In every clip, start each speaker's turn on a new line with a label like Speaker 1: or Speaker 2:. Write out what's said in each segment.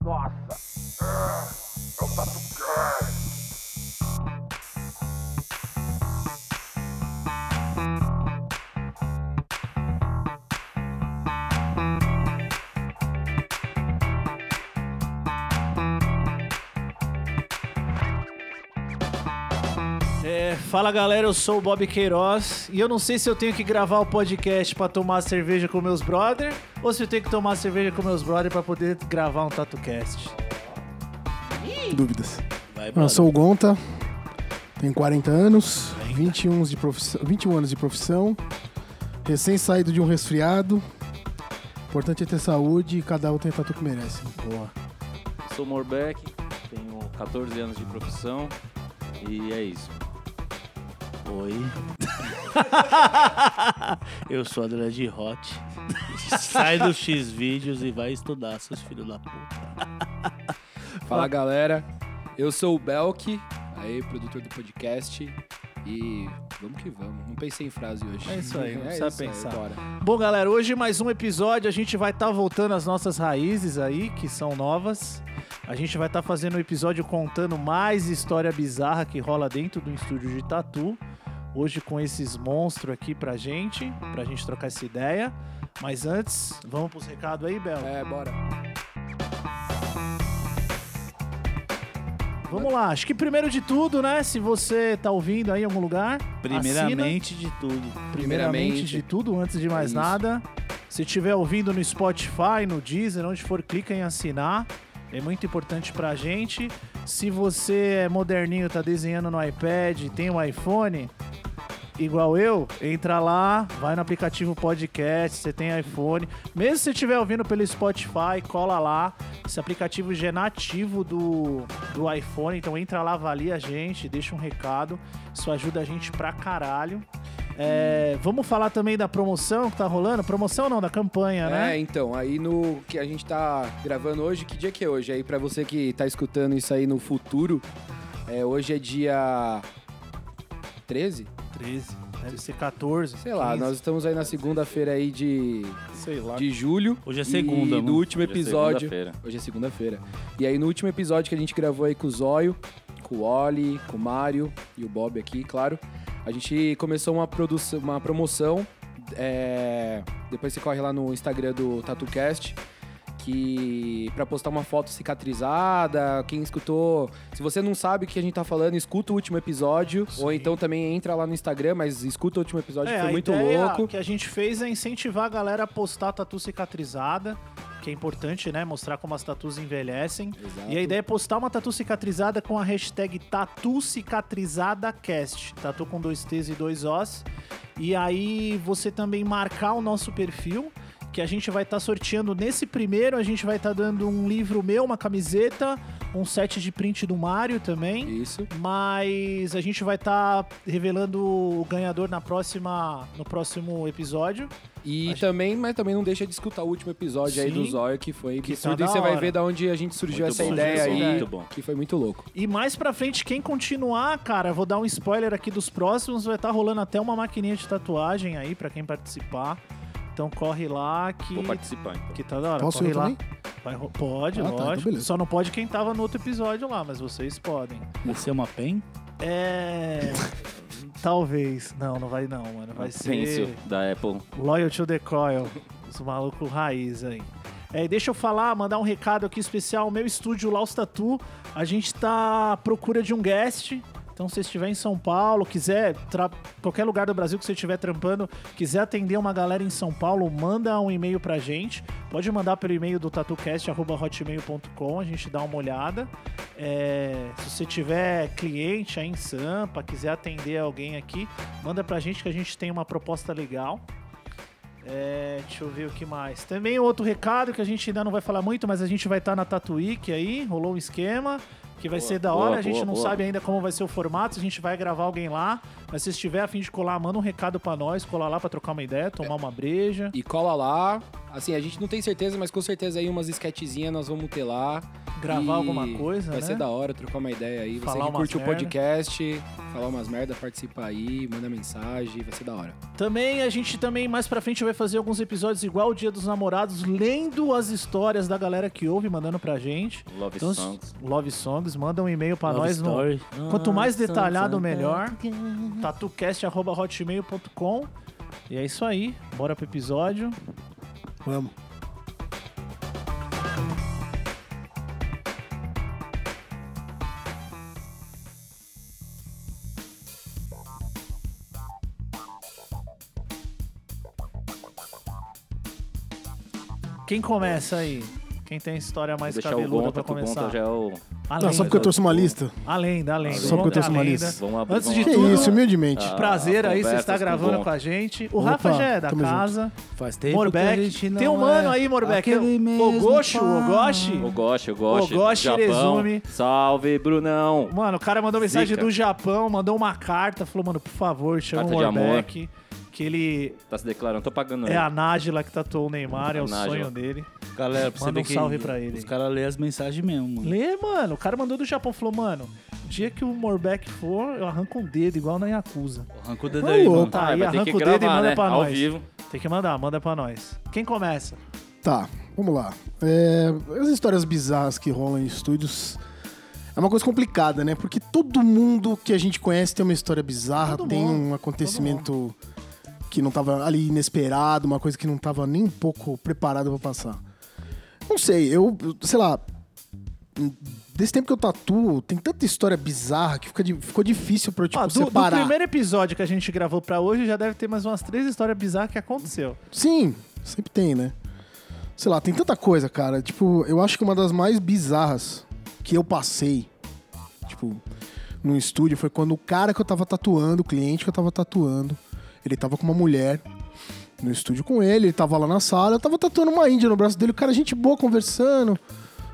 Speaker 1: Nossa! Ah, é um batucão!
Speaker 2: É, fala galera, eu sou o Bob Queiroz e eu não sei se eu tenho que gravar o podcast pra tomar cerveja com meus brother ou se eu tenho que tomar cerveja com meus brother pra poder gravar um TatuCast.
Speaker 3: Dúvidas.
Speaker 2: Vai,
Speaker 3: Eu
Speaker 2: brother.
Speaker 3: sou o Gonta, tenho 40 anos, 21 de profissão, 21 anos de profissão, recém saído de um resfriado. Importante é ter saúde e cada um tem o tatu que merece. Boa.
Speaker 4: Sou Morbeck, tenho 14 anos de profissão e é isso.
Speaker 5: Oi. Eu sou André de Hot. Sai do X vídeos e vai estudar, seus filhos da puta.
Speaker 6: Fala galera, eu sou o Belk, aí produtor do podcast e vamos que vamos. Não pensei em frase hoje.
Speaker 2: É isso aí, não precisa pensar.
Speaker 6: bora.
Speaker 2: Bom galera, hoje mais um episódio, a gente vai estar voltando às nossas raízes aí, que são novas. A gente vai estar fazendo um episódio contando mais história bizarra que rola dentro do estúdio de tatu. Hoje com esses monstros aqui pra gente, pra gente trocar essa ideia. Mas antes, vamos pros recados aí, Bel.
Speaker 6: É, bora.
Speaker 2: Vamos lá, acho que primeiro de tudo, né? Se você tá ouvindo aí em algum lugar, assina.
Speaker 5: Primeiramente de tudo.
Speaker 2: primeiramente de tudo, antes de mais
Speaker 6: Isso.
Speaker 2: nada. Se estiver ouvindo no Spotify, no Deezer, onde for, clica em assinar. É muito importante pra gente. Se você é moderninho, tá desenhando no iPad, tem um iPhone, igual eu, entra lá, vai no aplicativo podcast, você tem iPhone. Mesmo se você estiver ouvindo pelo Spotify, cola lá. Esse aplicativo já é nativo do, do iPhone, então entra lá, avalia a gente, deixa um recado. Isso ajuda a gente pra caralho. É, vamos falar também da promoção que tá rolando? Promoção não, da campanha, né?
Speaker 6: É, então, aí no que a gente tá gravando hoje, que dia que é hoje? Aí pra você que tá escutando isso aí no futuro, é, hoje é dia 13?
Speaker 2: 13. Deve ser 14.
Speaker 6: É, Sei lá,
Speaker 2: 15,
Speaker 6: nós estamos aí na segunda-feira aí de,
Speaker 2: Sei lá.
Speaker 6: de julho.
Speaker 5: Hoje é segunda,
Speaker 6: E
Speaker 5: mano.
Speaker 6: no último
Speaker 4: Hoje é
Speaker 6: episódio.
Speaker 4: segunda-feira.
Speaker 6: Hoje é segunda-feira. E aí no último episódio que a gente gravou aí com o Zóio, com o Oli, com o Mário e o Bob aqui, claro. A gente começou uma, produção, uma promoção. é, Depois você corre lá no Instagram do TatuCast. Que pra postar uma foto cicatrizada, quem escutou. Se você não sabe o que a gente tá falando, escuta o último episódio. Ou então também entra lá no Instagram, mas escuta o último episódio,
Speaker 2: É,
Speaker 6: que
Speaker 2: a
Speaker 6: foi muito
Speaker 2: ideia
Speaker 6: louco.
Speaker 2: que a gente fez é incentivar a galera a postar tatu cicatrizada, que é importante, né? Mostrar como as tatus envelhecem. E a ideia é postar uma tatu cicatrizada com a hashtag tatu cicatrizadacast. Tatu com dois T's e dois O's. E aí você também marcar o nosso perfil, que a gente vai estar sorteando nesse primeiro. A gente vai estar dando um livro meu, uma camiseta, um set de print do Mario também.
Speaker 6: Isso.
Speaker 2: Mas a gente vai estar revelando o ganhador na próxima, no próximo episódio.
Speaker 6: E também, mas também não deixa de escutar o último episódio aí
Speaker 2: Sim.
Speaker 6: do Zóio, que foi
Speaker 2: Que
Speaker 6: absurdo.
Speaker 2: tá
Speaker 6: e
Speaker 2: da
Speaker 6: você vai
Speaker 2: hora.
Speaker 6: ver da onde a gente surgiu
Speaker 4: Muito
Speaker 6: essa
Speaker 4: bom,
Speaker 6: ideia
Speaker 4: muito bom,
Speaker 6: aí,
Speaker 4: muito bom.
Speaker 6: que foi muito louco.
Speaker 2: E mais pra frente, quem continuar, cara, vou dar um spoiler aqui dos próximos, vai estar rolando até uma maquininha de tatuagem aí pra quem participar. Então corre lá que,
Speaker 4: Vou participar então.
Speaker 2: que tá da hora.
Speaker 3: Posso
Speaker 2: corre
Speaker 3: eu
Speaker 2: lá.
Speaker 3: também?
Speaker 2: Vai ro- pode,
Speaker 3: Ah, tá, então
Speaker 2: lógico.
Speaker 3: beleza.
Speaker 2: Só não pode quem tava no outro episódio lá, mas vocês podem.
Speaker 5: Vai ser uma pen?
Speaker 2: É. Talvez. Não, não vai não, mano. Vai ser.
Speaker 4: Pencil da Apple.
Speaker 2: Loyal to the Coil, os malucos raiz aí. É, e deixa eu falar, mandar um recado aqui especial. Meu estúdio Laus Tatu, a gente tá à procura de um guest. Então, se você estiver em São Paulo, quiser, tra- qualquer lugar do Brasil que você estiver trampando, quiser atender uma galera em São Paulo, manda um e-mail pra gente. Pode mandar pelo e-mail do tatucast.hotmail.com, a gente dá uma olhada. É, se você tiver cliente aí em Sampa, quiser atender alguém aqui, manda pra gente que a gente tem uma proposta legal. É, deixa eu ver o que mais. tá Também outro recado que a gente ainda não vai falar muito, mas a gente vai estar na Tatuíque aí, rolou um esquema. que vai ser da
Speaker 4: boa,
Speaker 2: hora. a gente
Speaker 4: boa,
Speaker 2: não
Speaker 4: boa.
Speaker 2: sabe ainda como vai ser o formato, se a gente vai gravar alguém lá. Mas se estiver a fim de colar, manda um recado pra nós, colar lá pra trocar uma ideia, tomar uma breja.
Speaker 6: E cola lá. Assim, a gente não tem certeza, mas com certeza aí umas sketchzinhas nós vamos ter lá.
Speaker 2: Gravar
Speaker 6: E
Speaker 2: alguma coisa,
Speaker 6: Vai
Speaker 2: né?
Speaker 6: ser da hora, trocar uma ideia aí. Você
Speaker 2: Falar
Speaker 6: que
Speaker 2: umas
Speaker 6: curte o
Speaker 2: merda.
Speaker 6: podcast, falar umas merda, participa aí, manda mensagem, vai ser da hora.
Speaker 2: Também a gente também mais pra frente vai fazer alguns episódios igual o Dia dos Namorados, lendo as histórias da galera que ouve mandando pra gente.
Speaker 4: Love
Speaker 2: Então,
Speaker 4: Songs.
Speaker 2: Love Songs, manda um e-mail pra
Speaker 5: Love
Speaker 2: nós no
Speaker 5: Story.
Speaker 2: Quanto mais detalhado, melhor. tatucast@hotmail.com. E é isso aí. Bora pro episódio.
Speaker 3: Vamos.
Speaker 2: Quem começa aí? Quem tem história
Speaker 4: Vou
Speaker 2: mais
Speaker 4: deixar o
Speaker 2: cabeluda pra
Speaker 4: Gonta, que o Gonta
Speaker 2: começar?
Speaker 4: já é o...
Speaker 2: A
Speaker 3: Não, só
Speaker 2: lenda.
Speaker 3: porque eu trouxe uma lista.
Speaker 2: A lenda, a lenda.
Speaker 3: Só porque eu trouxe
Speaker 2: A
Speaker 3: uma
Speaker 2: lenda.
Speaker 3: lista.
Speaker 4: Vamos abrir,
Speaker 2: Antes de
Speaker 4: vamos
Speaker 3: Que
Speaker 2: tudo,
Speaker 3: isso, humildemente.
Speaker 4: Ah,
Speaker 2: Prazer aí você
Speaker 4: conversas
Speaker 2: estar
Speaker 4: com o
Speaker 2: gravando
Speaker 4: Gonta.
Speaker 2: com a gente. O
Speaker 3: Opa,
Speaker 2: Rafa já é da
Speaker 3: tamo junto.
Speaker 2: casa.
Speaker 5: Faz tempo que a
Speaker 2: Morbeck.
Speaker 5: gente não
Speaker 2: Tem um mano
Speaker 5: é
Speaker 2: aí, Morbeck. um
Speaker 5: aquele
Speaker 2: O
Speaker 5: mesmo
Speaker 2: Goshi, o
Speaker 5: pai.
Speaker 2: Goshi.
Speaker 4: O Goshi, o Goshi.
Speaker 2: Goshi
Speaker 4: Japão.
Speaker 2: Irezume.
Speaker 4: Salve, Brunão.
Speaker 2: Mano, o cara mandou mensagem
Speaker 4: Zica.
Speaker 2: do Japão, mandou uma carta, falou, mano, por favor, chama
Speaker 4: Carta
Speaker 2: o
Speaker 4: de amor.
Speaker 2: Morbeck. Que ele
Speaker 4: Tá se declarando, tô pagando.
Speaker 2: é
Speaker 4: ele.
Speaker 2: a Nájila que tatuou o Neymar, é o
Speaker 4: A Nájila.
Speaker 2: sonho dele.
Speaker 5: Galera, pra você
Speaker 2: Manda
Speaker 5: ver
Speaker 2: um
Speaker 5: que
Speaker 2: salve pra ele.
Speaker 5: Os caras lêem as mensagens mesmo, mano.
Speaker 2: Lê, mano. O cara mandou do Japão, falou, mano, o dia que o Morbeck for, eu arranco um dedo, igual na Yakuza.
Speaker 5: Arranca o dedo
Speaker 3: Ô,
Speaker 5: aí, mano.
Speaker 3: louco.
Speaker 2: Tá,
Speaker 4: Ah,
Speaker 2: aí
Speaker 4: vai ter
Speaker 2: arranca
Speaker 4: que
Speaker 2: o dedo e
Speaker 4: gravar,
Speaker 2: manda
Speaker 4: né?
Speaker 2: pra
Speaker 4: Ao
Speaker 2: nós.
Speaker 4: vivo.
Speaker 2: Tem que mandar, manda pra nós. Quem começa?
Speaker 3: Tá, vamos lá. É, as histórias bizarras que rolam em estúdios é uma coisa complicada, né? Porque todo mundo que a gente conhece tem uma história bizarra,
Speaker 2: Todo
Speaker 3: tem
Speaker 2: mundo,
Speaker 3: um acontecimento que não tava ali inesperado, uma coisa que não tava nem um pouco preparado pra passar. Não sei, eu, eu- sei lá, desse tempo que eu tatuo, tem tanta história bizarra que fica, di- ficou difícil pra eu, tipo,
Speaker 2: Ó, Ah, do, do
Speaker 3: separar.
Speaker 2: primeiro episódio que a gente gravou pra hoje, já deve ter mais umas três histórias bizarras que aconteceu.
Speaker 3: Sim, sempre tem, né? Sei lá, tem tanta coisa, cara. Tipo, eu acho que uma das mais bizarras que eu passei, tipo, num estúdio foi quando o cara que eu tava tatuando, o cliente que eu tava tatuando, ele tava com uma mulher no estúdio com ele, ele tava lá na sala, eu tava tatuando uma índia no braço dele, o cara, gente boa, conversando.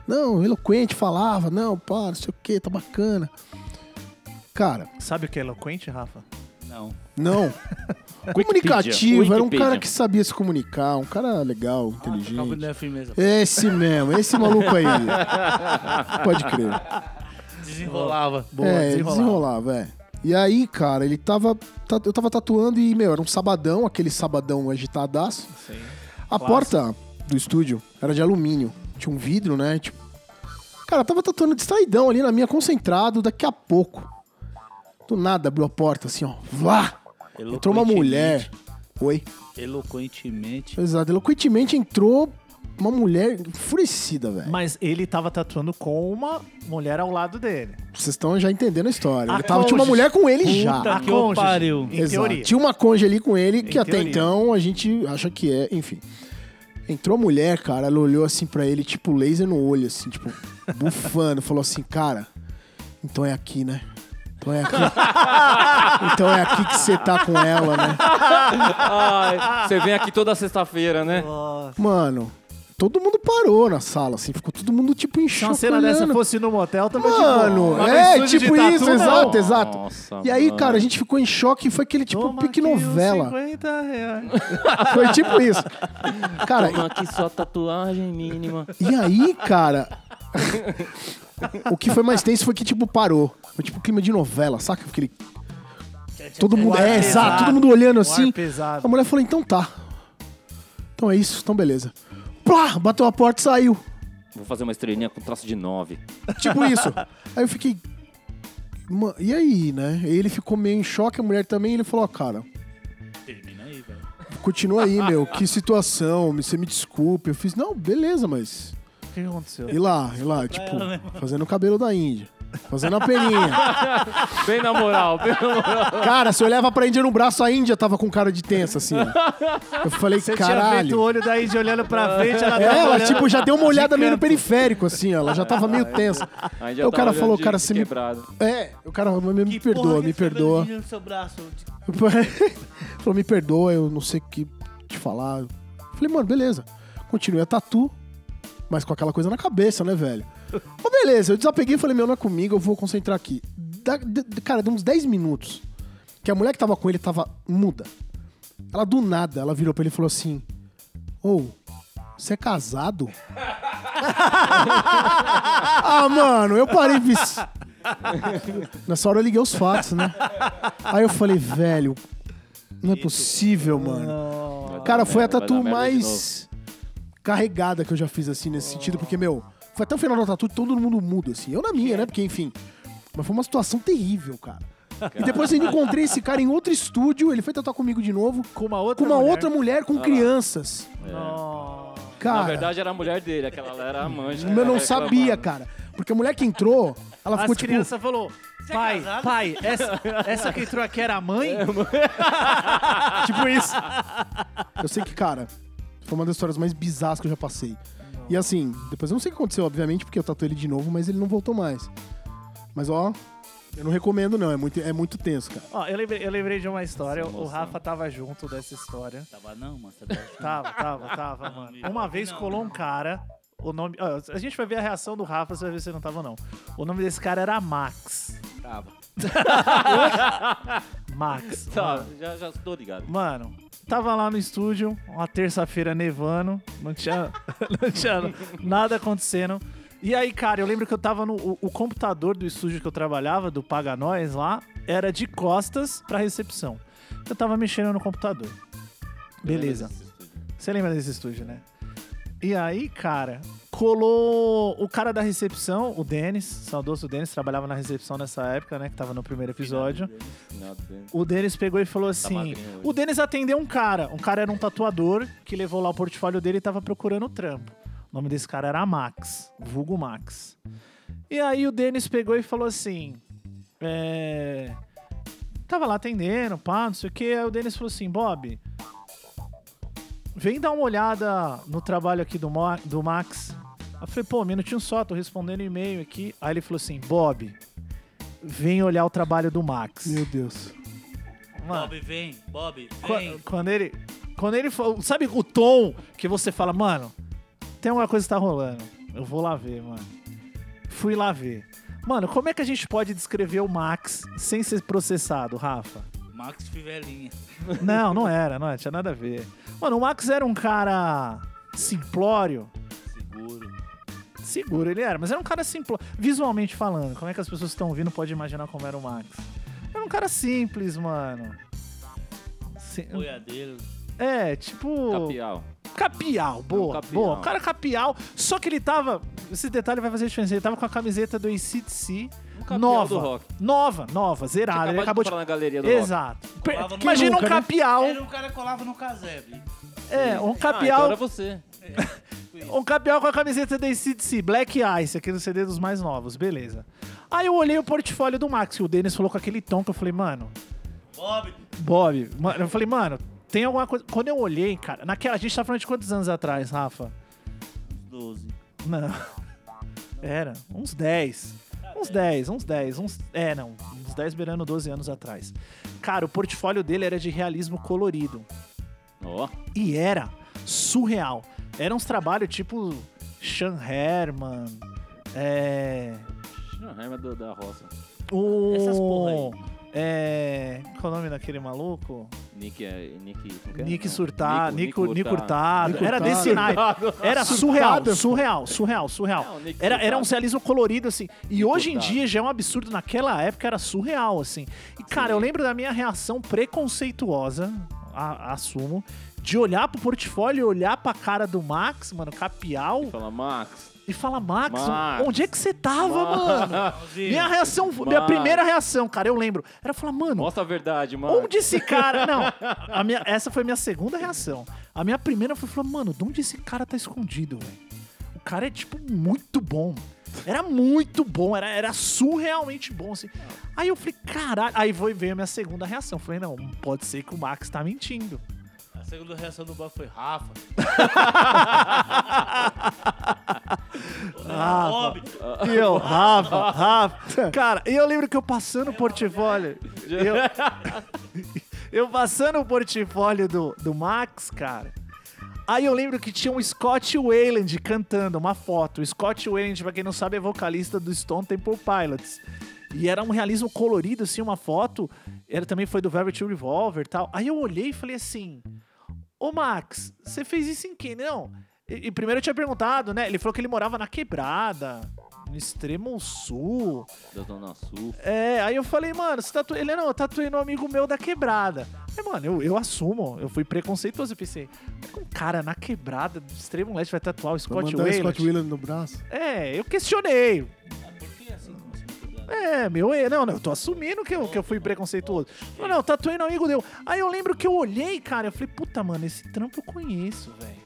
Speaker 3: Não, eloquente, falava, não, pá, não sei o que, tá bacana. Cara,
Speaker 2: Sabe o que é eloquente, Rafa? Tá,
Speaker 5: Não.
Speaker 3: não. Comunicativo, era um
Speaker 4: Wikipedia.
Speaker 3: cara que sabia se comunicar, um cara legal,
Speaker 2: tá,
Speaker 5: Ah, Calma
Speaker 3: inteligente.
Speaker 5: da firmeza.
Speaker 3: Esse mesmo, esse maluco aí. Pode crer.
Speaker 5: Desenrolava.
Speaker 2: Boa,
Speaker 3: é,
Speaker 2: desenrolar.
Speaker 3: desenrolar, velho. E aí, cara, ele tava. ta- Eu tava tatuando e, meu, era um sabadão, aquele sabadão agitadaço.
Speaker 2: Sim.
Speaker 3: A porta do estúdio era de alumínio. Tinha um vidro, né? Tipo... Cara, eu tava tatuando distraidão ali na minha, concentrado. Daqui a pouco, do nada, abriu a porta assim, ó. Vá! Entrou uma
Speaker 5: É Eloquentemente.
Speaker 3: mulher. Oi?
Speaker 5: Eloquentemente.
Speaker 3: Exato. Eloquentemente entrou uma mulher enfurecida, velho.
Speaker 2: Mas ele tava tatuando com uma mulher ao lado dele.
Speaker 3: Vocês estão já entendendo a história.
Speaker 2: A
Speaker 3: Ele tava, tinha uma
Speaker 2: cônjuge.
Speaker 3: mulher com ele
Speaker 5: Puta
Speaker 3: já.
Speaker 5: que
Speaker 2: cônjuge,
Speaker 5: pariu.
Speaker 2: Em
Speaker 3: Exato.
Speaker 2: teoria.
Speaker 3: Tinha uma conja ali com ele, que até
Speaker 2: teoria.
Speaker 3: então a gente acha que é, enfim. Entrou a mulher, cara, ela olhou assim pra ele, tipo, laser no olho, assim, tipo, bufando, falou assim, cara, então é aqui, né? Então é aqui. então é aqui que você tá com ela, né?
Speaker 4: Ai, você vem aqui toda sexta-feira, né?
Speaker 3: Mano, todo mundo parou na sala, assim, ficou todo mundo, tipo, em
Speaker 2: Se
Speaker 3: choque.
Speaker 2: uma cena
Speaker 3: olhando.
Speaker 2: dessa fosse no motel, também
Speaker 3: Mano,
Speaker 2: tipo,
Speaker 3: é tipo isso, exato,
Speaker 4: não.
Speaker 3: exato.
Speaker 4: Nossa,
Speaker 3: e aí,
Speaker 4: mano.
Speaker 3: cara, a gente ficou em choque e foi aquele tipo pique
Speaker 2: um
Speaker 3: novela. Foi tipo isso. Cara,
Speaker 4: Toma aqui só tatuagem mínima.
Speaker 3: e aí, cara. o que foi mais tenso foi que, tipo, parou. Foi tipo clima de novela, saca? Aquele. Todo mundo.
Speaker 2: ar
Speaker 3: É, exato,
Speaker 2: pesado.
Speaker 3: todo mundo olhando
Speaker 2: O ar
Speaker 3: assim.
Speaker 2: pesado.
Speaker 3: A mulher falou, então tá. Então é isso, então beleza. Plá! Bateu a porta e saiu.
Speaker 4: Vou fazer uma estrelinha com traço de 9.
Speaker 3: Tipo isso. Aí eu fiquei. "Ma- E aí, né? E ele ficou meio em choque, a mulher também, e ele falou, ó, cara.
Speaker 5: Termina aí, velho.
Speaker 3: Continua aí, meu. Que situação. Você me desculpe. Eu fiz, não, beleza, mas.
Speaker 2: O que aconteceu?
Speaker 3: E lá, e lá, tipo,
Speaker 5: né,
Speaker 3: fazendo o cabelo da Índia. Fazendo a peninha.
Speaker 4: Bem na moral, bem na moral.
Speaker 3: cara, se eu olhava pra Índia no braço, a Índia tava com cara de tensa, assim. ó. Eu falei,
Speaker 2: Você tinha feito o
Speaker 3: caralho.
Speaker 2: olho da Indy olhando pra frente, ela tava
Speaker 3: Ela,
Speaker 2: olhando.
Speaker 3: tipo, já deu uma olhada
Speaker 2: de
Speaker 3: meio no
Speaker 2: canto.
Speaker 3: periférico, assim, ó. Ela já tava meio tensa.
Speaker 4: Aí
Speaker 3: Aí o cara falou,
Speaker 4: de,
Speaker 3: cara,
Speaker 4: de
Speaker 3: você me-
Speaker 4: quebrado.
Speaker 3: É, o cara falou, me, me
Speaker 5: Que porra
Speaker 3: perdoa,
Speaker 5: que
Speaker 3: me
Speaker 5: esse cabelo
Speaker 3: perdoa.
Speaker 5: gira no seu braço?
Speaker 3: falou, me perdoa, eu não sei o que te falar. Falei, mano, beleza. Continuei a tatu. mas com aquela coisa na cabeça, né, velho? Mas beleza, eu desapeguei e falei, meu, não é comigo, eu vou concentrar aqui. Da- de- de- cara, deu uns 10 minutos que a mulher que tava com ele tava muda. Ela do nada, ela virou pra ele e falou assim: Ô, você é casado? ah, mano, eu parei e fiz. Nessa hora eu liguei os fatos, né? Aí eu falei, velho, não é possível, mano.
Speaker 4: Vai dar
Speaker 3: Cara, foi a
Speaker 4: merda, vai dar
Speaker 3: tatu
Speaker 4: merda de
Speaker 3: mais carregada que eu já fiz, assim, nesse sentido, porque, meu, foi até o final da tatu todo mundo mudo, assim. Eu na minha, né? Porque, enfim. Mas foi uma situação terrível, cara. E depois eu ainda encontrei esse cara em outro estúdio, ele foi tatuar comigo de novo,
Speaker 2: Com uma outra
Speaker 3: com uma
Speaker 2: mulher.
Speaker 3: outra mulher com crianças.
Speaker 2: Nossa.
Speaker 3: Cara,
Speaker 4: Ah. Na verdade é, era a mulher dele, aquela lá era a amante.
Speaker 3: eu não sabia, cara. Porque a mulher que entrou, ela
Speaker 2: As
Speaker 3: ficou tipo.
Speaker 2: crianças falou, pai, pai, essa, essa que entrou aqui era a mãe?
Speaker 3: É, Tipo isso. Eu sei que, cara, foi uma das histórias mais bizarras que eu já passei. E assim, depois eu não sei o que aconteceu, obviamente, porque eu tatuei ele de novo, mas ele não voltou mais. Mas ó, eu não recomendo não, é muito, é muito tenso, cara.
Speaker 2: Ó, eu lembrei, eu lembrei de uma história, o Rafa tava junto dessa história.
Speaker 5: Tava não, mano. tá Tava,
Speaker 2: Tava, tava, tava, mano.
Speaker 5: amigo.
Speaker 2: Uma vez colou um cara, o nome... ó, a gente vai ver a reação do Rafa, você vai ver se ele não tava ou não. O nome desse cara era Max.
Speaker 6: Tava.
Speaker 2: Max.
Speaker 4: Tá, já, já tô ligado.
Speaker 2: Mano, tava lá no estúdio, uma terça-feira nevando, não tinha, não tinha nada acontecendo. E aí, cara, eu lembro que eu tava no. O, o computador do estúdio que eu trabalhava, do Paga Nós lá, era de costas pra recepção. Eu tava mexendo no computador. Beleza. Você lembra desse estúdio, né? E aí, cara, colou o cara da recepção, o Denis, saudoso Denis, trabalhava na recepção nessa época, né? Que tava no primeiro episódio.
Speaker 4: Nada tá bem.
Speaker 2: O Denis pegou e falou assim:
Speaker 4: Tá magrinho hoje.
Speaker 2: O Denis atendeu um cara. Um cara era um tatuador que levou lá o portfólio dele e tava procurando o trampo. O nome desse cara era Max, vulgo Max. E aí o Denis pegou e falou assim: É. Tava lá atendendo, pá, não sei o que. Aí o Denis falou assim: Bob, vem dar uma olhada no trabalho aqui do, Mo- do Max. Aí eu falei: pô, minutinho só, tô respondendo e-mail aqui. Aí ele falou assim: Bob, vem olhar o trabalho do Max.
Speaker 3: Meu Deus.
Speaker 2: Mano,
Speaker 5: Bob, vem. Bob,
Speaker 2: Qua- Quando ele. Quando ele fa- Sabe o tom que você fala, mano, tem alguma coisa que tá rolando. Eu vou lá ver, mano. Fui lá ver. Mano, como é que a gente pode descrever o Max sem ser processado, Rafa?
Speaker 5: Max Fivelinha.
Speaker 2: Não, não era, não tinha nada a ver. Mano, o Max era um cara simplório.
Speaker 5: Seguro.
Speaker 2: Seguro ele era, mas era um cara simplório. Visualmente falando, como é que as pessoas que estão ouvindo podem imaginar como era o Max? Era um cara simples, mano. Sim-
Speaker 5: Boiadeiro.
Speaker 2: É, tipo.
Speaker 4: Capial.
Speaker 2: Capial, boa,
Speaker 4: Capial.
Speaker 2: boa. O cara capial, só que ele tava... Esse detalhe vai fazer diferença. Ele tava com a camiseta do ACDC
Speaker 4: Um capial
Speaker 2: nova.
Speaker 4: do rock.
Speaker 2: Nova, nova, zerada.
Speaker 4: Tinha
Speaker 2: Ele
Speaker 4: acabado
Speaker 2: acabou
Speaker 4: de
Speaker 2: de...
Speaker 4: comprar na galeria do rock.
Speaker 2: Exato. Per-
Speaker 5: Colava no-
Speaker 2: Imagina
Speaker 3: Quem
Speaker 2: um
Speaker 3: nunca, né?
Speaker 2: capial,
Speaker 5: Era um cara que colava no casebre.
Speaker 2: é, um
Speaker 4: Ah, então
Speaker 2: capial,
Speaker 4: era você.
Speaker 2: um capial com a camiseta do ACDC, Black Ice, aqui no CD dos mais novos, beleza. Aí eu olhei o portfólio do Max e o Denis falou com aquele tom que eu falei, mano,
Speaker 5: Bob,
Speaker 2: Bob, ma- eu falei, mano, tem alguma coisa... Quando eu olhei, cara, naquela... A gente tá falando de quantos anos atrás, Rafa?
Speaker 5: 12.
Speaker 2: Não. Era, uns 10. Uns 10, uns 10, uns. É, não. Uns 10 beirando 12 anos atrás. Cara, o portfólio dele era de realismo colorido.
Speaker 4: Ó,
Speaker 2: E era surreal. Eram uns trabalhos tipo Sean Herman. É.
Speaker 4: a raiva do- da roça.
Speaker 2: O.
Speaker 5: Essas porra aí.
Speaker 2: É. Qual é o nome daquele maluco?
Speaker 4: Nick é. Nick. como que é?
Speaker 2: Nick
Speaker 4: Não.
Speaker 2: Surtado, Nico, Nico,
Speaker 4: Hurtado.
Speaker 2: Hurtado.
Speaker 3: Nico
Speaker 2: Era
Speaker 3: Hurtado.
Speaker 2: desse naipe. Era surreal,
Speaker 3: Hurtado.
Speaker 2: surreal, surreal, surreal.
Speaker 4: É, o Nick
Speaker 2: Era, era um
Speaker 4: Hurtado.
Speaker 2: realismo colorido, assim. E
Speaker 4: Nico
Speaker 2: hoje em
Speaker 4: Hurtado.
Speaker 2: dia já é um absurdo. Naquela época era surreal, assim. E, cara, eu lembro da minha reação preconceituosa, a- assumo, de olhar pro portfólio, olhar pra cara do Max, mano, capial,
Speaker 4: Fala, Max.
Speaker 2: e falar, Max,
Speaker 4: Max.
Speaker 2: onde é que você tava, mano? Minha reação, minha
Speaker 4: Max.
Speaker 2: primeira reação, cara, eu lembro. Era falar, mano,
Speaker 4: Mostra a verdade, Max.
Speaker 2: Onde esse cara. Não, a minha, essa foi a minha segunda reação. A minha primeira foi falar, mano, de onde esse cara tá escondido, velho? O cara é, tipo, muito bom. Era muito bom, era, era surrealmente bom, assim. Aí eu falei, caralho. Aí foi, veio a minha segunda reação. Eu Falei, não, pode ser que o Max tá mentindo.
Speaker 5: A segunda reação do Bob foi Rafa. Ah, Bob,
Speaker 2: E eu, Rafa, Rafa. Cara, e eu lembro que eu passando o portfólio. Eu, eu passando o portfólio do, do Max, cara. Aí eu lembro que tinha um Scott Wayland cantando uma foto. O Scott Wayland, pra quem não sabe, é vocalista do Stone Temple Pilots. E era um realismo colorido, assim, uma foto. Era também foi do Velvet Revolver e tal. Aí eu olhei e falei assim: Ô Max, você fez isso em quem? Não. E, e primeiro eu tinha perguntado, né? Ele falou que ele morava na Quebrada, no extremo sul.
Speaker 4: Da Zona Sul.
Speaker 2: É, aí eu falei, mano, você tatu... ele não, eu tatuei no amigo meu da quebrada. Aí, mano, eu, eu assumo, eu fui preconceituoso, eu pensei, como é que um cara na quebrada do extremo leste vai tatuar o
Speaker 3: Vou
Speaker 2: Scott
Speaker 3: mandar o
Speaker 2: Wayland?
Speaker 3: Scott Wheeler no braço.
Speaker 2: É, eu questionei.
Speaker 4: Por que assim como se
Speaker 2: É, meu, é, não, não, eu tô assumindo que eu, que eu fui preconceituoso. Não, não, eu tatuei no amigo deu. Aí eu lembro que eu olhei, cara, eu falei, puta, mano, esse trampo eu conheço, velho.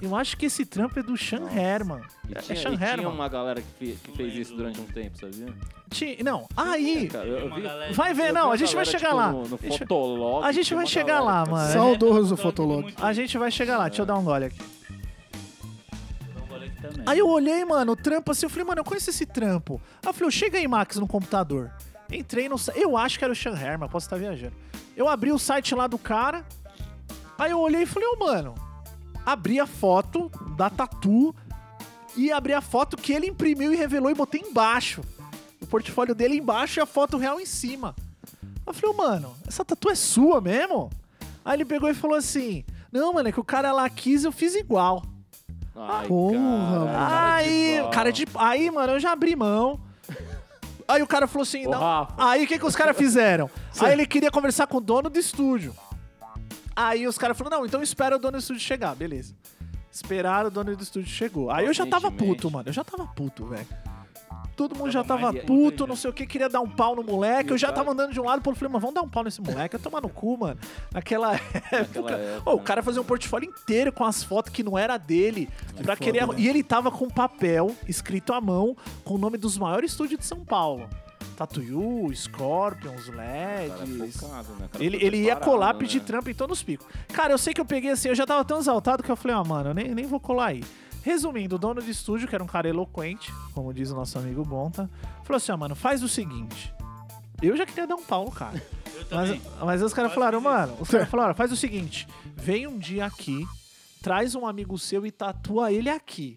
Speaker 2: Eu acho que esse trampo é do Sean Herman.
Speaker 4: E
Speaker 2: É,
Speaker 4: tinha,
Speaker 2: é Sean
Speaker 4: e tinha
Speaker 2: Herman.
Speaker 4: uma galera que, fe- que fez isso durante um tempo, sabia?
Speaker 2: Ti- Não, aí.
Speaker 4: Cara, eu, eu
Speaker 5: Uma
Speaker 4: vi-
Speaker 5: galera-
Speaker 2: Vai ver,
Speaker 4: eu
Speaker 2: não,
Speaker 4: vi
Speaker 2: a gente vai
Speaker 4: galera,
Speaker 2: chegar
Speaker 4: tipo,
Speaker 2: lá.
Speaker 4: No, no
Speaker 2: Deixa-
Speaker 4: Fotolog,
Speaker 2: a gente
Speaker 4: tinha
Speaker 2: vai
Speaker 4: uma
Speaker 2: chegar
Speaker 4: galera
Speaker 2: lá,
Speaker 4: que-
Speaker 2: mano.
Speaker 3: Saudoso
Speaker 5: Então, tudo
Speaker 3: Fotolog.
Speaker 5: muito-
Speaker 2: A gente vai chegar lá, deixa eu dar um gole aqui.
Speaker 5: Não, olha aqui também.
Speaker 2: Aí eu olhei, mano, o trampo assim, eu falei, mano, eu conheço esse trampo. Aí eu falei, eu chega aí, Max, no computador. Entrei no site, eu acho que era o Sean Herman, posso estar viajando. Eu abri o site lá do cara, aí eu olhei e falei, ô, mano, abri a foto da tatu e abri a foto que ele imprimiu e revelou e botei embaixo. O portfólio dele embaixo e a foto real em cima. Eu falei, ô, mano, essa tatu é sua mesmo? Aí ele pegou e falou assim, não, mano, é que o cara lá quis, eu fiz igual.
Speaker 4: Ai,
Speaker 3: Porra,
Speaker 4: cara,
Speaker 3: mano.
Speaker 4: assim, cara de
Speaker 2: Aí,
Speaker 4: pau.
Speaker 2: cara de. Aí, mano, eu já abri mão. Aí o cara falou assim:
Speaker 4: Ô,
Speaker 2: não.
Speaker 4: Rafa.
Speaker 2: Aí o que, que os caras fizeram? Aí ele queria conversar com o dono do estúdio. Aí os caras falaram: não, então espera o dono do estúdio chegar, beleza. Esperaram o dono do estúdio chegou. Aí eu já tava
Speaker 4: Pacientemente.
Speaker 2: puto, mano. Eu já tava puto, velho. Todo mundo já tava
Speaker 4: mais-
Speaker 2: puto, não sei o que, queria dar um pau no moleque. Eu já
Speaker 4: né? cara-
Speaker 2: tava andando de um lado pro outro, falei, mas vamos dar um pau nesse moleque, eu tomar no cu, mano. Naquela época.
Speaker 4: época,
Speaker 2: Ô, o cara fazia um portfólio inteiro com as fotos que não era dele. pra querer.
Speaker 4: né?
Speaker 2: E ele tava com um papel escrito à mão com o nome dos maiores estúdios de São Paulo. Tatuyu, Scorpions,
Speaker 4: Cara
Speaker 2: LEDs.
Speaker 4: focado, né? Cara
Speaker 2: Ele,
Speaker 4: foi
Speaker 2: ele ia
Speaker 4: preparado,
Speaker 2: colar,
Speaker 4: né?
Speaker 2: pedir trampa em todos os picos. Cara, eu sei que eu peguei assim, eu já tava tão exaltado que eu falei, ó, mano, eu nem, nem vou colar aí. Resumindo, o dono de estúdio, que era um cara eloquente, como diz o nosso amigo Gonta, falou assim, ó, mano, faz o seguinte. Eu já queria dar um pau no cara.
Speaker 5: Eu
Speaker 2: Mas,
Speaker 5: também.
Speaker 2: mas os caras
Speaker 5: Quase
Speaker 2: falaram,
Speaker 5: fiz isso.
Speaker 2: mano, os caras falaram, faz o seguinte, vem um dia aqui, traz um amigo seu e tatua ele aqui.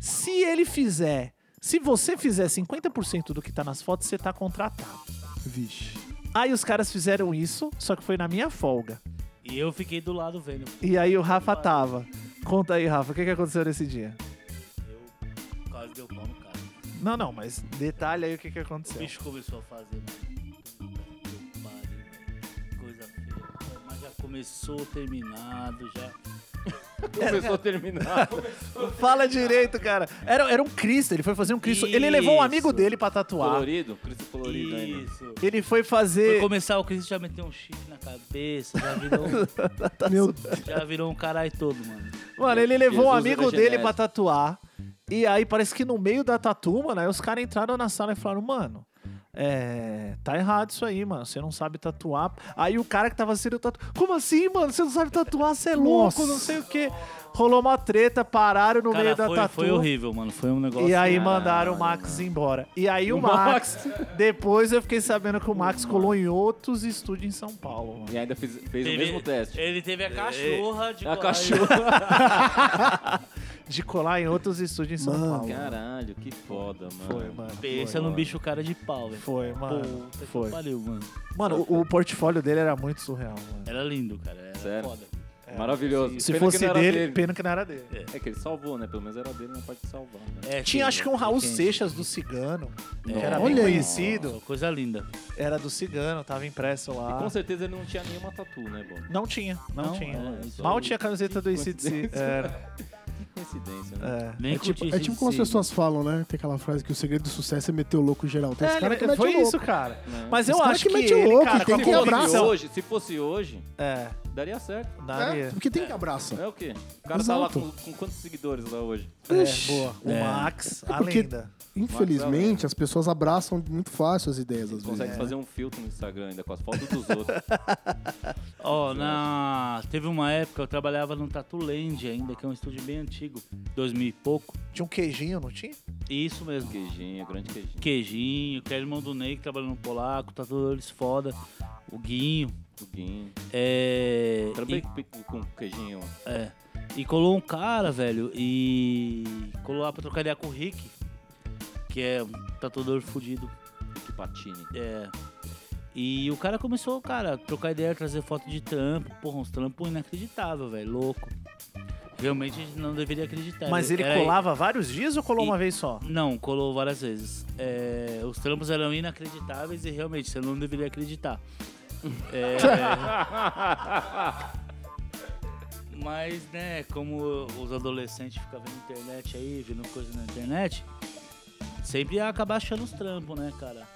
Speaker 2: Se ele fizer, se você fizer 50% do que tá nas fotos, você tá contratado.
Speaker 3: Vixe.
Speaker 2: Aí os caras fizeram isso, só que foi na minha folga.
Speaker 5: E eu fiquei do lado vendo.
Speaker 2: E aí o Rafa tava. Conta aí, Rafa, o que, que aconteceu nesse dia?
Speaker 5: Eu quase deu pau no cara.
Speaker 2: Não, não, mas detalhe aí o que, que
Speaker 5: O
Speaker 2: aconteceu.
Speaker 5: bicho começou a fazer, mano. Puta que pariu, velho. Coisa feia. Mas já começou terminado, já.
Speaker 4: Começou a terminar.
Speaker 2: Fala direito, cara. Era, era um Cristo, ele foi fazer um Cristo. Ele levou um amigo
Speaker 5: Isso.
Speaker 2: dele pra tatuar.
Speaker 4: colorido, Cristo colorido ainda.
Speaker 5: Isso.
Speaker 2: Ele foi
Speaker 5: Foi
Speaker 2: fazer.
Speaker 5: começar o Chris já meteu um chip na cabeça, já virou, um-
Speaker 3: Meu
Speaker 5: já virou um caralho todo, mano.
Speaker 2: Mano, ele levou um
Speaker 4: Jesus
Speaker 2: amigo
Speaker 5: é
Speaker 4: era
Speaker 2: dele
Speaker 4: genético.
Speaker 2: pra tatuar. E aí parece que no meio da tatu, mano, aí os caras entraram na sala e falaram, mano. É. Tá errado isso aí, mano. Você não sabe tatuar. Aí o cara que tava sendo tatuado. Como assim, mano? Você não sabe tatuar, você é louco,
Speaker 3: Nossa.
Speaker 2: não sei o quê. Rolou uma treta, pararam no meio
Speaker 5: Cara,
Speaker 2: da
Speaker 5: foi,
Speaker 2: tatu.
Speaker 5: foi horrível, mano. Foi um negócio.
Speaker 2: E aí
Speaker 4: Caralho,
Speaker 2: mandaram o Max embora. E aí o Max, depois eu fiquei sabendo que o Max colou em outros estúdios em São Paulo, mano.
Speaker 4: E ainda fez, fez o mesmo
Speaker 2: É,
Speaker 4: teste. É.
Speaker 5: Ele teve a cachorra de
Speaker 4: A
Speaker 5: coragem.
Speaker 4: cachorra.
Speaker 2: De colar em outros estúdios em São
Speaker 3: Mano.
Speaker 2: Paulo.
Speaker 4: Caralho, que foda, mano.
Speaker 2: Foi, mano.
Speaker 5: Pensa
Speaker 2: foi,
Speaker 5: num
Speaker 2: mano.
Speaker 5: bicho cara de pau, velho.
Speaker 2: Foi, mano.
Speaker 5: Puta que
Speaker 2: Foi.
Speaker 5: pariu, mano.
Speaker 2: Mano, o, o portfólio dele era muito surreal, mano.
Speaker 5: Era lindo, cara. Era
Speaker 4: Sério?
Speaker 5: foda.
Speaker 4: Maravilhoso.
Speaker 2: É, Se
Speaker 4: Pena que
Speaker 2: fosse
Speaker 4: não
Speaker 2: dele,
Speaker 4: era
Speaker 2: pena que não era dele.
Speaker 4: É que ele salvou, né? Pelo menos era dele na parte de salvar. Né?
Speaker 5: É,
Speaker 2: Tinha
Speaker 5: foi-
Speaker 2: acho que um Raul
Speaker 5: foi
Speaker 2: Seixas do Cigano, que era
Speaker 3: Olha
Speaker 2: bem
Speaker 3: aí.
Speaker 2: conhecido.
Speaker 5: Nossa, Coisa linda.
Speaker 2: Era do Cigano, tava impresso
Speaker 4: E
Speaker 2: lá.
Speaker 4: com certeza ele não tinha nenhuma tatu, né, Bob?
Speaker 2: Não tinha, não,
Speaker 5: Não,
Speaker 2: tinha.
Speaker 5: é, isso
Speaker 2: Mal
Speaker 5: aí.
Speaker 2: tinha a camiseta do ICDC. Era,
Speaker 4: Que coincidência, né?
Speaker 2: é.
Speaker 5: Nem
Speaker 3: É tipo,
Speaker 5: curti
Speaker 3: é tipo como as
Speaker 5: esse-
Speaker 3: pessoas falam, né? Tem aquela frase que o segredo do sucesso é meter o louco em geral. Tem
Speaker 2: É,
Speaker 3: esse cara que
Speaker 2: ele-
Speaker 3: mete
Speaker 2: foi
Speaker 3: o louco.
Speaker 2: isso, cara.
Speaker 4: Né?
Speaker 2: É. Mas
Speaker 3: Esse
Speaker 2: eu
Speaker 3: cara
Speaker 2: acho
Speaker 3: que
Speaker 2: que,
Speaker 3: mete o
Speaker 2: ele,
Speaker 3: louco,
Speaker 2: cara,
Speaker 3: tem
Speaker 2: com a
Speaker 3: que
Speaker 4: Se fosse
Speaker 3: abraça.
Speaker 2: convicção-
Speaker 4: hoje, se fosse hoje,
Speaker 2: É,
Speaker 4: daria certo.
Speaker 2: daria.
Speaker 3: É, porque tem que abraça.
Speaker 4: É o quê? O cara tá lá
Speaker 3: Exato.
Speaker 4: com, com quantos seguidores lá hoje?
Speaker 2: É, boa. O
Speaker 5: É.
Speaker 2: Max, a
Speaker 3: Porque-
Speaker 2: lenda.
Speaker 3: Infelizmente, as pessoas abraçam muito fácil as ideias, às
Speaker 4: Eles
Speaker 3: vezes.
Speaker 4: conseguem fazer um filtro no Instagram ainda com as fotos dos outros.
Speaker 5: Ó, na... teve uma época eu trabalhava no Tatu Land ainda, que é um estúdio bem antigo, 2000 e pouco.
Speaker 2: Tinha um queijinho, não tinha?
Speaker 5: Isso mesmo.
Speaker 4: Queijinho, grande queijinho.
Speaker 5: Queijinho, que é irmão do Ney, que trabalhou no Polaco, tatuadores foda, o Guinho.
Speaker 4: Tuguinho.
Speaker 5: É...
Speaker 4: Trabalhei
Speaker 5: e-
Speaker 4: com- com queijinho
Speaker 5: é. E colou um cara, velho, e colou lá pra trocar ideia com o Rick, que é um tatuador fudido.
Speaker 4: Que patine.
Speaker 5: É. E o cara começou, cara, a trocar ideia, trazer foto de trampo. Porra, uns trampos inacreditável, velho. Louco. Realmente a gente não deveria acreditar.
Speaker 2: Mas ele
Speaker 5: Era-
Speaker 2: colava vários dias ou colou
Speaker 5: E-
Speaker 2: uma vez só?
Speaker 5: Não, colou várias vezes. É, os trampos eram inacreditáveis e realmente você não deveria acreditar. É, mas, né, como os adolescentes ficam vendo internet aí, vendo coisa na internet, sempre ia acabar achando os trampos, né, cara?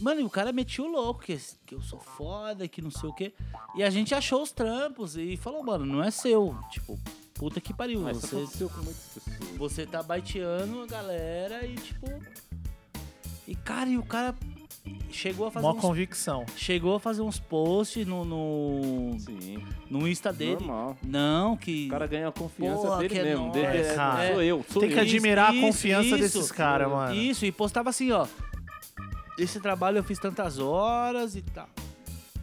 Speaker 5: Mano, e o cara metia o louco, que, que eu sou foda, que não sei o quê. E a gente achou os trampos e falou, mano, não é seu. Tipo, puta que pariu.
Speaker 4: Mas isso
Speaker 5: você
Speaker 4: aconteceu com muitas pessoas.
Speaker 5: você tá baiteando a galera e tipo. E cara, e o cara chegou a fazer
Speaker 2: Mó
Speaker 5: uns,
Speaker 2: convicção.
Speaker 5: chegou a fazer uns posts no, no,
Speaker 4: Sim,
Speaker 5: no Insta dele.
Speaker 4: normal.
Speaker 5: Não, que.
Speaker 4: O cara ganha a confiança
Speaker 5: Pô, que
Speaker 4: dele
Speaker 5: é
Speaker 4: mesmo.
Speaker 5: nóis,
Speaker 4: dele é,
Speaker 2: cara.
Speaker 4: Sou eu, sou
Speaker 2: Tem que
Speaker 4: eu.
Speaker 2: admirar a confiança desses cara, mano.
Speaker 5: Isso, e postava assim, ó. Esse trabalho eu fiz tantas horas e tal.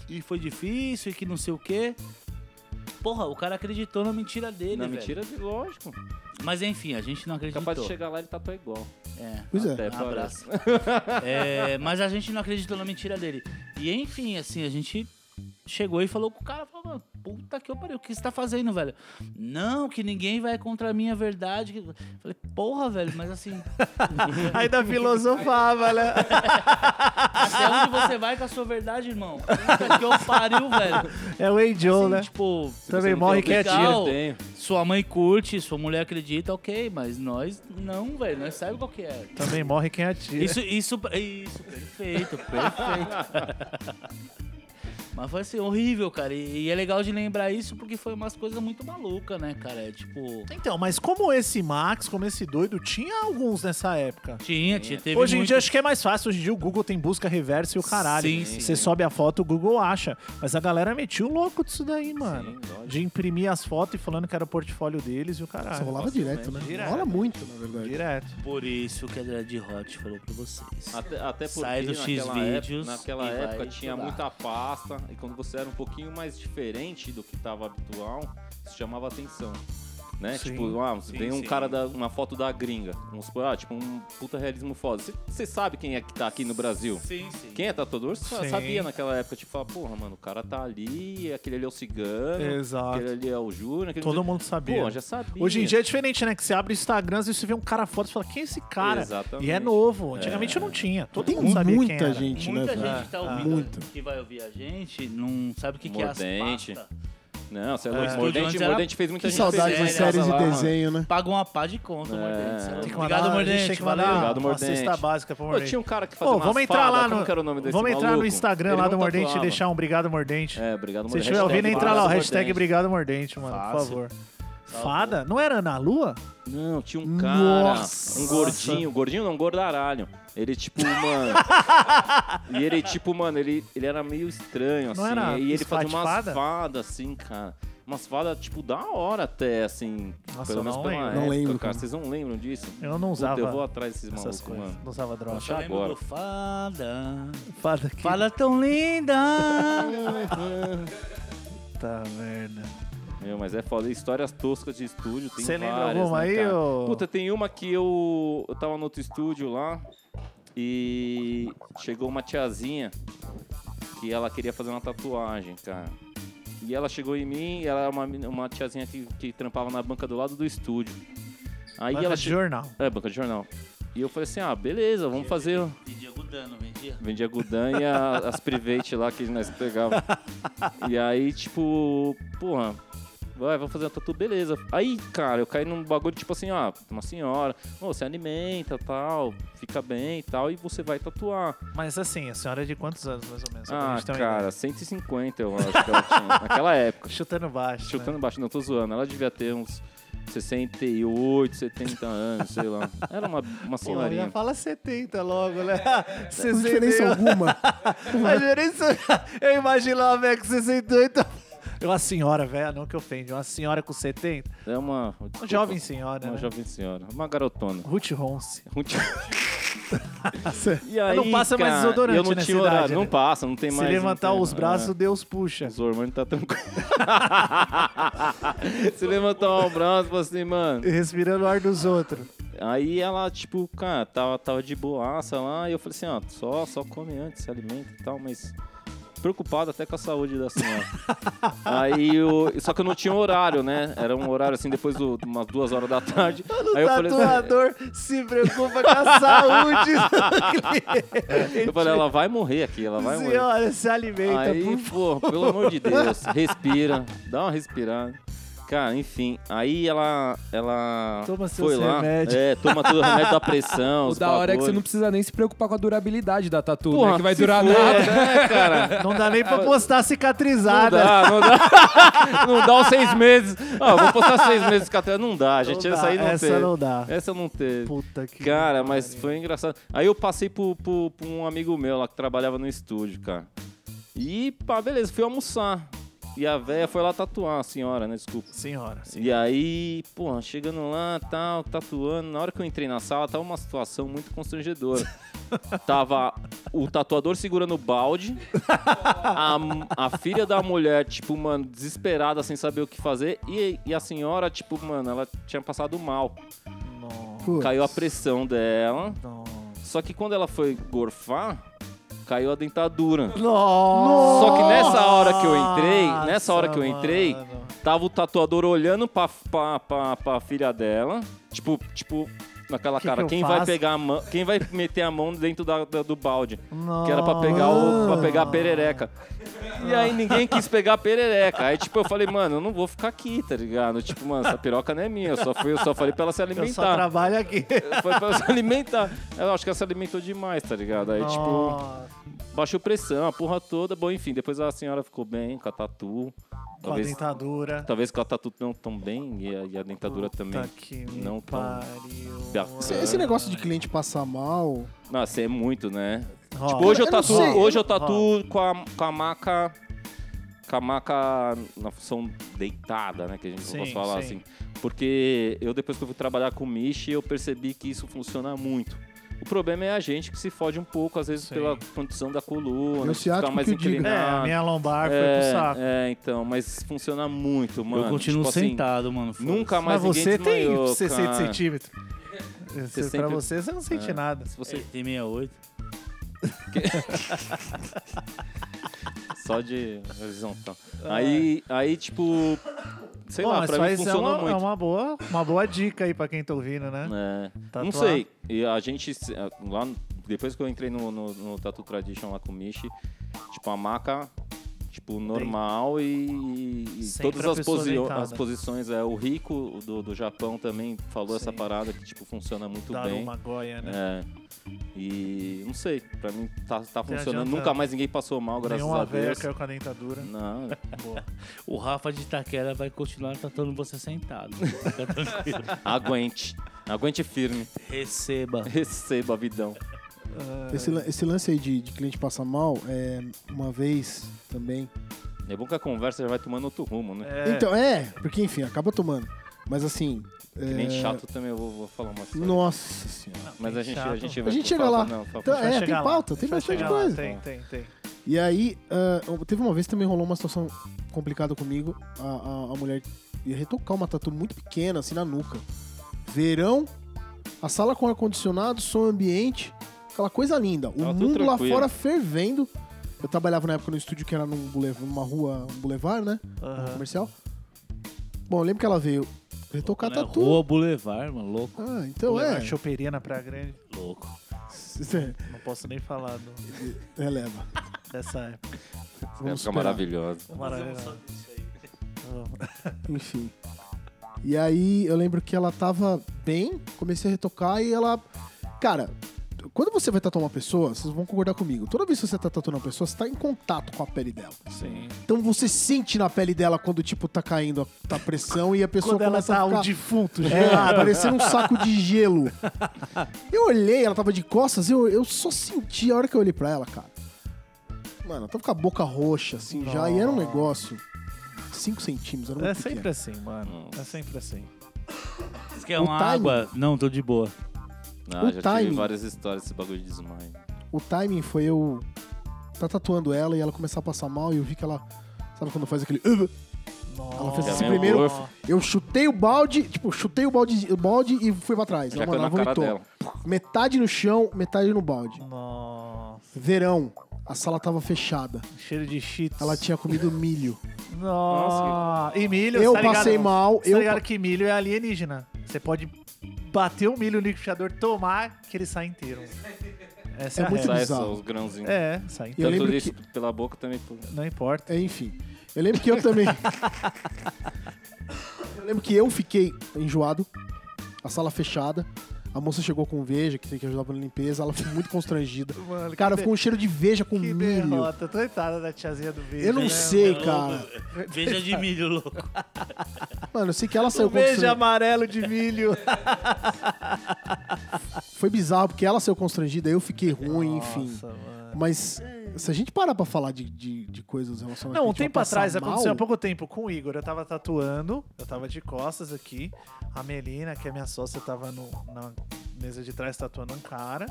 Speaker 5: E foi difícil e que não sei o quê. Porra, o cara acreditou na mentira dele,
Speaker 4: Na
Speaker 5: velho.
Speaker 4: mentira, de- lógico.
Speaker 5: Mas enfim, a gente não acreditou.
Speaker 4: Capaz de chegar lá e ele tatuar igual.
Speaker 5: É.
Speaker 3: Pois é.
Speaker 4: Até
Speaker 5: Um
Speaker 4: parece.
Speaker 5: abraço. É, mas a gente não acreditou na mentira dele. E enfim, assim, a gente chegou e falou com o cara, falou, mano, puta que eu pariu, o que você tá fazendo, velho? Não, que ninguém vai contra a minha verdade. que- Falei, porra, velho, mas assim,
Speaker 2: Ainda filosofava, né?
Speaker 5: até onde você vai com a sua verdade, irmão? Puta que eu pariu, velho.
Speaker 2: É o Ei Joe,
Speaker 5: Assim,
Speaker 2: né?
Speaker 5: Tipo,
Speaker 2: Também
Speaker 4: Você não
Speaker 2: morre
Speaker 4: tem
Speaker 5: quietinho.
Speaker 4: obrigação,
Speaker 5: Legal.
Speaker 4: Eu tenho.
Speaker 5: sua mãe curte, sua mulher acredita, ok, mas nós não, velho, nós sabemos qual que é.
Speaker 2: Também morre quem atira.
Speaker 5: Isso, isso, isso, perfeito, perfeito. Mas foi assim, horrível, cara. E, e é legal de lembrar isso porque foi umas coisas muito malucas, né, cara? É tipo.
Speaker 2: Então, mas como esse Max, como esse doido, tinha alguns nessa época.
Speaker 5: Tinha, tinha, teve.
Speaker 2: Hoje em
Speaker 5: muito-
Speaker 2: dia acho que é mais fácil. Hoje em dia o Google tem busca reversa e o caralho.
Speaker 5: Sim, sim.
Speaker 2: Você sobe a foto, o Google acha. Mas a galera metia o louco disso daí, mano.
Speaker 4: Sim, lógico.
Speaker 2: de imprimir as fotos e falando que era o portfólio deles e o
Speaker 3: Isso
Speaker 2: caralho.
Speaker 3: rolava direto, né?
Speaker 2: Direto.
Speaker 3: Rola muito, na verdade.
Speaker 2: Direto.
Speaker 5: Por isso que a Dread Hot falou pra vocês.
Speaker 4: Até, até porque
Speaker 5: Sai do
Speaker 4: naquela,
Speaker 5: X-Vídeos
Speaker 4: época, naquela
Speaker 5: e vai
Speaker 4: época tinha
Speaker 5: estudar.
Speaker 4: muita pasta e quando você era um pouquinho mais diferente do que estava habitual, isso chamava atenção. Né?
Speaker 2: Sim.
Speaker 4: Tipo, ah,
Speaker 5: Sim,
Speaker 4: vem um
Speaker 5: sim.
Speaker 4: cara, da, uma foto da gringa, vamos supor, ah, tipo um puta realismo foda. Você- Você sabe quem é que tá aqui no Brasil?
Speaker 5: Sim, sim.
Speaker 4: Quem é tatuador sa-
Speaker 2: Sim.
Speaker 4: sabia naquela época, tipo, ah, porra, mano, o cara tá ali, aquele ali é o cigano,
Speaker 2: Exato.
Speaker 4: aquele ali é o Júnior, aquele
Speaker 2: Todo mundo sabia.
Speaker 4: Pô, já sabia.
Speaker 2: Hoje em dia é diferente, né? Que você abre o Instagram, às vezes você vê um cara foto e fala, quem é esse cara?
Speaker 4: Exatamente.
Speaker 2: E é novo. Antigamente eu não tinha. Todo
Speaker 3: Tem
Speaker 2: mundo sabia
Speaker 3: muita
Speaker 2: quem era.
Speaker 3: gente, né,
Speaker 5: Muita
Speaker 3: velho?
Speaker 5: gente que
Speaker 2: Ah,
Speaker 5: tá ouvindo,
Speaker 3: Muito.
Speaker 5: que vai ouvir a gente, não sabe o que, que é as
Speaker 4: Mordente.
Speaker 5: pastas.
Speaker 4: Não, você é
Speaker 5: O
Speaker 4: louco.
Speaker 5: estúdio
Speaker 4: Mordente,
Speaker 5: antes era-
Speaker 4: Mordente fez muita
Speaker 3: Que
Speaker 4: gente
Speaker 3: saudades das
Speaker 4: feliz
Speaker 5: fez,
Speaker 4: em casa
Speaker 3: séries de
Speaker 4: lá, mano.
Speaker 3: desenho, né?
Speaker 5: Paga uma pá de conta,
Speaker 4: É.
Speaker 5: Mordente. sabe?
Speaker 2: Tem que mandar, a
Speaker 5: Obrigado,
Speaker 2: gente tem
Speaker 5: Mordente.
Speaker 2: que mandar
Speaker 5: Valeu.
Speaker 4: Obrigado,
Speaker 2: uma
Speaker 4: Mordente.
Speaker 2: cesta básica pro
Speaker 4: Pô,
Speaker 2: Mordente.
Speaker 4: tinha um cara que fazia
Speaker 2: Pô,
Speaker 4: uma
Speaker 2: vamos entrar
Speaker 4: fada,
Speaker 2: lá
Speaker 4: como
Speaker 2: no,
Speaker 4: que era o nome desse
Speaker 2: vamos entrar no
Speaker 4: maluco?
Speaker 2: Instagram
Speaker 4: Ele
Speaker 2: lá
Speaker 4: não
Speaker 2: do Mordente e
Speaker 4: tatuava.
Speaker 2: deixar um Obrigado Mordente.
Speaker 4: É, obrigado,
Speaker 2: Se
Speaker 4: Mordente.
Speaker 2: estiver ouvindo,
Speaker 4: Hashtag
Speaker 2: entra lá, o
Speaker 4: Obrigado,
Speaker 2: hashtag
Speaker 4: Mordente.
Speaker 2: Obrigado Mordente, mano, por
Speaker 5: Fácil.
Speaker 2: favor. Fada? Não era Ana Lua?
Speaker 4: Não, tinha um cara,
Speaker 2: Nossa.
Speaker 4: um gordinho, gordinho não, gordaralho. Ele, tipo, mano... e ele, tipo, mano, ele, ele era meio estranho, assim.
Speaker 2: Não era
Speaker 4: e ele fazia umas
Speaker 2: espatifada?
Speaker 4: fadas, assim, cara. Umas fadas, tipo, da hora até, assim.
Speaker 2: Nossa,
Speaker 4: pelo
Speaker 2: eu
Speaker 4: menos
Speaker 2: não
Speaker 4: pela
Speaker 2: lembro.
Speaker 4: época,
Speaker 3: Não lembro,
Speaker 4: cara.
Speaker 3: cara.
Speaker 4: Vocês não lembram disso?
Speaker 2: Eu não
Speaker 4: Puta,
Speaker 2: usava
Speaker 4: eu vou atrás desses
Speaker 2: essas
Speaker 4: malucos,
Speaker 2: coisas.
Speaker 4: mano.
Speaker 2: Não usava droga.
Speaker 4: Nossa.
Speaker 5: Eu lembro
Speaker 4: Agora.
Speaker 5: do Fada.
Speaker 2: Fada que...
Speaker 5: Fala tão linda.
Speaker 2: Tá, merda.
Speaker 4: Meu, mas é foda. Histórias toscas de estúdio, tem
Speaker 2: Você lembra
Speaker 4: várias,
Speaker 2: alguma
Speaker 4: né,
Speaker 2: aí,
Speaker 4: cara?
Speaker 2: ô?
Speaker 4: Puta, tem uma que eu, eu tava no outro estúdio lá e chegou uma tiazinha que ela queria fazer uma tatuagem, cara. E ela chegou em mim, e ela era uma, meni- uma tiazinha que, que trampava na banca do lado do estúdio. Aí
Speaker 2: Banca
Speaker 4: ela
Speaker 2: de
Speaker 4: che-
Speaker 2: jornal.
Speaker 4: É, banca de jornal. E eu falei assim, ah, beleza, vamos fazer...
Speaker 5: Vendia Gudano, vendia.
Speaker 4: Vendia Gudan e a- as private lá que nós pegávamos. E aí, tipo, porra, vai, vamos fazer uma tatu, beleza. Aí, cara, eu caí num bagulho tipo assim, ó, uma senhora, ô, você alimenta tal, fica bem e tal, e você vai tatuar.
Speaker 2: Mas assim, a senhora é de quantos anos, mais ou menos? Só pra
Speaker 4: ah,
Speaker 2: gente ter um uma
Speaker 4: cara,
Speaker 2: ideia.
Speaker 4: 150 eu acho que ela tinha, naquela época.
Speaker 2: Chutando baixo.
Speaker 4: Chutando baixo, não tô zoando, ela devia ter uns 68, 70 anos, sei lá. Era uma, uma
Speaker 2: Né?
Speaker 4: senhorinha.
Speaker 2: fala 70 logo, né? um.
Speaker 3: Não tem diferença alguma.
Speaker 2: A diferença... Eu imagino uma velha com 68. É Uma senhora, velha, não que ofende. é Uma senhora com 70.
Speaker 4: É uma.
Speaker 2: Uma
Speaker 4: desculpa,
Speaker 2: jovem senhora,
Speaker 4: Uma
Speaker 2: Um né?
Speaker 4: jovem senhora. Uma garotona.
Speaker 2: Ruth Ronce.
Speaker 4: E aí,
Speaker 2: não passa mais
Speaker 4: cara,
Speaker 2: desodorante
Speaker 4: eu não
Speaker 2: nessa
Speaker 4: tinha
Speaker 2: idade,
Speaker 4: horário,
Speaker 2: né?
Speaker 4: Não passa, não tem
Speaker 2: Se
Speaker 4: mais. não
Speaker 2: levantar
Speaker 4: tem,
Speaker 2: os
Speaker 4: não,
Speaker 2: braços,
Speaker 4: é.
Speaker 2: Deus puxa.
Speaker 4: Os hormônios tá tranquilo. Se levantar o braço, fala assim, mano.
Speaker 2: Respirando o ar dos outros.
Speaker 4: Aí ela, tipo, cara, tava, tava de boaça lá. E eu falei assim, ó, só, só come antes, se alimenta e tal, mas preocupado até com a saúde da senhora. aí eu, só que eu não tinha horário, né? Era um horário assim, depois do- de umas duas horas da tarde.
Speaker 2: Todo
Speaker 4: aí eu falei, assim, "É."
Speaker 2: tatuador se preocupa com a saúde
Speaker 4: eu falei, ela vai morrer aqui, ela vai morrer.
Speaker 2: Senhora, se alimenta.
Speaker 4: Aí, pô, pelo amor de Deus, respira, dá uma respirada. Cara, enfim, aí ela, ela
Speaker 2: Toma seus
Speaker 4: foi lá,
Speaker 2: remédios.
Speaker 4: é, toma todo o remédio da pressão,
Speaker 6: O
Speaker 4: os
Speaker 6: da hora é que você
Speaker 4: bagulho.
Speaker 6: não precisa nem se preocupar com a durabilidade da tatu,
Speaker 4: Porra,
Speaker 6: né? Que vai
Speaker 4: se
Speaker 6: durar
Speaker 4: for,
Speaker 6: nada.
Speaker 4: né, cara?
Speaker 2: Não dá nem pra postar
Speaker 4: Não
Speaker 2: cicatrizada.
Speaker 4: dá, não dá. não dá os seis meses. Ah, vou postar seis meses com a tela. Não dá, gente.
Speaker 2: Não
Speaker 4: essa
Speaker 2: dá,
Speaker 4: aí não
Speaker 2: essa
Speaker 4: teve.
Speaker 2: não dá.
Speaker 4: Essa não teve.
Speaker 2: Puta que. né?
Speaker 4: Cara, mas foi engraçado. Aí eu passei por, por- por um amigo meu lá que trabalhava no estúdio, cara. E pá, beleza, fui almoçar. E a véia foi lá tatuar, a senhora, né? Desculpa.
Speaker 2: Senhora, sim.
Speaker 4: E aí, porra, chegando lá, tal, tatuando. Na hora que eu entrei na sala, tava uma situação muito constrangedora. tava o tatuador segurando o balde, a, a filha da mulher, tipo, mano, desesperada, sem saber o que fazer, e, e a senhora, tipo, mano, ela tinha passado mal.
Speaker 2: Nossa.
Speaker 3: Putz.
Speaker 4: Caiu a pressão dela.
Speaker 2: Nossa.
Speaker 4: Só que quando ela foi gorfar, caiu a dentadura.
Speaker 2: Nossa.
Speaker 4: Só que nessa hora que eu entrei, nessa hora que eu entrei,
Speaker 2: mano.
Speaker 4: tava o tatuador olhando pra, pra, pra, pra filha dela, tipo, tipo, naquela
Speaker 2: Que
Speaker 4: cara,
Speaker 2: que eu
Speaker 4: quem vai
Speaker 2: faço?
Speaker 4: pegar a mão, quem vai meter a mão dentro da, da- do balde?
Speaker 2: Nossa.
Speaker 4: Que era pra pegar, o, pra pegar a perereca. E aí ninguém quis pegar a perereca. Aí, tipo, eu falei, mano, eu não vou ficar aqui, tá ligado? Tipo, mano, essa piroca não é minha. Eu só, fui, eu só falei pra ela se
Speaker 2: Eu só
Speaker 4: alimentar.
Speaker 2: trabalho aqui.
Speaker 4: Foi pra ela se alimentar. Ela acho que ela se alimentou demais, tá ligado? Aí, tipo,
Speaker 2: Nossa.
Speaker 4: baixou pressão, a porra toda. Bom, enfim, depois a senhora ficou bem com a tatu.
Speaker 2: Com a
Speaker 4: Talvez
Speaker 2: dentadura.
Speaker 4: Talvez com a tatu não tão bem e a, e a dentadura também.
Speaker 2: Puta que me
Speaker 4: não tão-
Speaker 2: pariu.
Speaker 4: Tá.
Speaker 3: Esse- Esse é negócio de cliente passar mal.
Speaker 4: Nossa, é muito, né?
Speaker 2: Rola.
Speaker 4: Tipo, hoje eu,
Speaker 3: eu não
Speaker 4: tatuo,
Speaker 3: sei,
Speaker 4: hoje eu
Speaker 2: não-
Speaker 4: tatuo com a, com a maca. Com a maca na função deitada, né? Que a gente
Speaker 2: Sim,
Speaker 4: pode falar
Speaker 2: sim.
Speaker 4: assim. Porque eu, depois que eu fui trabalhar com o Michi, eu percebi que isso funciona muito. O problema é a gente que se fode um pouco, às vezes,
Speaker 2: Sim.
Speaker 4: pela condição da coluna,
Speaker 3: Meu
Speaker 4: de ficar
Speaker 3: ciático
Speaker 4: mais
Speaker 3: que eu diga.
Speaker 2: É,
Speaker 4: inclinado.
Speaker 2: a minha lombar foi
Speaker 4: É,
Speaker 2: pro saco.
Speaker 4: é, então, mas funciona muito, mano.
Speaker 5: eu continuo
Speaker 4: Tipo assim,
Speaker 5: sentado, mano. foda-se.
Speaker 4: Nunca mais
Speaker 2: Mas você
Speaker 4: ninguém
Speaker 2: tem
Speaker 4: desmaiou,
Speaker 2: 60
Speaker 4: cara.
Speaker 2: centímetros. Você-
Speaker 4: sempre-
Speaker 2: Pra você, você não sente
Speaker 4: É.
Speaker 2: nada.
Speaker 4: Se você
Speaker 5: Tem 68.
Speaker 4: Só de horizontal. Aí, aí tipo, sei
Speaker 2: Bom,
Speaker 4: lá,
Speaker 2: É. mas
Speaker 4: pra mim
Speaker 2: faz- é,
Speaker 4: funcionou
Speaker 2: uma, é
Speaker 4: muito.
Speaker 2: uma boa, uma boa dica aí pra quem tá ouvindo, né?
Speaker 4: É,
Speaker 2: Tatuar.
Speaker 4: Não sei. E a gente, se- ah, lá, no- depois que eu entrei no, no, no Tattoo Tradition lá com o Michi, tipo, a maca, tipo, normal e, e
Speaker 2: Sempre
Speaker 4: todas
Speaker 2: a
Speaker 4: as,
Speaker 2: pessoa
Speaker 4: posi-
Speaker 2: deitada.
Speaker 4: as posições. É, o Rico do, do Japão também falou essa
Speaker 2: Sim.
Speaker 4: parada que, tipo, funciona muito
Speaker 2: Dar
Speaker 4: bem.
Speaker 2: uma goia, né?
Speaker 4: É. E não sei, pra mim tá, tá
Speaker 2: Tem
Speaker 4: funcionando.
Speaker 2: adiantado.
Speaker 4: Nunca mais ninguém passou mal, É, graças
Speaker 2: Nenhuma
Speaker 4: a
Speaker 2: veia
Speaker 4: Deus.
Speaker 2: caiu com a dentadura.
Speaker 4: Não,
Speaker 2: Boa.
Speaker 5: O Rafa de Itaquera vai continuar tratando você sentado. Fica tranquilo.
Speaker 4: aguente. Aguente firme.
Speaker 5: Receba.
Speaker 4: Receba, vidão.
Speaker 2: Ah,
Speaker 3: Esse,
Speaker 2: é.
Speaker 3: lan- esse lance aí de, de cliente passar mal, é, uma vez também.
Speaker 4: É bom que a conversa já vai tomando outro rumo, né?
Speaker 2: É,
Speaker 3: Então, é, porque enfim, acaba tomando. Mas assim.
Speaker 4: Que nem
Speaker 3: é,
Speaker 4: chato também, eu vou, vou falar uma coisa.
Speaker 3: Nossa senhora.
Speaker 4: Mas a gente, a
Speaker 2: chato.
Speaker 4: gente vai...
Speaker 3: A gente
Speaker 4: fala-
Speaker 3: chega lá.
Speaker 4: Não, fala-
Speaker 3: Então,
Speaker 2: vai
Speaker 3: é,
Speaker 2: chegar
Speaker 3: tem
Speaker 2: lá,
Speaker 3: pauta, tem
Speaker 2: vai
Speaker 3: bastante
Speaker 2: chegar lá,
Speaker 3: coisa.
Speaker 2: Tem, tem, tem.
Speaker 3: E aí, ah, teve uma vez que também rolou uma situação complicada comigo. A, a, a mulher ia retocar uma tatu muito pequena, assim, na nuca. Verão, a sala com ar-condicionado, som ambiente, aquela coisa linda. O
Speaker 4: Tava tudo
Speaker 3: mundo lá
Speaker 4: tranquilo.
Speaker 3: fora fervendo. Eu trabalhava na época no estúdio que era num bulev- numa rua, um boulevard, né?
Speaker 2: Aham.
Speaker 4: Uhum.
Speaker 3: Rua Comercial. Bom, eu lembro que ela veio retocar
Speaker 4: é
Speaker 5: Né?
Speaker 3: tatu.
Speaker 5: Rua Boulevard, mano. Louco,
Speaker 3: Ah, então
Speaker 2: Levar
Speaker 3: é.
Speaker 2: choperia na Praia Grande.
Speaker 5: louco.
Speaker 2: Não posso nem falar do-
Speaker 3: Releva.
Speaker 2: dessa época.
Speaker 4: Vai
Speaker 3: É, Vamos
Speaker 4: ficar
Speaker 3: superar.
Speaker 4: maravilhoso.
Speaker 2: Maravilhoso.
Speaker 3: Enfim. E aí eu lembro que ela tava bem, comecei a retocar e ela. Cara, quando você vai tatuar uma pessoa, vocês vão concordar comigo. Toda vez que você tá tatuando uma pessoa, você tá em contato com a pele dela.
Speaker 4: Sim.
Speaker 3: Então você sente na pele dela quando, tipo, tá caindo a tá a pressão e a pessoa
Speaker 2: Quando ela
Speaker 3: começa
Speaker 2: tá
Speaker 3: a
Speaker 2: um
Speaker 3: ficar...
Speaker 2: defunto,
Speaker 3: É,
Speaker 2: gelado.
Speaker 3: parecendo um saco de gelo. Eu olhei, ela tava de costas, eu, eu só senti a hora que eu olhei pra ela, cara. Mano, ela tava com a boca roxa, assim, já, e era um negócio. 5 centímetros, era muito
Speaker 2: É
Speaker 3: pequeno.
Speaker 2: sempre assim, mano. É sempre assim.
Speaker 5: Você quer
Speaker 3: O
Speaker 5: uma
Speaker 3: timing.
Speaker 5: água? Não, tô de boa.
Speaker 4: Ah,
Speaker 3: O
Speaker 4: já
Speaker 3: timing.
Speaker 4: tive várias histórias desse bagulho de desmaio.
Speaker 3: O timing foi eu tá tatuando ela e ela começar a passar mal e eu vi que ela. Sabe quando faz aquele. "Ugh?" Ela fez
Speaker 4: Já
Speaker 3: esse
Speaker 4: vem o
Speaker 3: primeiro.
Speaker 4: gorfo.
Speaker 3: Eu chutei o balde, tipo, chutei o balde, o balde e fui pra trás.
Speaker 4: Já
Speaker 3: Ela,
Speaker 4: caiu
Speaker 3: mano,
Speaker 4: na
Speaker 3: ela
Speaker 4: cara
Speaker 3: vomitou.
Speaker 4: dela.
Speaker 3: Metade no chão, metade no balde.
Speaker 2: Nossa.
Speaker 3: Verão, a sala tava fechada.
Speaker 2: Cheiro de cheetos.
Speaker 3: Ela tinha comido milho.
Speaker 2: Nossa. E milho,
Speaker 3: eu
Speaker 2: você tá ligado?
Speaker 3: passei mal,
Speaker 2: Você tá
Speaker 3: eu.
Speaker 2: ligado que milho é alienígena. Você pode bater o milho no liquidificador, tomar, que ele sai inteiro. Essa é,
Speaker 3: É
Speaker 2: a
Speaker 3: muito
Speaker 2: regra.
Speaker 4: Sai
Speaker 3: bizarro.
Speaker 4: só os grãozinhos.
Speaker 2: É, sai
Speaker 3: Eu
Speaker 2: inteiro.
Speaker 4: Tanto
Speaker 3: lembro
Speaker 4: isso pela boca também. Por...
Speaker 2: Não importa.
Speaker 3: É, enfim. Eu lembro que eu também. eu lembro que eu fiquei enjoado, a sala fechada. A moça chegou com veja, que tem que ajudar pra limpeza. Ela ficou muito constrangida.
Speaker 2: Mano, que
Speaker 3: Cara,
Speaker 2: de-
Speaker 3: ficou um cheiro de veja com
Speaker 2: Que
Speaker 3: milho.
Speaker 2: derrota. Coitada da tiazinha do vídeo.
Speaker 3: Eu não
Speaker 2: né?
Speaker 3: sei,
Speaker 5: Não,
Speaker 3: cara.
Speaker 5: Veja de milho, louco.
Speaker 3: Mano, eu sei que ela saiu
Speaker 2: Um beijo
Speaker 3: constrangida.
Speaker 2: amarelo de milho.
Speaker 3: Foi bizarro, porque ela saiu constrangida, eu fiquei ruim, enfim.
Speaker 2: Nossa, mano.
Speaker 3: Mas se a gente parar pra falar de, de, de coisas relacionadas
Speaker 2: Não,
Speaker 3: que a
Speaker 2: um
Speaker 3: gente vai
Speaker 2: tempo
Speaker 3: passar
Speaker 2: atrás,
Speaker 3: mal,
Speaker 2: aconteceu há pouco tempo com o Igor. Eu tava tatuando, eu tava de costas aqui. A Melina, que é minha sócia, tava no- na mesa de trás tatuando um cara.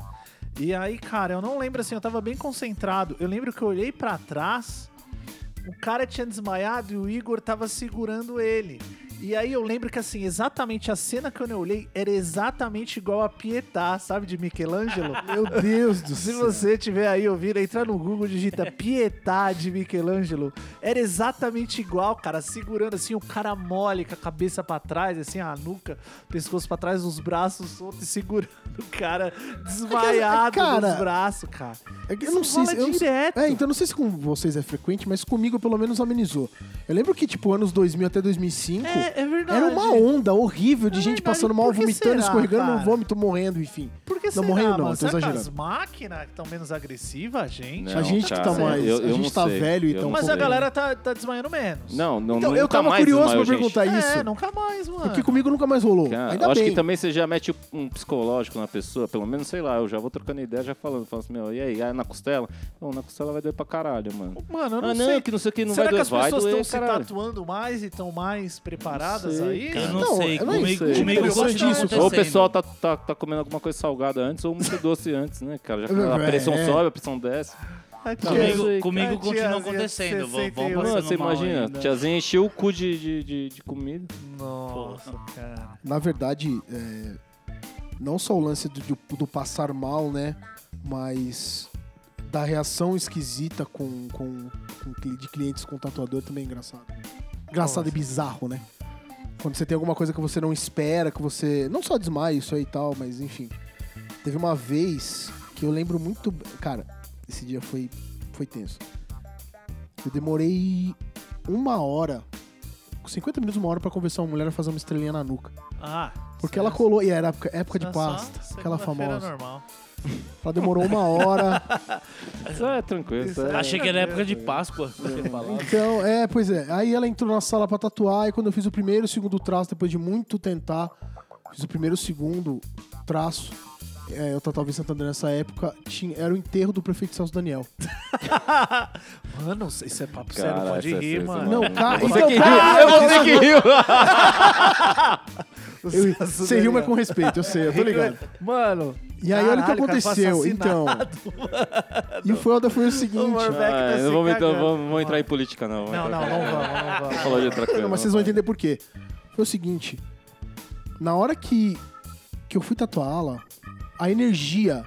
Speaker 2: E aí, cara, eu não lembro assim, eu tava bem concentrado. Eu lembro que eu olhei pra trás, o cara tinha desmaiado e o Igor tava segurando ele. E aí eu lembro que assim, exatamente a cena que eu olhei era exatamente igual a Pietà, sabe, de Michelangelo?
Speaker 3: Meu Deus do
Speaker 2: Se
Speaker 3: céu.
Speaker 2: você tiver aí ouvindo, entra no Google, digita Pietade Michelangelo. Era exatamente igual, cara, segurando assim o cara mole, com a cabeça pra trás, assim, a nuca, pescoço pra trás, os braços soltos e segurando o cara desmaiado
Speaker 3: é cara-
Speaker 2: nos braços, cara.
Speaker 3: É que Eu
Speaker 2: Isso
Speaker 3: não
Speaker 2: rola
Speaker 3: sei se. Eu não sei-
Speaker 2: direto.
Speaker 3: é, então eu não sei se com vocês é frequente, mas comigo pelo menos amenizou. Eu lembro que, tipo, anos 2000 até 2005,
Speaker 2: É, é verdade.
Speaker 3: tipo, era uma onda horrível
Speaker 2: É
Speaker 3: de gente
Speaker 2: verdade.
Speaker 3: passando mal,
Speaker 2: Por que
Speaker 3: vomitando,
Speaker 2: será,
Speaker 3: escorregando
Speaker 2: cara?
Speaker 3: no vômito, morrendo, enfim.
Speaker 2: Por que
Speaker 3: Não,
Speaker 2: será,
Speaker 3: morrendo não,
Speaker 2: mano?
Speaker 3: tô
Speaker 2: Será que as
Speaker 3: exagerando.
Speaker 2: máquinas estão menos agressivas, gente?
Speaker 4: Não,
Speaker 3: a gente que tá
Speaker 4: cara,
Speaker 3: mais.
Speaker 4: eu-
Speaker 3: a
Speaker 4: eu
Speaker 3: gente
Speaker 4: não
Speaker 3: tá
Speaker 4: sei.
Speaker 3: velho e tá
Speaker 4: Eu
Speaker 3: um
Speaker 4: não
Speaker 2: Mas a
Speaker 4: sei.
Speaker 3: pouco-
Speaker 2: galera tá, tá desmaiando menos.
Speaker 4: Não, não,
Speaker 3: Então,
Speaker 4: não.
Speaker 3: eu tava curioso pra perguntar isso.
Speaker 2: É, nunca mais, mano.
Speaker 3: Porque comigo nunca mais rolou. Ainda
Speaker 4: eu acho
Speaker 3: bem.
Speaker 4: que também você já mete um psicológico na pessoa, pelo menos, sei lá, eu já vou trocando ideia, já falando, falando assim, meu, e aí, ah, na costela? Não, na costela vai doer pra caralho, mano.
Speaker 2: Mano, eu não
Speaker 4: ah,
Speaker 2: sei.
Speaker 4: não, que não sei o que, não
Speaker 2: Será
Speaker 4: vai
Speaker 2: que
Speaker 4: doer,
Speaker 2: as
Speaker 4: vai
Speaker 2: pessoas
Speaker 4: doer,
Speaker 2: estão se
Speaker 4: caralho.
Speaker 2: tatuando mais e estão mais preparadas
Speaker 4: sei,
Speaker 2: aí?
Speaker 4: cara.
Speaker 5: Eu não
Speaker 3: Não,
Speaker 5: sei.
Speaker 3: eu não
Speaker 5: comigo,
Speaker 4: sei.
Speaker 5: comigo
Speaker 2: Eu gosto
Speaker 5: isso tá
Speaker 2: disso.
Speaker 5: acontecendo.
Speaker 4: Ou o pessoal tá, tá, tá comendo alguma coisa salgada antes, ou muito doce antes, né, cara? Já que a
Speaker 3: É,
Speaker 4: pressão
Speaker 3: é.
Speaker 4: sobe, a pressão desce.
Speaker 2: Ai,
Speaker 4: Não,
Speaker 2: cara.
Speaker 4: eu sei,
Speaker 5: Comigo, comigo
Speaker 2: Ai,
Speaker 5: continua
Speaker 2: tiazinha,
Speaker 5: acontecendo. Vão, vão
Speaker 2: 68.
Speaker 5: passando
Speaker 4: Mano, um, você
Speaker 5: mal
Speaker 4: imagina,
Speaker 5: ainda.
Speaker 4: tiazinha encheu o cu de, de, de, de comida.
Speaker 2: Nossa, cara.
Speaker 3: Na verdade, é, não só o lance do, do- do passar mal, né? Mas da reação esquisita com, com, com cli- de clientes com tatuador também é engraçado. Engraçado e bizarro, né? Quando você tem alguma coisa que você não espera, que você. Não só desmaia isso aí e tal, mas enfim. Teve uma vez que eu lembro muito. b- Cara, esse dia foi, foi tenso. Eu demorei uma hora, 50 minutos, uma hora pra convencer uma mulher a fazer uma estrelinha na nuca.
Speaker 2: Ah,
Speaker 3: Porque
Speaker 2: isso
Speaker 3: ela
Speaker 2: é-
Speaker 3: colou, e era época, época de
Speaker 2: isso é
Speaker 3: pasta,
Speaker 2: só
Speaker 3: aquela
Speaker 2: segunda-feira
Speaker 3: famosa.
Speaker 2: normal.
Speaker 3: Ela demorou uma hora.
Speaker 4: Isso é tranquilo, isso
Speaker 2: Isso
Speaker 4: é.
Speaker 2: é-
Speaker 5: Achei que era época de Páscoa. Você falava.
Speaker 3: então, é, pois é. Aí ela entrou na sala pra tatuar, e quando eu fiz o primeiro e o segundo traço, depois de muito tentar, fiz o primeiro e o segundo traço. É, eu tatuava em Santander nessa época, tinha, era o enterro do prefeito Celso Daniel.
Speaker 2: Mano, isso é papo sério,
Speaker 4: Cara,
Speaker 2: pode
Speaker 4: essa é
Speaker 2: rir,
Speaker 4: sensacional.
Speaker 2: mano.
Speaker 3: Não, cara,
Speaker 4: Você
Speaker 3: então,
Speaker 4: que riu,
Speaker 3: cara,
Speaker 4: eu você que riu.
Speaker 3: eu,
Speaker 2: Celso
Speaker 3: você riu, mas
Speaker 2: Daniel.
Speaker 3: com respeito, eu sei, eu tô ligado.
Speaker 2: é Mano.
Speaker 3: E aí, olha o
Speaker 2: caralho,
Speaker 3: que
Speaker 2: cara, foi
Speaker 3: aconteceu, então.
Speaker 2: assassinado.
Speaker 3: E o foda foi o
Speaker 2: O
Speaker 3: seguinte.
Speaker 2: Morbeck tá
Speaker 4: Ah,
Speaker 2: se
Speaker 4: não vamos, então,
Speaker 2: cagando.
Speaker 4: vamos, vamos entrar em política, não.
Speaker 2: Não, não, não vamos, não vamos.
Speaker 4: Falou de outra coisa.
Speaker 3: Não, mas vocês vão entender por quê. Foi o seguinte. Na hora que, que eu fui tatuá-la, a energia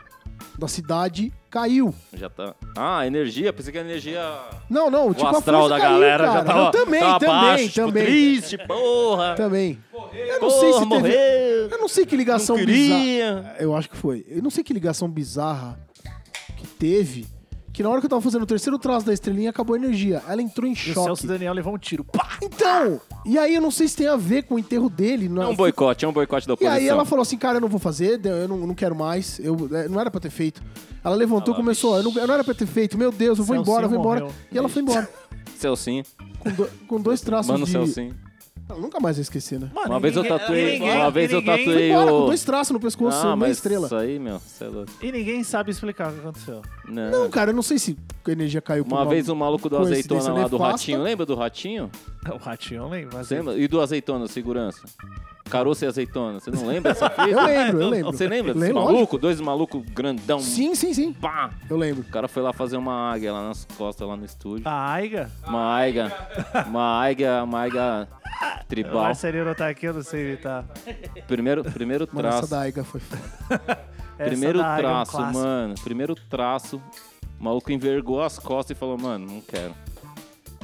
Speaker 3: da cidade caiu.
Speaker 4: Já tá. Ah, energia, pensei que a energia.
Speaker 3: Não, não,
Speaker 4: O
Speaker 3: tipo, a
Speaker 4: astral
Speaker 3: força
Speaker 4: da
Speaker 3: caiu,
Speaker 4: galera
Speaker 3: cara.
Speaker 4: já tava.
Speaker 3: Eu também,
Speaker 4: tava
Speaker 3: também,
Speaker 4: baixo, tipo,
Speaker 3: também.
Speaker 4: triste, porra.
Speaker 3: Também. Eu não
Speaker 4: porra,
Speaker 3: sei se teve-
Speaker 4: morreu.
Speaker 3: Eu não sei que
Speaker 4: Não
Speaker 3: ligação bizarra.
Speaker 4: queria.
Speaker 3: Eu acho que foi. Eu não sei que ligação bizarra que teve. Que na hora que eu tava fazendo o terceiro traço da estrelinha, acabou a energia. Ela entrou
Speaker 2: E
Speaker 3: em
Speaker 2: O Celso
Speaker 3: choque.
Speaker 2: Daniel levou um tiro. Pá!
Speaker 3: Então, e aí eu não sei se tem a ver com o enterro dele.
Speaker 4: É
Speaker 3: Não,
Speaker 4: um boicote, é um boicote da
Speaker 3: E
Speaker 4: oposição.
Speaker 3: aí ela falou assim, cara, eu não vou fazer, eu não, não quero mais, eu é, não era pra ter feito. Ela levantou,
Speaker 4: Ah lá,
Speaker 3: começou, eu não, eu não era pra ter feito, meu Deus, eu vou
Speaker 2: Celcinho
Speaker 3: embora, eu vou embora.
Speaker 2: morreu.
Speaker 3: E ela foi embora,
Speaker 4: Celcinho.
Speaker 3: com, do- com dois traços
Speaker 4: Mano
Speaker 3: de...
Speaker 4: Celcinho.
Speaker 3: Não, nunca mais eu esqueci, né?
Speaker 2: Mano,
Speaker 4: Uma
Speaker 2: e
Speaker 4: vez eu
Speaker 2: ninguém-
Speaker 4: tatuei-
Speaker 2: e ninguém-
Speaker 4: uma vez
Speaker 2: e
Speaker 4: eu
Speaker 2: ninguém-
Speaker 4: tatuei-
Speaker 3: Foi
Speaker 4: Tem
Speaker 3: embora
Speaker 4: o-
Speaker 3: com dois traços no pescoço,
Speaker 4: Ah,
Speaker 3: uma
Speaker 4: mas
Speaker 3: estrela.
Speaker 4: Isso aí, meu, você é louco.
Speaker 2: E ninguém sabe explicar o que aconteceu.
Speaker 4: Não.
Speaker 3: Não, cara, eu não sei se a energia caiu por
Speaker 4: Uma vez um- o maluco do azeitona
Speaker 3: coincidência
Speaker 4: lá do
Speaker 3: nefasta.
Speaker 4: ratinho, lembra do ratinho?
Speaker 2: O ratinho, eu lembro. mas-
Speaker 4: Você lembra? E do azeitona, segurança? Caroço e azeitona, você não lembra essa fita?
Speaker 3: Eu lembro, eu lembro.
Speaker 4: Você lembra desse
Speaker 3: Lembro,
Speaker 4: maluco? Dois malucos grandão.
Speaker 3: Sim, sim, sim.
Speaker 4: Pá!
Speaker 3: Eu lembro.
Speaker 4: O cara foi lá fazer uma águia lá nas costas, lá no estúdio.
Speaker 2: A Aiga,
Speaker 4: Uma águia. Uma águia, uma águia
Speaker 2: o
Speaker 4: tribal.
Speaker 2: Marcelino tá aqui, eu não sei imitar.
Speaker 4: Primeiro, primeiro
Speaker 3: Mano, é- essa
Speaker 4: traço.
Speaker 3: da Aiga foi foda.
Speaker 2: Essa
Speaker 4: Primeiro
Speaker 2: da Aiga é um
Speaker 4: traço,
Speaker 2: clássico.
Speaker 4: mano. Primeiro traço. O maluco envergou as costas e falou, mano, não quero.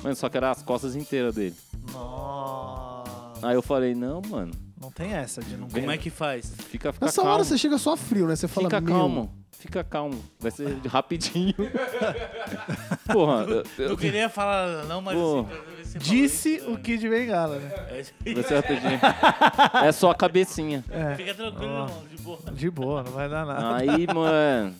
Speaker 4: Mano, só quero as costas inteiras dele.
Speaker 2: Nossa.
Speaker 4: Aí eu falei, não, mano.
Speaker 2: Não tem essa de não
Speaker 5: Como é que faz?
Speaker 4: Fica, fica
Speaker 3: Nessa
Speaker 4: calmo.
Speaker 3: hora você chega só frio, né? Você fala,
Speaker 4: Fica
Speaker 3: meu,
Speaker 4: calmo. Fica calmo. Vai ser rapidinho. Porra, eu-
Speaker 5: Eu
Speaker 4: eu-
Speaker 5: queria falar, não, mas
Speaker 4: Pô.
Speaker 5: assim, cada vez que você fala
Speaker 2: Disse
Speaker 5: isso,
Speaker 2: o Kid de Bengala, né?
Speaker 5: é-
Speaker 4: vai ser rapidinho. É só a cabecinha.
Speaker 5: Fica tranquilo,
Speaker 2: Ó.
Speaker 5: irmão, de boa.
Speaker 2: De boa, não vai dar nada.
Speaker 4: Aí, mano.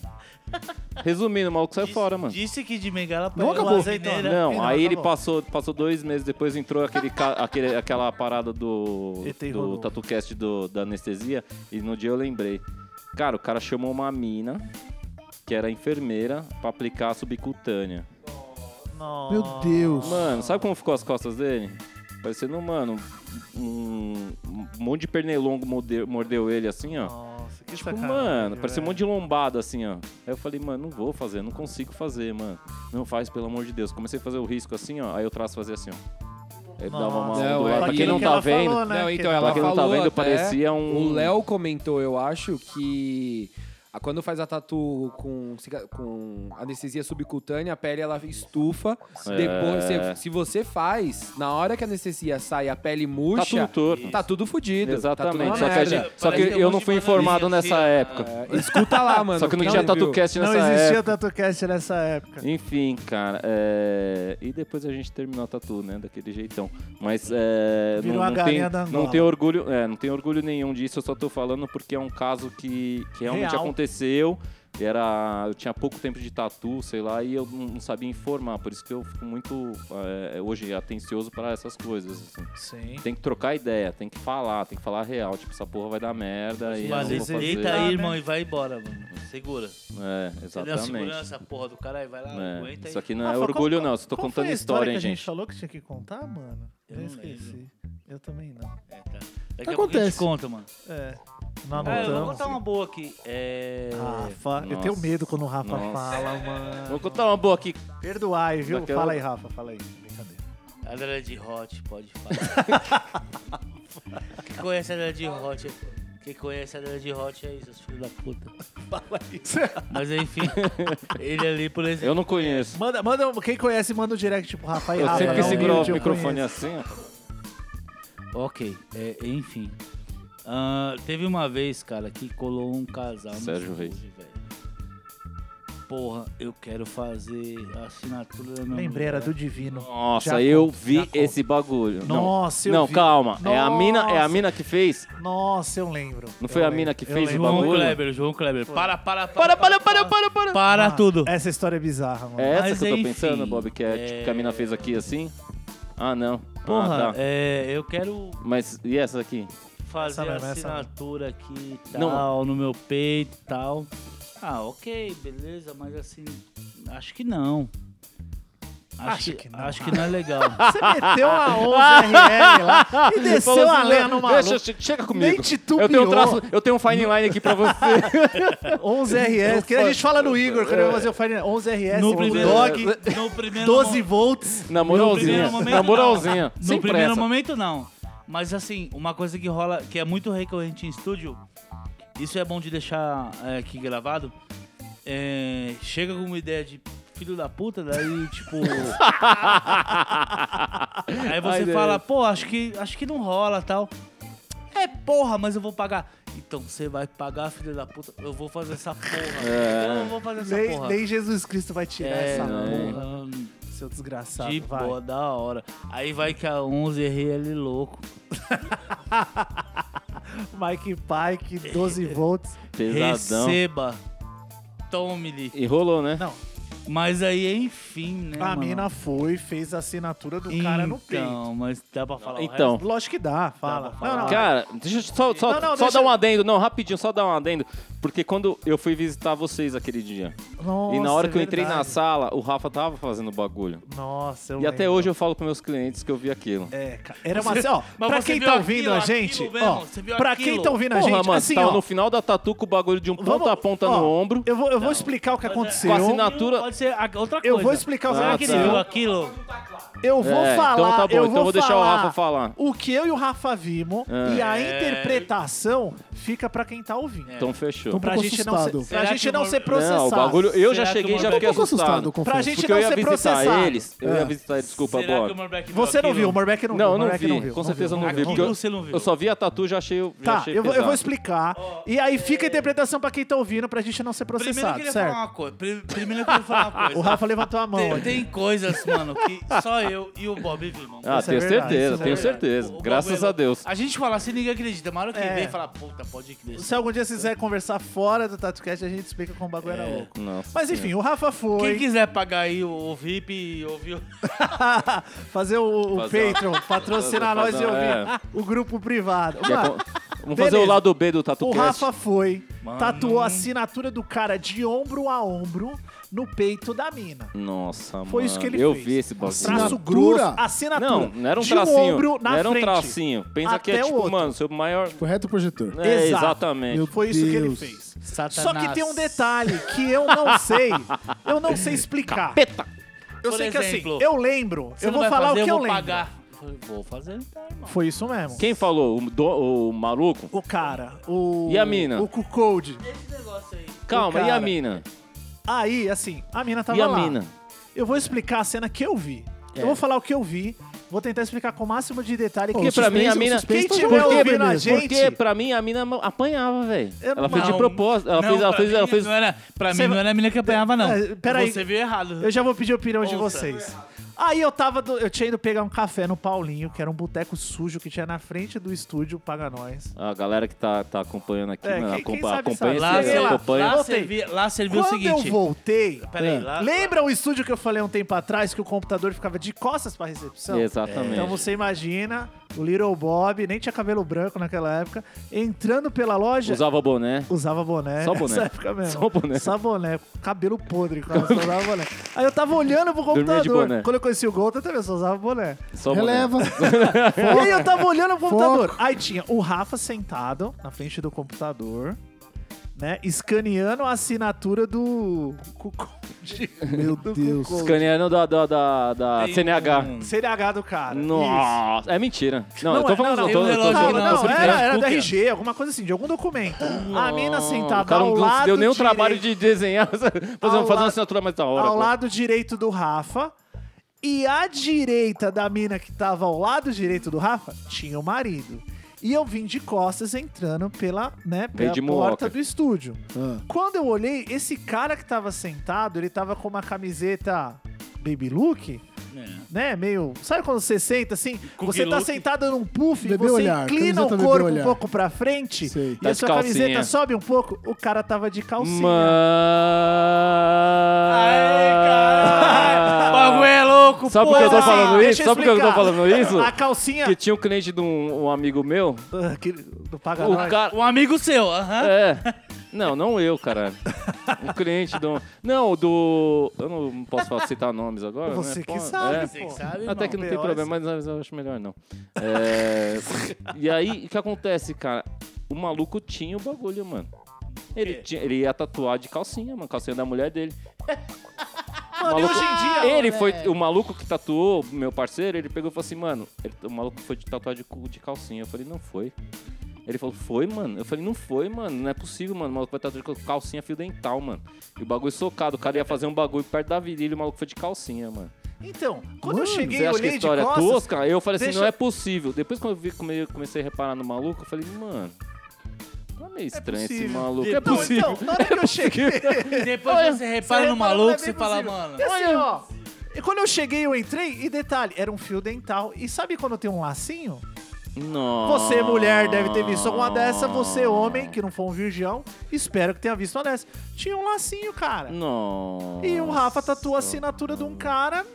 Speaker 4: Resumindo, o maluco saiu
Speaker 5: Disse-
Speaker 4: fora, mano.
Speaker 5: Disse que de Bengala pra
Speaker 2: Não
Speaker 5: ele,
Speaker 2: acabou.
Speaker 5: o azeitona.
Speaker 2: Não.
Speaker 4: Não, aí ele
Speaker 2: acabou.
Speaker 4: passou, passou dois meses depois, entrou aquele, ca- aquele- aquela parada do,
Speaker 2: ET
Speaker 4: do
Speaker 2: rolou.
Speaker 4: TatuCast do, da anestesia, e no dia eu lembrei. Cara, o cara chamou uma mina, que era enfermeira, pra aplicar a subcutânea.
Speaker 2: Nossa.
Speaker 3: Meu Deus.
Speaker 4: Mano, sabe como ficou as costas dele? Parecendo, mano, um, um monte de pernilongo morde- mordeu ele assim, ó.
Speaker 2: Nossa, que
Speaker 4: Tipo,
Speaker 2: sacanagem,
Speaker 4: mano, parecia um
Speaker 2: velho.
Speaker 4: monte de lombada assim, ó. Aí eu falei, mano, não vou fazer, não consigo fazer, mano. Não faz, pelo amor de Deus. Comecei a fazer o risco assim, ó. Aí o traço fazia assim, ó. Aí dava uma
Speaker 2: Nossa.
Speaker 4: ondulada.
Speaker 6: Não, é
Speaker 4: pra quem
Speaker 6: aquilo
Speaker 4: não
Speaker 6: que
Speaker 4: tá
Speaker 2: ela
Speaker 4: vendo.
Speaker 2: falou, né?
Speaker 6: Não, então
Speaker 2: Que-
Speaker 6: ela
Speaker 4: pra quem não
Speaker 6: falou
Speaker 4: tá vendo,
Speaker 6: até-
Speaker 4: parecia um-
Speaker 6: O Léo comentou, eu acho, que a- quando faz a tatu com, cica- com anestesia subcutânea, a pele ela estufa.
Speaker 4: É.
Speaker 6: Depois, se, se você faz, na hora que a anestesia sai, a pele
Speaker 4: Tá tudo
Speaker 6: murcha,
Speaker 4: torto.
Speaker 6: tá tudo fodido.
Speaker 4: Exatamente.
Speaker 6: Tá tudo
Speaker 4: só, que a
Speaker 6: merda.
Speaker 4: gente- só que
Speaker 5: Parece que é um
Speaker 4: eu não
Speaker 5: monte
Speaker 4: fui
Speaker 5: de bananinha
Speaker 4: informado nessa
Speaker 5: assim,
Speaker 4: época.
Speaker 6: É, escuta lá, mano.
Speaker 4: Só que não tinha
Speaker 6: viu?
Speaker 4: TatuCast
Speaker 2: Não
Speaker 4: nessa
Speaker 2: existia
Speaker 4: época.
Speaker 2: TatuCast nessa época.
Speaker 4: Enfim, cara, é... e depois a gente terminou a tatu, né? Daquele jeitão. Mas é...
Speaker 2: Virou
Speaker 4: não,
Speaker 2: a
Speaker 4: não,
Speaker 2: galinha
Speaker 4: tem,
Speaker 2: da Angola.
Speaker 4: não tem orgulho, é, não tem orgulho nenhum disso. Eu só tô falando porque é um caso que, que realmente
Speaker 2: Real.
Speaker 4: aconteceu. Era, eu tinha pouco tempo de tatu, sei lá, e eu não não sabia informar. Por isso que eu fico muito é, hoje atencioso para essas coisas. assim.
Speaker 2: Sim.
Speaker 4: Tem que trocar ideia, tem que falar, tem que falar a real. Tipo, essa porra vai dar merda. E eu não
Speaker 5: Mas
Speaker 4: vou
Speaker 5: esse
Speaker 4: fazer.
Speaker 5: deita
Speaker 2: Tá, né?
Speaker 5: aí, irmão, e vai embora, mano. Segura.
Speaker 4: É,
Speaker 5: Entendeu?
Speaker 4: exatamente.
Speaker 5: Segurança, porra do caralho, vai lá,
Speaker 4: É,
Speaker 5: aguenta aí.
Speaker 4: isso aqui não
Speaker 2: Ah,
Speaker 4: é
Speaker 2: foi-
Speaker 4: orgulho,
Speaker 2: qual-
Speaker 4: não. Só tô
Speaker 2: qual
Speaker 4: contando
Speaker 2: foi a
Speaker 4: história,
Speaker 2: que
Speaker 4: hein,
Speaker 2: a gente
Speaker 4: gente.
Speaker 2: falou que tinha que contar, mano?
Speaker 5: Eu
Speaker 2: Eu,
Speaker 5: não
Speaker 2: esqueci. Eu também não.
Speaker 5: É, tá. Daqui a pouco a gente
Speaker 3: Acontece.
Speaker 5: conta, mano.
Speaker 4: Tá
Speaker 2: É. um- Não
Speaker 5: Ah, eu
Speaker 4: então.
Speaker 5: vou
Speaker 2: anotamos.
Speaker 5: contar uma boa aqui. É...
Speaker 2: Rafa, eu
Speaker 4: Nossa.
Speaker 2: tenho medo quando o Rafa
Speaker 4: Nossa.
Speaker 2: fala, Ah, mano.
Speaker 4: Vou contar uma boa aqui.
Speaker 2: Perdoai, viu?
Speaker 4: Daquela-
Speaker 2: Fala aí, Rafa, fala aí. Brincadeira.
Speaker 5: A galera de Hot pode falar. Quem conhece a galera de Hot? Quem conhece a galera de Hot é isso, os filhos da puta. Mas enfim, ele é ali, por exemplo.
Speaker 4: Eu não conheço.
Speaker 2: Manda, manda, um- quem conhece, manda um direct tipo Rafa aí,
Speaker 4: Eu
Speaker 2: Rafa.
Speaker 4: sempre
Speaker 2: dá
Speaker 4: que
Speaker 2: um
Speaker 4: seguro
Speaker 2: mute,
Speaker 4: o
Speaker 2: eu
Speaker 4: microfone
Speaker 2: conheço.
Speaker 4: assim, ó.
Speaker 5: Ok, é, enfim. Ah, teve uma vez, cara, que colou um casal no
Speaker 4: Sérgio
Speaker 5: estúdio,
Speaker 4: Reis.
Speaker 5: velho. Porra, eu quero fazer a assinatura da minha
Speaker 2: Lembrei, era
Speaker 5: mulher.
Speaker 2: do Divino.
Speaker 4: Nossa,
Speaker 2: Já
Speaker 4: eu
Speaker 2: conto, já
Speaker 4: vi
Speaker 2: conto.
Speaker 4: esse bagulho. Não,
Speaker 2: Nossa, eu
Speaker 4: Não,
Speaker 2: vi.
Speaker 4: calma. É a mina, é a
Speaker 2: Nossa.
Speaker 4: mina que fez.
Speaker 2: Nossa, eu lembro.
Speaker 4: Não foi
Speaker 2: Eu
Speaker 4: a mina
Speaker 2: lembro,
Speaker 4: que
Speaker 2: eu
Speaker 4: fez o
Speaker 2: lembro.
Speaker 5: João
Speaker 4: bagulho?
Speaker 5: Kleber, João Kleber. Para, para,
Speaker 4: Para, para, para, para, para.
Speaker 5: Para
Speaker 2: Ah,
Speaker 5: tudo.
Speaker 2: Essa história é bizarra, mano.
Speaker 4: É essa
Speaker 5: Mas
Speaker 4: que eu tô
Speaker 5: enfim,
Speaker 4: pensando, Bob, que é, tipo que a mina fez aqui assim? Ah, não.
Speaker 5: Porra,
Speaker 4: ah, tá.
Speaker 5: é, eu quero
Speaker 4: Mas e essa aqui?
Speaker 2: Essa
Speaker 5: fazer
Speaker 2: mesmo,
Speaker 5: a
Speaker 2: essa mesmo.
Speaker 5: assinatura aqui e tal,
Speaker 4: Não.
Speaker 5: no meu peito e tal. Ah, ok, beleza, mas assim, acho que não. Acho,
Speaker 2: Acho
Speaker 5: que,
Speaker 2: que não.
Speaker 5: Acho que não é legal.
Speaker 2: Você meteu a 11RL lá e desceu
Speaker 4: Falou
Speaker 2: a
Speaker 4: assim,
Speaker 2: lenha no maluco.
Speaker 4: Deixa, che- chega
Speaker 2: Nem
Speaker 4: comigo.
Speaker 2: titubeou.
Speaker 4: Eu tenho, um traço, eu tenho um fine line aqui pra você.
Speaker 2: 11RS, que a gente fala no Igor,
Speaker 4: "É."
Speaker 2: quando eu vou fazer o Fire 11RS,
Speaker 5: no,
Speaker 2: o
Speaker 5: primeiro,
Speaker 2: Bulldog,
Speaker 5: no primeiro
Speaker 2: 12
Speaker 5: mo-
Speaker 2: volts.
Speaker 4: Na
Speaker 5: no
Speaker 4: moralzinha.
Speaker 5: primeiro momento,
Speaker 4: Na moralzinha.
Speaker 5: não.
Speaker 4: Sem
Speaker 5: No primeiro
Speaker 4: pressa.
Speaker 5: momento, não. Mas assim, uma coisa que rola, que é muito recorrente em estúdio, isso é bom de deixar é, aqui gravado. é, chega com uma ideia de filho da puta, daí tipo. aí você
Speaker 4: Ai, Deus.
Speaker 5: fala, pô, acho que, acho que não rola tal. É porra, mas eu vou pagar. Então você vai pagar, filho da puta. Eu vou fazer essa porra.
Speaker 4: É.
Speaker 5: Eu vou fazer essa
Speaker 2: Nem,
Speaker 5: porra.
Speaker 2: nem Jesus Cristo vai tirar
Speaker 5: É,
Speaker 2: essa
Speaker 4: não.
Speaker 2: porra,
Speaker 5: porra.
Speaker 2: seu desgraçado.
Speaker 5: De
Speaker 2: Tá, vai.
Speaker 5: boa, da hora. Aí vai que a 11 errei ele louco.
Speaker 2: Mike Pike, 12 volts.
Speaker 4: Pesadão.
Speaker 5: Receba. Tome-lhe.
Speaker 4: E rolou, né?
Speaker 2: Não,
Speaker 5: Mas aí, enfim, né?
Speaker 2: a
Speaker 5: mano?
Speaker 2: mina foi, fez a assinatura do cara no peito.
Speaker 5: Então, mas dá pra falar. o
Speaker 4: Então.
Speaker 2: Lógico que dá, fala.
Speaker 5: pra
Speaker 2: Não,
Speaker 5: falar.
Speaker 2: não,
Speaker 4: Cara, deixa eu só, só,
Speaker 2: Não, não,
Speaker 4: só
Speaker 2: deixa-
Speaker 4: dar um adendo, não, rapidinho, só dar um adendo. Porque quando eu fui visitar vocês aquele dia,
Speaker 2: nossa,
Speaker 4: e na hora
Speaker 2: é
Speaker 4: que eu entrei na
Speaker 2: verdade.
Speaker 4: sala, o Rafa tava fazendo bagulho.
Speaker 2: Nossa, eu
Speaker 4: E até
Speaker 2: lembro.
Speaker 4: hoje eu falo pros meus clientes que eu vi aquilo.
Speaker 2: É, cara, era uma cena, ó,
Speaker 5: Mas
Speaker 2: pra
Speaker 5: você
Speaker 2: quem
Speaker 5: viu
Speaker 2: tá ouvindo
Speaker 5: aquilo,
Speaker 2: a gente,
Speaker 5: aquilo
Speaker 2: ó,
Speaker 5: mesmo? Você viu
Speaker 2: pra
Speaker 5: aquilo?
Speaker 2: quem tá ouvindo a
Speaker 4: Porra,
Speaker 2: gente,
Speaker 4: mano,
Speaker 2: assim,
Speaker 4: tava
Speaker 2: ó,
Speaker 4: no final da tatu com o bagulho de um ponta a ponta
Speaker 2: ó,
Speaker 4: no ombro.
Speaker 2: Eu vou, eu vou explicar o que aconteceu.
Speaker 4: Com a assinatura-
Speaker 5: Aquilo Pode ser a- outra é, coisa.
Speaker 2: Eu vou explicar o que
Speaker 4: Ah,
Speaker 5: Será que ele
Speaker 4: tá.
Speaker 5: viu
Speaker 2: aconteceu.
Speaker 5: aquilo?
Speaker 2: Eu vou
Speaker 4: É,
Speaker 2: falar.
Speaker 4: então tá bom,
Speaker 2: eu
Speaker 4: então
Speaker 2: vou
Speaker 4: vou deixar o
Speaker 2: falar
Speaker 4: Rafa Ah. falar.
Speaker 2: O que eu e o Rafa vimos e a interpretação fica pra quem tá ouvindo.
Speaker 4: Então fechou.
Speaker 2: Pra
Speaker 3: pouco
Speaker 2: gente não ser,
Speaker 3: assustado.
Speaker 2: pra
Speaker 5: É. Será
Speaker 2: gente
Speaker 5: que
Speaker 2: não
Speaker 5: o-
Speaker 2: ser processado.
Speaker 4: Não, o bagulho. Eu já
Speaker 5: Será que
Speaker 4: cheguei
Speaker 5: o
Speaker 4: e já
Speaker 5: Morbeck-
Speaker 4: fiquei
Speaker 3: Tô um pouco assustado,
Speaker 4: assustado.
Speaker 3: confesso.
Speaker 2: Pra gente
Speaker 4: Porque eu
Speaker 2: não
Speaker 4: ia
Speaker 2: ser
Speaker 4: visitar
Speaker 2: processado.
Speaker 4: eles. Eu ia visitar eles, desculpa,
Speaker 5: Será
Speaker 4: Bob.
Speaker 5: que o Morbeck viu
Speaker 2: Você não viu, o
Speaker 5: aquilo?
Speaker 2: Morbeck não viu.
Speaker 4: Não,
Speaker 2: o
Speaker 4: eu não
Speaker 2: Morbeck
Speaker 4: vi. Com certeza eu não vi.
Speaker 5: Aquilo
Speaker 4: Porque eu,
Speaker 5: você não viu.
Speaker 4: eu só vi a tatu e já achei. já
Speaker 2: Tá,
Speaker 4: achei
Speaker 2: eu vou, eu
Speaker 4: pesado.
Speaker 2: vou explicar. e aí fica a interpretação pra quem tá ouvindo, pra gente não ser
Speaker 5: Primeiro eu
Speaker 2: processado,
Speaker 5: queria
Speaker 2: tá certo?
Speaker 5: falar uma coisa. Pri- Primeiro eu queria falar uma coisa.
Speaker 2: O Rafa levantou a mão.
Speaker 5: Tem,
Speaker 2: aqui.
Speaker 5: tem coisas, mano, que só eu e o Bob vimos.
Speaker 4: Ah,
Speaker 2: Isso é
Speaker 4: tenho
Speaker 2: verdade, isso
Speaker 4: certeza,
Speaker 2: é
Speaker 4: tenho
Speaker 2: verdade.
Speaker 4: certeza.
Speaker 5: O- o
Speaker 4: Graças
Speaker 5: bagulho-
Speaker 4: a Deus.
Speaker 5: A gente fala assim, ninguém acredita. Mas a hora que
Speaker 2: É.
Speaker 5: vem, fala, puta, pode crer.
Speaker 2: Se algum dia vocês quiserem conversar fora do TatuCast, a gente explica como o bagulho
Speaker 4: É.
Speaker 2: era louco.
Speaker 4: Nossa
Speaker 2: Mas enfim, o Rafa foi
Speaker 5: Quem quiser pagar aí o, o VIP e ouvir o...
Speaker 2: fazer o, o
Speaker 4: Fazer uma-
Speaker 2: Patreon, patrocinar
Speaker 4: fazer-
Speaker 2: nós e ouvir
Speaker 4: é.
Speaker 2: o grupo privado.
Speaker 4: E é
Speaker 2: Mano,
Speaker 4: acon- Vamos fazer o
Speaker 2: beleza.
Speaker 4: lado B do Tatu
Speaker 2: o
Speaker 4: Cast.
Speaker 2: Rafa foi,
Speaker 5: Mano.
Speaker 2: tatuou a assinatura do cara de ombro a ombro no peito da mina.
Speaker 4: Nossa, mano.
Speaker 2: Foi isso que ele
Speaker 4: eu
Speaker 2: fez.
Speaker 4: vi esse bagulho.
Speaker 2: Traço
Speaker 3: Assinatura?
Speaker 2: grosso, assinatura.
Speaker 4: Não, não era um
Speaker 2: de
Speaker 4: tracinho.
Speaker 2: ombro na
Speaker 4: não era um
Speaker 2: frente.
Speaker 4: tracinho. Pensa que é
Speaker 2: Até o
Speaker 4: tipo,
Speaker 2: outro.
Speaker 4: mano, seu maior.
Speaker 3: Tipo, reto projetor.
Speaker 4: É,
Speaker 2: Exato.
Speaker 4: exatamente.
Speaker 3: Meu
Speaker 2: Foi isso que ele
Speaker 3: Deus.
Speaker 2: fez.
Speaker 5: Satanás.
Speaker 2: Só que tem um detalhe que eu não sei. Eu não sei explicar. Eu
Speaker 5: Por
Speaker 2: sei
Speaker 5: exemplo,
Speaker 2: que assim, eu lembro.
Speaker 5: Você
Speaker 2: Eu
Speaker 5: não
Speaker 2: vou
Speaker 5: vai
Speaker 2: falar
Speaker 5: fazer,
Speaker 2: o que eu,
Speaker 5: eu vou
Speaker 2: lembro.
Speaker 5: pagar. Eu falei, Vou fazer, então, irmão.
Speaker 2: Foi isso mesmo.
Speaker 4: Quem falou? O, do- o maluco?
Speaker 2: O cara, o.
Speaker 4: E a mina?
Speaker 2: O Cuckold.
Speaker 5: Esse negócio aí.
Speaker 4: Calma, e a
Speaker 2: cara.
Speaker 4: mina?
Speaker 2: Aí, assim, a mina tava
Speaker 4: E a
Speaker 2: lá.
Speaker 4: mina? É.
Speaker 2: Eu vou explicar a cena que eu vi. Eu vou falar o que eu vi. Vou tentar explicar com o máximo de detalhe.
Speaker 4: Porque pra mim a mina.
Speaker 2: Quem
Speaker 3: tá
Speaker 2: tiver
Speaker 3: jogando
Speaker 2: ouvindo a
Speaker 3: mesmo.
Speaker 2: gente...
Speaker 4: Porque pra mim a mina apanhava, velho.
Speaker 2: Eu-
Speaker 4: Ela fez de
Speaker 5: Não,
Speaker 4: propósito. Ela
Speaker 5: não,
Speaker 4: fez. Ela
Speaker 5: pra
Speaker 4: fez,
Speaker 5: mim
Speaker 4: ela fez...
Speaker 5: Não é- era, pra
Speaker 2: Você
Speaker 5: mim não
Speaker 2: vai-
Speaker 5: era a mina que apanhava, não.
Speaker 2: Ah, peraí.
Speaker 5: Você viu errado.
Speaker 2: Eu já vou pedir a opinião de
Speaker 5: Ouça.
Speaker 2: vocês. Aí eu tava. do- Eu tinha ido pegar um café no Paulinho, que era um boteco sujo que tinha na frente do estúdio Paga Nós.
Speaker 4: A galera que tá, tá acompanhando aqui,
Speaker 2: É,
Speaker 4: né,
Speaker 2: quem-
Speaker 4: acompa-
Speaker 2: quem sabe sabe.
Speaker 4: acompanha,
Speaker 5: Lá,
Speaker 4: esse-
Speaker 2: sei
Speaker 5: lá,
Speaker 4: acompanha.
Speaker 5: lá,
Speaker 2: Voltei.
Speaker 5: servia, lá serviu o
Speaker 2: Quando eu
Speaker 5: seguinte.
Speaker 2: voltei.
Speaker 5: Peraí, lá,
Speaker 2: Lembra o estúdio que eu falei um tempo atrás que o computador ficava de costas pra recepção?
Speaker 4: Exatamente.
Speaker 2: Então você imagina o Little Bob, nem tinha cabelo branco naquela época, entrando pela loja.
Speaker 4: Usava boné.
Speaker 2: Usava boné.
Speaker 4: Só boné.
Speaker 2: Nessa época mesmo.
Speaker 4: Só boné.
Speaker 2: Só boné. Cabelo podre, cara. Só usava boné. Aí eu tava olhando pro
Speaker 4: Dormia de
Speaker 2: computador.
Speaker 4: boné.
Speaker 2: Quando eu conheci o Gol, eu também só usava boné.
Speaker 4: Só
Speaker 3: Releva.
Speaker 2: E aí eu tava olhando pro computador. Aí tinha o Rafa sentado na frente do computador, né? Escaneando a assinatura do. Cucu-
Speaker 3: Meu Deus.
Speaker 4: boné. Escaneando da, da, da, da
Speaker 5: Tem
Speaker 4: CNH.
Speaker 5: um-
Speaker 2: CNH do cara. Isso.
Speaker 4: Nossa, é mentira. Não,
Speaker 2: Não,
Speaker 4: eu tô
Speaker 2: é,
Speaker 4: falando.
Speaker 2: não,
Speaker 4: eu
Speaker 2: não,
Speaker 4: tô- eu tô-
Speaker 5: tem um
Speaker 4: eu
Speaker 2: Cara,
Speaker 4: tô-
Speaker 5: relógio
Speaker 2: não,
Speaker 5: Não,
Speaker 2: era, era
Speaker 5: não,
Speaker 2: da
Speaker 5: não.
Speaker 2: RG, alguma coisa assim, de algum documento. A mina
Speaker 4: o
Speaker 2: sentada
Speaker 4: cara
Speaker 2: ao
Speaker 4: não
Speaker 2: lado
Speaker 4: deu nem o trabalho
Speaker 2: direito-
Speaker 4: de desenhar, fazer, fazer
Speaker 2: Ao
Speaker 4: uma
Speaker 2: lado-
Speaker 4: assinatura mais da hora.
Speaker 2: ao
Speaker 4: pô.
Speaker 2: lado direito do Rafa. E à direita da mina que tava ao lado direito do Rafa, tinha o marido. E eu vim de costas entrando pela, né, pela
Speaker 4: de
Speaker 2: porta
Speaker 4: muoca.
Speaker 2: do estúdio.
Speaker 3: Ah.
Speaker 2: Quando eu olhei, esse cara que tava sentado, ele tava com uma camiseta baby look,
Speaker 5: É.
Speaker 2: né? Meio. Sabe quando você senta assim?
Speaker 5: Cookie
Speaker 2: você tá
Speaker 5: look.
Speaker 2: sentado num puff,
Speaker 3: Bebê
Speaker 2: você
Speaker 3: olhar,
Speaker 2: inclina o
Speaker 3: camiseta bebê
Speaker 2: corpo um
Speaker 3: olhar.
Speaker 2: pouco pra frente
Speaker 3: Sei.
Speaker 2: e
Speaker 4: Tá
Speaker 2: a
Speaker 4: de
Speaker 2: sua
Speaker 4: calcinha.
Speaker 2: camiseta sobe um pouco, o cara tava de calcinha.
Speaker 5: Aê, caralho! O bagulho é louco,
Speaker 4: Ah. Sabe por
Speaker 5: porra.
Speaker 4: que eu tô
Speaker 2: Assim,
Speaker 4: falando
Speaker 2: deixa
Speaker 4: isso? Sabe por que eu tô
Speaker 2: explicar.
Speaker 4: falando isso?
Speaker 2: A calcinha.
Speaker 4: Que tinha um cliente de um, um amigo meu.
Speaker 2: Ah, que- do Paga
Speaker 4: O
Speaker 2: Nós.
Speaker 4: cara.
Speaker 5: Um amigo seu, aham.
Speaker 4: É. Não, não eu, caralho. Um cliente do. Não, do. Eu não posso falar- citar nomes agora.
Speaker 2: Você
Speaker 4: né?
Speaker 2: que
Speaker 4: Pô,
Speaker 2: sabe,
Speaker 4: é.
Speaker 2: pô.
Speaker 5: Você que sabe,
Speaker 4: Até
Speaker 5: irmão.
Speaker 4: que não tem
Speaker 2: B.O.
Speaker 4: problema, mas eu acho melhor não. É, e aí, o que acontece, cara? O maluco tinha o bagulho, mano. Ele, tinha- ele ia tatuar de calcinha, mano. Calcinha da mulher dele.
Speaker 2: Mano, e
Speaker 4: maluco-
Speaker 2: hoje em dia.
Speaker 4: ele foi. O maluco que tatuou, meu parceiro, ele pegou e falou assim, mano, ele- o maluco foi de tatuar de, cu- de calcinha. Eu falei, não foi. Ele falou, foi, mano. Eu falei, não foi, mano. Não é possível, mano. O maluco vai tatuar de calcinha fio dental, mano. E o bagulho socado. O cara ia fazer um bagulho perto da virilha e o maluco foi de calcinha, mano.
Speaker 2: Então, quando eu
Speaker 3: Mano,
Speaker 2: cheguei
Speaker 4: Você
Speaker 2: eu
Speaker 4: acha que a
Speaker 2: olhei de
Speaker 4: história é
Speaker 2: costas.
Speaker 4: tosca? Eu falei assim,
Speaker 2: Deixa-
Speaker 4: não é possível. Depois quando eu vi- come- comecei a reparar no maluco, eu falei, mano, tá meio estranho esse
Speaker 2: É possível.
Speaker 4: maluco.
Speaker 5: Não,
Speaker 4: É
Speaker 2: Não,
Speaker 4: possível.
Speaker 2: então, na hora que eu cheguei.
Speaker 4: É.
Speaker 5: Depois
Speaker 2: Você
Speaker 5: você repara no
Speaker 2: repara, não é
Speaker 5: maluco, você
Speaker 2: bem
Speaker 5: fala,
Speaker 2: possível.
Speaker 5: mano...
Speaker 2: E assim, ó. E quando eu cheguei, eu entrei, e detalhe, era um fio dental. E sabe quando tem um lacinho?
Speaker 4: Nossa.
Speaker 2: Você, mulher, deve ter visto alguma dessa. Você, homem, que não for um virgão, espero que tenha visto uma dessa. Tinha um lacinho, cara.
Speaker 4: Nossa.
Speaker 2: E o Rafa tá- tatuou a assinatura de um cara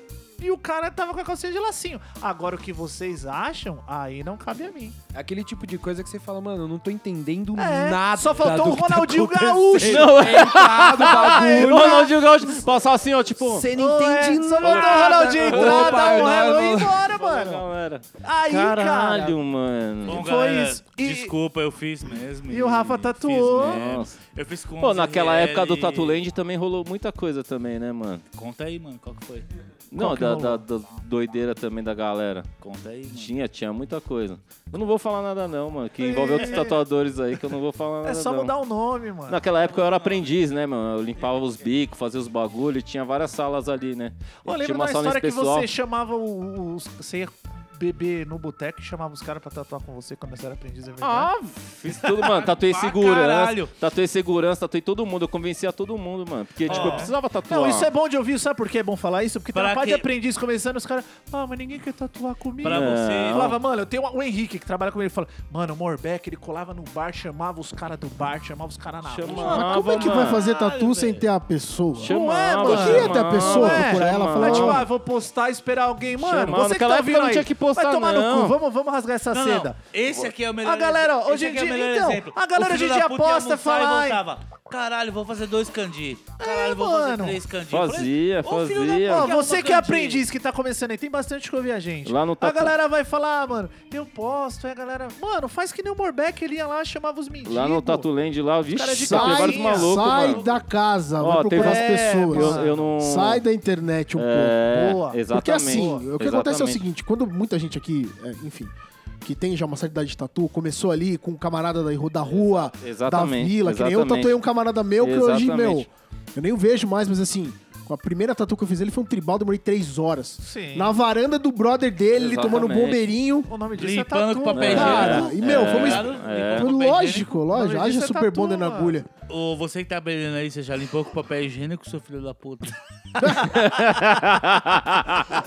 Speaker 2: e o cara tava com a calcinha de lacinho. Agora, o que vocês acham, aí não cabe a mim.
Speaker 6: Aquele tipo de coisa que você fala, mano, eu não tô entendendo
Speaker 2: É,
Speaker 6: nada.
Speaker 2: só faltou
Speaker 6: do
Speaker 2: o
Speaker 6: que tá
Speaker 2: Ronaldinho
Speaker 6: acontecendo.
Speaker 2: Gaúcho.
Speaker 4: Não, é.
Speaker 6: Tentado, bagulho.
Speaker 2: é.
Speaker 4: Ronaldinho Gaúcho passar assim, ó, tipo.
Speaker 6: Você
Speaker 2: Não
Speaker 6: não entende
Speaker 2: é, só
Speaker 6: nada.
Speaker 2: botou o Ronaldinho entrar,
Speaker 6: Opa,
Speaker 2: dar um
Speaker 6: eu não-
Speaker 2: hello e ir
Speaker 6: eu não-
Speaker 2: embora,
Speaker 4: Fala,
Speaker 2: mano.
Speaker 4: galera.
Speaker 2: Aí, cara.
Speaker 4: Caralho, mano.
Speaker 2: Foi
Speaker 5: Bom, galera,
Speaker 2: isso. E-
Speaker 5: desculpa, eu fiz mesmo.
Speaker 2: E o Rafa
Speaker 5: fiz
Speaker 2: tatuou.
Speaker 5: mesmo.
Speaker 4: Nossa.
Speaker 5: Eu fiz com
Speaker 4: Pô,
Speaker 5: os
Speaker 4: naquela
Speaker 5: RL.
Speaker 4: época do Tatu Land também rolou muita coisa também, né, mano?
Speaker 5: Conta aí, mano, qual que foi?
Speaker 4: Não,
Speaker 2: que
Speaker 4: da,
Speaker 2: rolou?
Speaker 4: da, da doideira também da galera.
Speaker 5: Conta aí, mano.
Speaker 4: Tinha, tinha muita coisa. Eu não vou falar nada não, mano, que envolve outros tatuadores aí que eu não vou falar nada
Speaker 2: É só
Speaker 4: não.
Speaker 2: mudar o nome, mano.
Speaker 4: Naquela época eu era aprendiz, né, mano? Eu limpava os bicos, fazia os bagulho, e tinha várias salas ali, né?
Speaker 2: Eu
Speaker 4: tinha
Speaker 2: lembro
Speaker 4: uma
Speaker 2: da
Speaker 4: sala
Speaker 2: história que
Speaker 4: especial.
Speaker 2: você chamava o- os. Você ia beber no boteco e chamava os caras pra tatuar com você quando você era aprendiz, é verdade.
Speaker 4: Ah, fiz tudo, mano. Tatuei
Speaker 5: Pra
Speaker 4: segurança.
Speaker 5: caralho.
Speaker 4: Tatuei segurança, tatuei todo mundo. Eu convencia todo mundo, mano. Porque, tipo,
Speaker 5: Ó.
Speaker 4: eu precisava tatuar.
Speaker 2: não, isso é bom de ouvir, sabe por que é bom falar isso? Porque tem
Speaker 5: Pra
Speaker 2: uma parte de
Speaker 5: que-
Speaker 2: aprendiz começando, os caras. Ah, mas ninguém quer tatuar comigo.
Speaker 5: Pra
Speaker 4: Não.
Speaker 2: Ele
Speaker 5: você.
Speaker 2: falava, mano, eu tenho o Henrique que trabalha comigo. Ele fala, mano, o Morbeck, ele colava no bar, chamava os caras do bar, chamava os caras na rua.
Speaker 4: Chamava,
Speaker 3: Cara, como é que
Speaker 4: mano.
Speaker 3: vai fazer tatu
Speaker 5: Caralho,
Speaker 3: sem
Speaker 5: velho.
Speaker 3: ter a pessoa?
Speaker 2: Não é,
Speaker 4: Chamava,
Speaker 2: mano.
Speaker 3: Eu queria ter a
Speaker 4: chamava,
Speaker 3: pessoa,
Speaker 2: é,
Speaker 3: procurar ela,
Speaker 4: chamava.
Speaker 3: falar,
Speaker 2: Mas, tipo,
Speaker 3: Não.
Speaker 2: ah, vou postar e esperar alguém. Mano,
Speaker 4: Chamava.
Speaker 2: você que tá
Speaker 4: Naquela época
Speaker 2: ouvindo
Speaker 4: não
Speaker 2: aí,
Speaker 4: tinha que postar,
Speaker 2: vai tomar no
Speaker 4: não.
Speaker 2: cu. Vamos, vamos rasgar essa
Speaker 5: Não, não,
Speaker 2: seda.
Speaker 5: Esse aqui é o melhor
Speaker 2: A galera,
Speaker 5: exemplo.
Speaker 2: hoje
Speaker 5: Esse
Speaker 2: em
Speaker 5: aqui é o
Speaker 2: dia-
Speaker 5: melhor
Speaker 2: então,
Speaker 5: exemplo.
Speaker 2: a galera
Speaker 5: O
Speaker 2: hoje
Speaker 5: filho
Speaker 2: em dia
Speaker 5: da puta ia
Speaker 2: aposta,
Speaker 5: almoçar e
Speaker 2: fala, ai. É,
Speaker 5: voltava, Caralho, vou fazer dois candi. Caralho, vou
Speaker 2: mano.
Speaker 5: fazer três candi.
Speaker 4: Fazia, fazia.
Speaker 2: Ó, você
Speaker 5: um
Speaker 2: que é aprendiz, que tá começando aí, tem bastante que ouvir a gente.
Speaker 4: Lá no
Speaker 2: A
Speaker 4: tatu-
Speaker 2: galera vai falar, ah, mano, eu posto, aí a galera... Mano, faz que nem o Morbeck, ele ia lá, chamava os mendigos.
Speaker 4: Lá no Tatu Land, lá,
Speaker 2: cara é de
Speaker 4: vixe,
Speaker 2: calcinha.
Speaker 4: tem vários malucos,
Speaker 3: sai
Speaker 4: mano.
Speaker 3: da casa,
Speaker 4: Ó,
Speaker 3: vai
Speaker 4: tem
Speaker 3: procurar as
Speaker 2: vários- É,
Speaker 3: pessoas.
Speaker 4: eu- eu não-
Speaker 3: Sai da internet um
Speaker 4: É,
Speaker 2: Boa.
Speaker 3: pouco. Porque assim, o que
Speaker 4: exatamente.
Speaker 3: acontece é o
Speaker 4: Exatamente.
Speaker 3: seguinte, quando muita gente aqui, é, enfim, que tem já uma certa idade de tatu, começou ali com um camarada da, da rua,
Speaker 4: Exatamente,
Speaker 3: da vila, que nem eu
Speaker 4: exatamente.
Speaker 3: tatuei um camarada meu, que hoje, meu,
Speaker 4: Exatamente.
Speaker 3: eu nem o vejo mais, mas assim... A primeira tatu que eu fiz ele foi um tribal, demorei três horas.
Speaker 2: Sim.
Speaker 3: Na varanda do brother dele, ele tomando um
Speaker 4: Exatamente.
Speaker 3: bombeirinho.
Speaker 2: O nome disso é
Speaker 5: Limpando
Speaker 2: tatu.
Speaker 5: com papel
Speaker 4: É.
Speaker 5: higiênico.
Speaker 3: Cara, e meu, foi uma.
Speaker 5: Claro,
Speaker 3: es-
Speaker 5: limpando com papel higiênico.
Speaker 3: Lógico, lógico.
Speaker 2: Não,
Speaker 3: Haja
Speaker 2: isso é
Speaker 3: super bonder na
Speaker 2: tatu, mano.
Speaker 3: agulha.
Speaker 5: Ô, você que tá aprendendo aí, você já limpou com papel higiênico, seu filho da puta?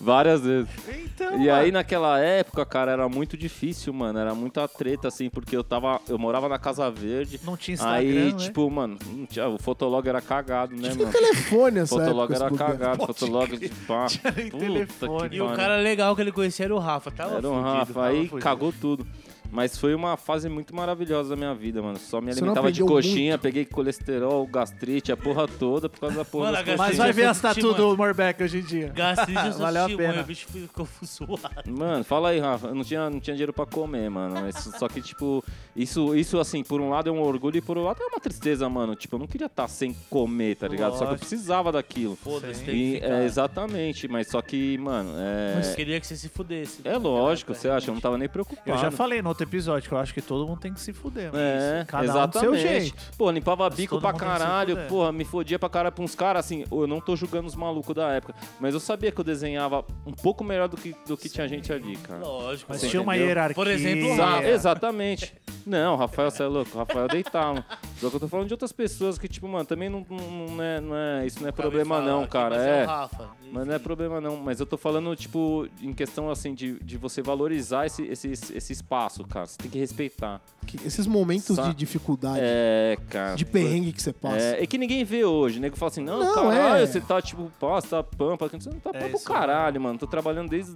Speaker 4: várias vezes.
Speaker 2: Então,
Speaker 4: E aí naquela época, cara, era muito difícil, mano. Era muita treta, assim, porque eu tava. Eu morava na Casa Verde.
Speaker 2: Não tinha Instagram,
Speaker 4: Aí,
Speaker 2: né?
Speaker 4: tipo, mano, não tinha- o fotolog era cagado, né,
Speaker 3: Tinha
Speaker 4: mano?
Speaker 3: telefone essa
Speaker 4: Fotolog
Speaker 3: época.
Speaker 4: era
Speaker 3: esse bobeira.
Speaker 4: cagado, fotolog de pá.
Speaker 2: Tinha nem
Speaker 4: Puta
Speaker 2: telefone.
Speaker 4: que
Speaker 5: E o
Speaker 4: pariu.
Speaker 5: cara legal que ele conhecia era o Rafa, tá?
Speaker 4: Era um Rafa, aí cagou tudo. Mas foi uma fase muito maravilhosa da minha vida, mano. Só me
Speaker 3: Você não
Speaker 4: alimentava de
Speaker 3: aprendeu
Speaker 4: coxinha, peguei colesterol, gastrite, a porra toda por causa da porra
Speaker 5: Mano,
Speaker 4: das
Speaker 5: a
Speaker 4: coxinhas.
Speaker 2: Mas vai ver as
Speaker 5: Sim,
Speaker 2: tatu
Speaker 5: mano.
Speaker 2: do Morbeck hoje em dia.
Speaker 5: Gastei de
Speaker 2: Valeu a
Speaker 5: Valeu
Speaker 2: pena.
Speaker 5: o bicho ficou suado.
Speaker 4: Mano, fala aí, Rafa. Eu não tinha, não tinha dinheiro pra comer, mano. Mas só que, tipo, isso, isso, assim, por um lado é um orgulho e por outro lado é uma tristeza, mano. Tipo, eu não queria estar sem comer, tá ligado? Só que eu
Speaker 2: Lógico.
Speaker 4: precisava daquilo.
Speaker 5: Foda-se, tem que
Speaker 4: E,
Speaker 5: ficar.
Speaker 4: é, exatamente, mas só que, mano,
Speaker 5: Mas
Speaker 4: é.
Speaker 5: queria que você se fudesse.
Speaker 4: É lógico, você acha? Eu não tava nem preocupado.
Speaker 2: Eu já falei no outro episódio que eu acho que todo mundo tem que se fuder. mas
Speaker 4: É,
Speaker 2: cada
Speaker 4: exatamente.
Speaker 2: um do seu jeito.
Speaker 4: Pô, limpava bico
Speaker 2: todo
Speaker 4: pra
Speaker 2: mundo tem que se
Speaker 4: caralho,
Speaker 2: fuder.
Speaker 4: porra, me fodia pra caralho pra uns caras, assim, eu não tô julgando os malucos da época, mas eu sabia que eu desenhava um pouco melhor do que, do que tinha gente ali, cara.
Speaker 5: Lógico.
Speaker 2: Mas
Speaker 5: mano.
Speaker 2: tinha uma
Speaker 4: entendeu?
Speaker 2: hierarquia.
Speaker 5: Por exemplo, é. o
Speaker 4: Exa-
Speaker 5: Rafa.
Speaker 4: Exatamente. Não, Rafael, você é louco. Rafael deitava. Só que eu tô falando de outras pessoas que, tipo, mano, também não, não, não é, não é- Isso não é
Speaker 5: Acabei
Speaker 4: problema,
Speaker 5: de falar
Speaker 4: não,
Speaker 5: aqui,
Speaker 4: cara.
Speaker 5: mas é
Speaker 4: É.
Speaker 5: o Rafa.
Speaker 4: Mas não é problema não, mas eu tô falando, tipo, em questão, assim, de, de você valorizar esse, esse, esse espaço, cara. Você tem que respeitar.
Speaker 3: Que- Esses momentos
Speaker 4: Sa-
Speaker 3: de dificuldade,
Speaker 4: É, cara.
Speaker 3: de perrengue que você passa.
Speaker 4: É, é que ninguém vê hoje, né? Que fala assim, não,
Speaker 3: Não,
Speaker 4: caralho,
Speaker 3: é.
Speaker 4: você tá tipo, pô, você tá pampa. Você não tá
Speaker 2: É
Speaker 4: pampa o
Speaker 2: isso,
Speaker 4: caralho, mano. Tô trabalhando desde,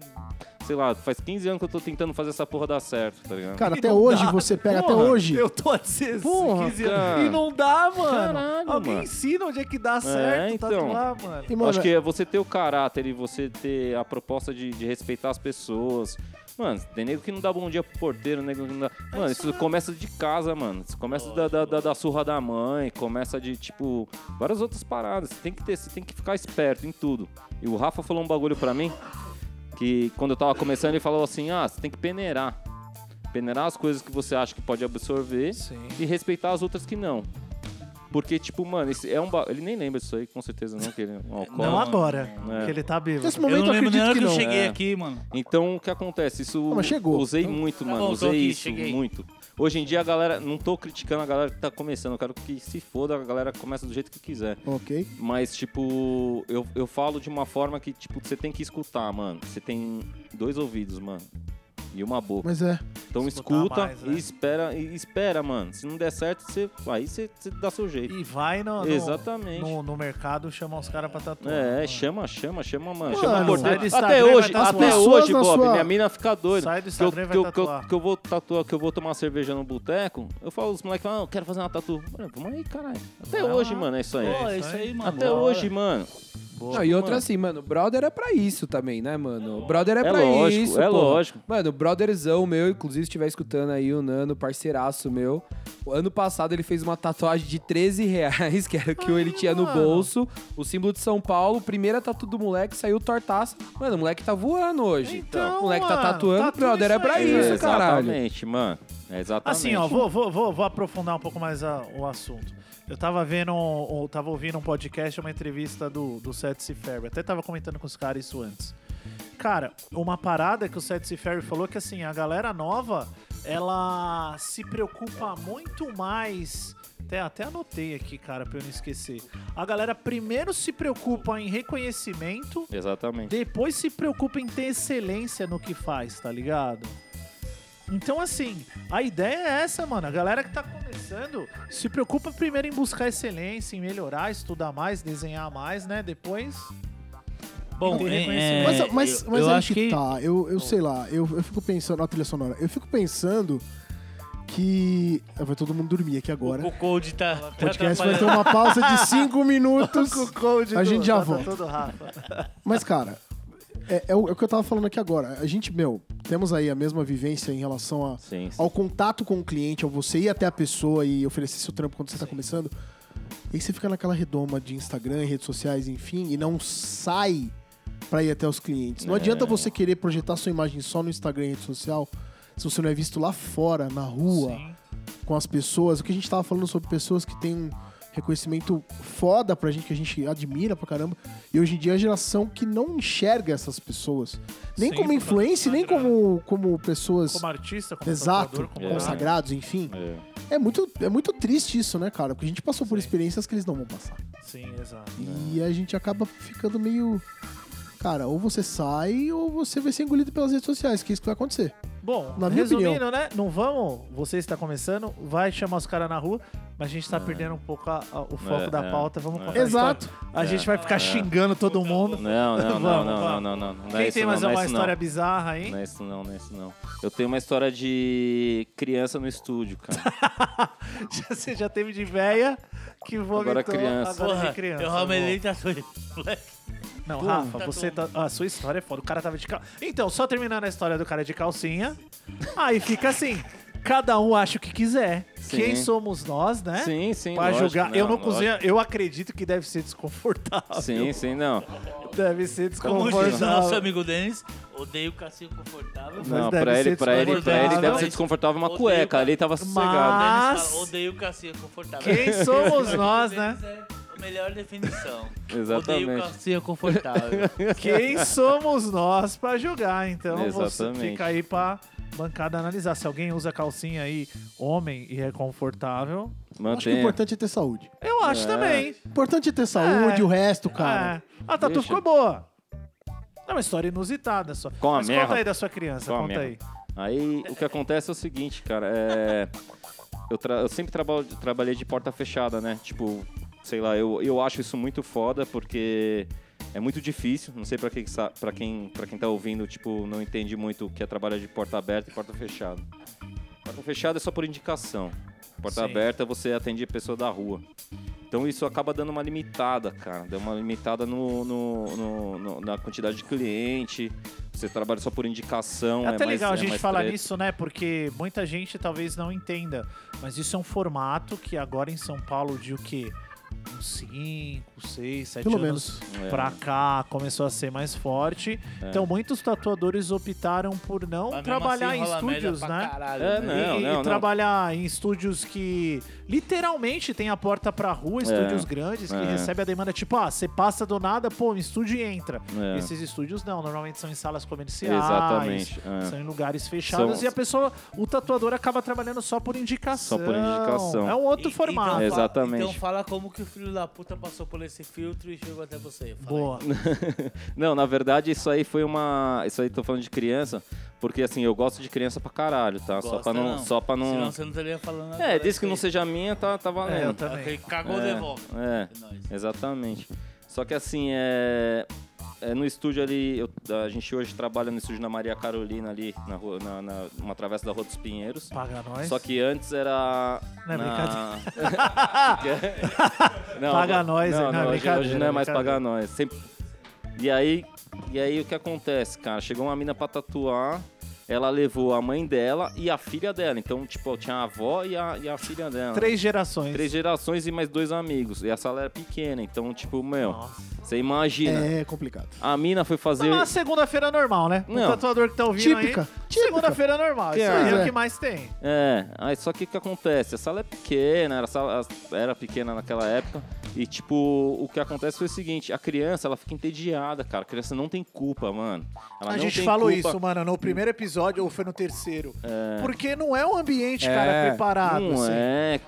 Speaker 4: sei lá, faz 15 anos que eu tô tentando fazer essa porra dar certo, tá ligado?
Speaker 3: Cara,
Speaker 2: E
Speaker 3: até
Speaker 2: não
Speaker 3: hoje
Speaker 2: dá.
Speaker 3: você pega, até
Speaker 2: Porra,
Speaker 3: hoje.
Speaker 2: Eu tô há 16,
Speaker 3: Porra,
Speaker 2: 15 anos.
Speaker 4: cara.
Speaker 2: E não dá, mano.
Speaker 4: Caralho,
Speaker 2: Alguém
Speaker 4: mano.
Speaker 2: ensina onde é que dá certo
Speaker 4: então.
Speaker 2: tatuar, mano.
Speaker 3: E,
Speaker 4: Eu
Speaker 3: mano,
Speaker 4: Acho que é você ter o caráter e você ter a proposta de, de respeitar as pessoas. Mano, tem nego que não dá bom dia pro porteiro, nego que não é dá. Mano, isso começa de casa, mano. Isso começa da, da, da- da surra da mãe, começa de, tipo, várias outras paradas. Você tem que ter, você tem que ficar esperto em tudo. E o Rafa falou um bagulho pra mim, que quando eu tava começando, ele falou assim: ah, você tem que peneirar. Peneirar as coisas que você acha que pode absorver
Speaker 2: Sim.
Speaker 4: e respeitar as outras que não. Porque, tipo, mano, esse é um ba... Ele nem lembra disso aí, com certeza não, que ele é um alcoólatra.
Speaker 2: Não
Speaker 5: Não,
Speaker 2: agora,
Speaker 4: é.
Speaker 2: que ele tá bêbado.
Speaker 3: nesse
Speaker 5: Eu
Speaker 3: momento eu
Speaker 5: não lembro nem
Speaker 3: acredito
Speaker 5: hora
Speaker 3: que
Speaker 5: que eu
Speaker 3: não.
Speaker 5: cheguei
Speaker 4: É.
Speaker 5: aqui, mano.
Speaker 4: Então, o que acontece? Isso
Speaker 3: mas chegou.
Speaker 4: usei
Speaker 3: Então-
Speaker 4: muito,
Speaker 5: Tá
Speaker 4: mano.
Speaker 5: bom, tô
Speaker 4: usei
Speaker 5: aqui,
Speaker 4: isso
Speaker 5: cheguei.
Speaker 4: muito. Hoje em dia, a galera... Não tô criticando a galera que tá começando. Eu quero que se foda, a galera começa do jeito que quiser.
Speaker 3: Ok.
Speaker 4: Mas, tipo, eu, eu falo de uma forma que, tipo, você tem que escutar, mano. Você tem dois ouvidos, mano. E uma boca.
Speaker 3: Mas é.
Speaker 4: Então
Speaker 2: Escutar
Speaker 4: escuta
Speaker 2: mais,
Speaker 4: e
Speaker 2: né?
Speaker 4: espera, e espera, mano. Se não der certo, você, aí você, você dá seu jeito.
Speaker 2: E vai no, no-
Speaker 4: Exatamente.
Speaker 2: no, no mercado chamar os caras pra tatuar.
Speaker 4: É,
Speaker 2: Mano,
Speaker 4: chama, chama, chama,
Speaker 2: Mano,
Speaker 4: mano. chama o
Speaker 2: sai
Speaker 4: porteiro.
Speaker 2: do Instagram
Speaker 4: Até
Speaker 2: e vai
Speaker 4: hoje,
Speaker 2: tatuar.
Speaker 4: até
Speaker 3: Pessoas
Speaker 4: hoje,
Speaker 3: na
Speaker 4: Bob,
Speaker 3: sua-
Speaker 4: minha mina fica doida.
Speaker 2: Sai do
Speaker 4: que eu,
Speaker 2: Instagram e vai
Speaker 4: que, eu, que, eu,
Speaker 2: tatuar.
Speaker 4: que eu vou tatuar, que eu vou tomar uma cerveja no boteco, eu falo os moleques, falam, ah, eu quero fazer uma tatu. Mano, vamos aí, caralho. Até
Speaker 2: Vai
Speaker 4: hoje,
Speaker 2: lá.
Speaker 4: mano, é isso aí.
Speaker 5: Pô, é
Speaker 2: isso
Speaker 5: isso
Speaker 2: aí.
Speaker 5: aí, mano.
Speaker 4: até
Speaker 5: da hora.
Speaker 4: hoje, mano.
Speaker 6: Não, e outra assim, mano, brother é pra isso também, né, mano? Brother é,
Speaker 4: É
Speaker 6: pra
Speaker 4: lógico,
Speaker 6: isso.
Speaker 4: é
Speaker 6: porra.
Speaker 4: lógico.
Speaker 6: Mano, brotherzão meu, inclusive se estiver escutando aí o Nano, parceiraço meu. O ano passado ele fez uma tatuagem de 13 reais, que era o que ele tinha no
Speaker 2: mano.
Speaker 6: bolso. O símbolo de São Paulo, primeira tatu do moleque, saiu tortaça. Mano, o moleque tá voando hoje.
Speaker 2: Então,
Speaker 6: o moleque tá
Speaker 2: mano,
Speaker 6: tatuando,
Speaker 2: tatua
Speaker 6: brother é
Speaker 2: isso
Speaker 6: pra
Speaker 2: aí,
Speaker 6: isso,
Speaker 2: velho.
Speaker 6: caralho.
Speaker 4: Exatamente, mano. É exatamente.
Speaker 2: Assim, ó, vou, vou, vou, vou aprofundar um pouco mais a- o assunto. Eu tava vendo, um- eu tava ouvindo um podcast, uma entrevista do, do Seth Ferry. Até tava comentando com os caras isso antes. Cara, uma parada que o Seth Ferry falou é que assim, a galera nova, ela se preocupa muito mais. Até, até anotei aqui, cara, pra eu não esquecer. A galera primeiro se preocupa em reconhecimento
Speaker 4: Exatamente.
Speaker 2: depois se preocupa em ter excelência no que faz, tá ligado? Então, assim, a ideia é essa, mano. A galera que tá começando se preocupa primeiro em buscar excelência, em melhorar, estudar mais, desenhar mais, né? Depois.
Speaker 5: Bom,
Speaker 2: Tem
Speaker 5: é,
Speaker 2: reconhecimento.
Speaker 3: Mas,
Speaker 5: é,
Speaker 3: mas,
Speaker 5: eu,
Speaker 3: mas
Speaker 5: eu
Speaker 3: aí
Speaker 5: acho que...
Speaker 3: tá. Eu, eu sei lá, eu, eu fico pensando. Ó, a trilha sonora. Eu fico pensando que. Ah, Vai todo mundo dormir aqui agora.
Speaker 5: o Cold tá, tá
Speaker 3: O podcast vai ter
Speaker 5: atrapalhando.
Speaker 3: uma pausa de 5 minutos.
Speaker 2: Code
Speaker 3: A gente já
Speaker 2: tá- tá
Speaker 3: volta.
Speaker 2: todo Rafa.
Speaker 3: Mas, cara, é, é o, é o que eu tava falando aqui agora. A gente, meu, temos aí a mesma vivência em relação a,
Speaker 4: Sim, sim.
Speaker 3: ao contato com o cliente, ao você ir até a pessoa e oferecer seu trampo quando você tá começando. E aí você fica naquela redoma de Instagram, redes sociais, enfim, e não sai pra ir até os clientes.
Speaker 4: É.
Speaker 3: Não adianta você querer projetar sua imagem só no Instagram e rede social se você não é visto lá fora, na rua, com as pessoas. O que a gente tava falando sobre pessoas que têm um reconhecimento foda pra gente, que a gente admira pra caramba. E hoje em dia é a geração que não enxerga essas pessoas. Nem
Speaker 2: Sim,
Speaker 3: como
Speaker 2: tá
Speaker 3: influência, nem como, como pessoas
Speaker 2: Como artista, como
Speaker 3: Exato, É.
Speaker 2: tatuador, como
Speaker 3: consagrados, enfim.
Speaker 4: É.
Speaker 3: É muito, é muito triste isso, né, cara? Porque a gente passou por experiências que eles não vão passar.
Speaker 2: Sim, exato.
Speaker 3: E a gente acaba ficando meio. Cara, ou você sai ou você vai ser engolido pelas redes sociais, que é isso que vai acontecer.
Speaker 2: Bom,
Speaker 3: Na minha
Speaker 2: resumindo, né? Não vamos. Você está começando, vai chamar os caras na rua, mas a gente tá perdendo um pouco a- a- o foco
Speaker 4: É,
Speaker 2: da
Speaker 4: é.
Speaker 2: pauta. Vamos
Speaker 4: É.
Speaker 2: contar a história.
Speaker 3: Exato.
Speaker 2: A gente vai ficar xingando todo mundo.
Speaker 4: Não, não, não,
Speaker 2: Vamos,
Speaker 4: não, não,
Speaker 2: vamos.
Speaker 4: não, não. Não é
Speaker 2: Quem
Speaker 4: isso
Speaker 2: tem
Speaker 4: não,
Speaker 2: mais
Speaker 4: não
Speaker 2: alguma
Speaker 4: é isso não.
Speaker 2: história bizarra aí?
Speaker 4: Não é isso não, não é isso não. Eu tenho uma história de criança no estúdio, cara.
Speaker 2: Já- Você já teve de véia que vomitou.
Speaker 4: é. Agora é criança.
Speaker 2: Agora
Speaker 5: Porra,
Speaker 2: de criança.
Speaker 5: eu
Speaker 2: bom.
Speaker 5: ramelei tá doido, moleque.
Speaker 2: Não, Rafa, você tá... A sua história é foda. O cara tava de calcinha. Então, só terminando a história do cara de calcinha, aí fica assim... Cada um acha o que quiser.
Speaker 4: Sim.
Speaker 2: Quem somos nós, né?
Speaker 4: Sim, sim,
Speaker 2: Pra
Speaker 4: lógico,
Speaker 2: julgar.
Speaker 4: não,
Speaker 2: eu não
Speaker 4: lógico.
Speaker 2: cozinho, eu acredito que deve ser desconfortável.
Speaker 4: Sim, sim, não.
Speaker 2: Deve ser
Speaker 5: Como diz o nosso
Speaker 2: desconfortável.
Speaker 5: amigo Denis, odeio o cacinho confortável.
Speaker 2: Mas
Speaker 4: Não,
Speaker 2: deve
Speaker 4: pra ele,
Speaker 2: ser
Speaker 4: pra ele, pra ele deve
Speaker 2: desconfortável.
Speaker 4: ser desconfortável uma
Speaker 5: Odeio,
Speaker 4: cueca.
Speaker 5: cara.
Speaker 4: Ali tava sossegado. né?
Speaker 5: Denis
Speaker 2: Mas-
Speaker 5: fala, odeio o cacinho confortável.
Speaker 2: Quem somos nós,
Speaker 5: O
Speaker 2: né?
Speaker 5: Denis é a melhor definição. Odeio
Speaker 4: Exatamente.
Speaker 5: calcinha confortável.
Speaker 2: Quem somos nós pra julgar? Então você
Speaker 4: Exatamente.
Speaker 2: fica aí pra bancada analisar. Se alguém usa calcinha aí, homem, e é confortável,
Speaker 3: Acho que o
Speaker 4: Mantenha.
Speaker 3: importante é ter saúde.
Speaker 2: eu acho
Speaker 4: É.
Speaker 2: também.
Speaker 3: O importante é ter saúde,
Speaker 2: É.
Speaker 3: o resto, cara.
Speaker 2: É. A tatu
Speaker 4: Deixa.
Speaker 2: ficou boa. É uma história inusitada só.
Speaker 4: Com a
Speaker 2: Mas
Speaker 4: merda.
Speaker 2: conta aí da sua criança,
Speaker 4: Com a
Speaker 2: conta
Speaker 4: merda.
Speaker 2: aí.
Speaker 4: Aí o que acontece é o seguinte, cara. É... Eu, tra- eu sempre traba- trabalhei de porta fechada, né? Tipo, sei lá, eu, eu acho isso muito foda porque é muito difícil. Não sei pra quem, sa- pra quem, pra quem tá ouvindo, tipo, não entende muito o que é trabalhar de porta aberta e porta fechada. Porta fechada é só por indicação. Porta
Speaker 2: Sim.
Speaker 4: aberta você atende a pessoa da rua. Então isso acaba dando uma limitada, cara. Deu uma limitada no, no- no- no- na quantidade de cliente. Você trabalha só por indicação.
Speaker 2: É
Speaker 4: é
Speaker 2: até
Speaker 4: mais-
Speaker 2: legal
Speaker 4: é
Speaker 2: a gente
Speaker 4: mais
Speaker 2: falar
Speaker 4: treta.
Speaker 2: nisso, né? Porque muita gente talvez não entenda. Mas isso é um formato que agora em São Paulo de o quê? Uns 5, 6, 7
Speaker 3: Pelo
Speaker 2: anos
Speaker 3: menos.
Speaker 4: É.
Speaker 2: pra cá começou a ser mais forte. Então muitos tatuadores optaram por não
Speaker 5: Mas mesmo
Speaker 2: trabalhar
Speaker 5: assim
Speaker 2: em
Speaker 5: rola merda
Speaker 2: estúdios,
Speaker 5: pra
Speaker 2: né?
Speaker 5: caralho,
Speaker 4: É,
Speaker 5: né?
Speaker 4: né? Não,
Speaker 2: e, e
Speaker 4: não, não.
Speaker 2: trabalhar em estúdios que literalmente tem a porta pra rua, estúdios grandes que
Speaker 4: É.
Speaker 2: recebem recebe a demanda, tipo, ah, você passa do nada, pô, um estúdio e entra.
Speaker 4: É.
Speaker 2: Esses estúdios não, normalmente são em salas comerciais.
Speaker 4: Exatamente. é.
Speaker 2: São em lugares fechados
Speaker 4: São-
Speaker 2: e a pessoa, o tatuador acaba trabalhando só por indicação.
Speaker 4: Só por indicação.
Speaker 2: É um outro
Speaker 5: E-
Speaker 2: formato.
Speaker 5: então fa-
Speaker 4: Exatamente.
Speaker 5: Então fala como que o filho da puta passou por esse filtro e chegou até você. Fala aí.
Speaker 2: Boa. é
Speaker 4: Não, na verdade, isso aí foi uma. Isso aí tô falando de criança, porque assim, eu gosto de criança pra caralho, tá? só
Speaker 5: Gosta,
Speaker 4: pra não. Só pra não...
Speaker 5: Senão você não estaria falando
Speaker 4: É,
Speaker 5: agora
Speaker 4: desde que não
Speaker 5: isso aí.
Speaker 4: seja minha, tá,
Speaker 2: É,
Speaker 4: tá
Speaker 2: eu
Speaker 4: valendo.
Speaker 2: também.
Speaker 5: Ok, cagou,
Speaker 4: É,
Speaker 5: devolve.
Speaker 4: é.
Speaker 5: É nóis.
Speaker 4: Exatamente. Só que assim, é. é no estúdio ali, eu- a gente hoje trabalha no estúdio na Maria Carolina ali, na rua, na, na- uma travessa da Rua dos Pinheiros.
Speaker 2: Paga nós.
Speaker 4: Só que antes era.
Speaker 2: Não é
Speaker 4: na... não,
Speaker 2: Paga
Speaker 4: agora-
Speaker 2: nós,
Speaker 4: não,
Speaker 2: não, é
Speaker 4: não, hoje,
Speaker 2: brincadeira,
Speaker 4: hoje não é mais
Speaker 2: brincadeira.
Speaker 4: pagar nós. Sempre... E aí, e aí o que acontece, cara? Chegou uma mina pra tatuar, ela levou a mãe dela e a filha dela. Então, tipo, tinha a avó e a, e a filha dela.
Speaker 2: Três gerações.
Speaker 4: né? Três gerações e mais dois amigos. E a sala era pequena, então, tipo, meu,
Speaker 2: Nossa.
Speaker 4: você imagina.
Speaker 3: É complicado.
Speaker 4: A mina foi fazer.
Speaker 2: Uma segunda-feira normal, né?
Speaker 4: Não.
Speaker 2: O tatuador que tá ouvindo
Speaker 3: Típica,
Speaker 2: aí.
Speaker 3: típica.
Speaker 2: Segunda-feira normal.
Speaker 4: Que né?
Speaker 2: Isso aí é
Speaker 3: é.
Speaker 2: o que mais tem.
Speaker 4: É, aí só que o que acontece? A sala é pequena, era, sala- era pequena naquela época. E, tipo, o que acontece foi o seguinte: a criança, ela fica entediada, cara. A criança não tem culpa, mano. Ela
Speaker 2: a
Speaker 4: não
Speaker 2: gente
Speaker 4: tem
Speaker 2: falou
Speaker 4: culpa.
Speaker 2: isso, mano, no primeiro episódio, ou foi no terceiro. Porque não é um ambiente, cara,
Speaker 6: É,
Speaker 2: preparado,
Speaker 4: Não
Speaker 2: assim.
Speaker 4: é,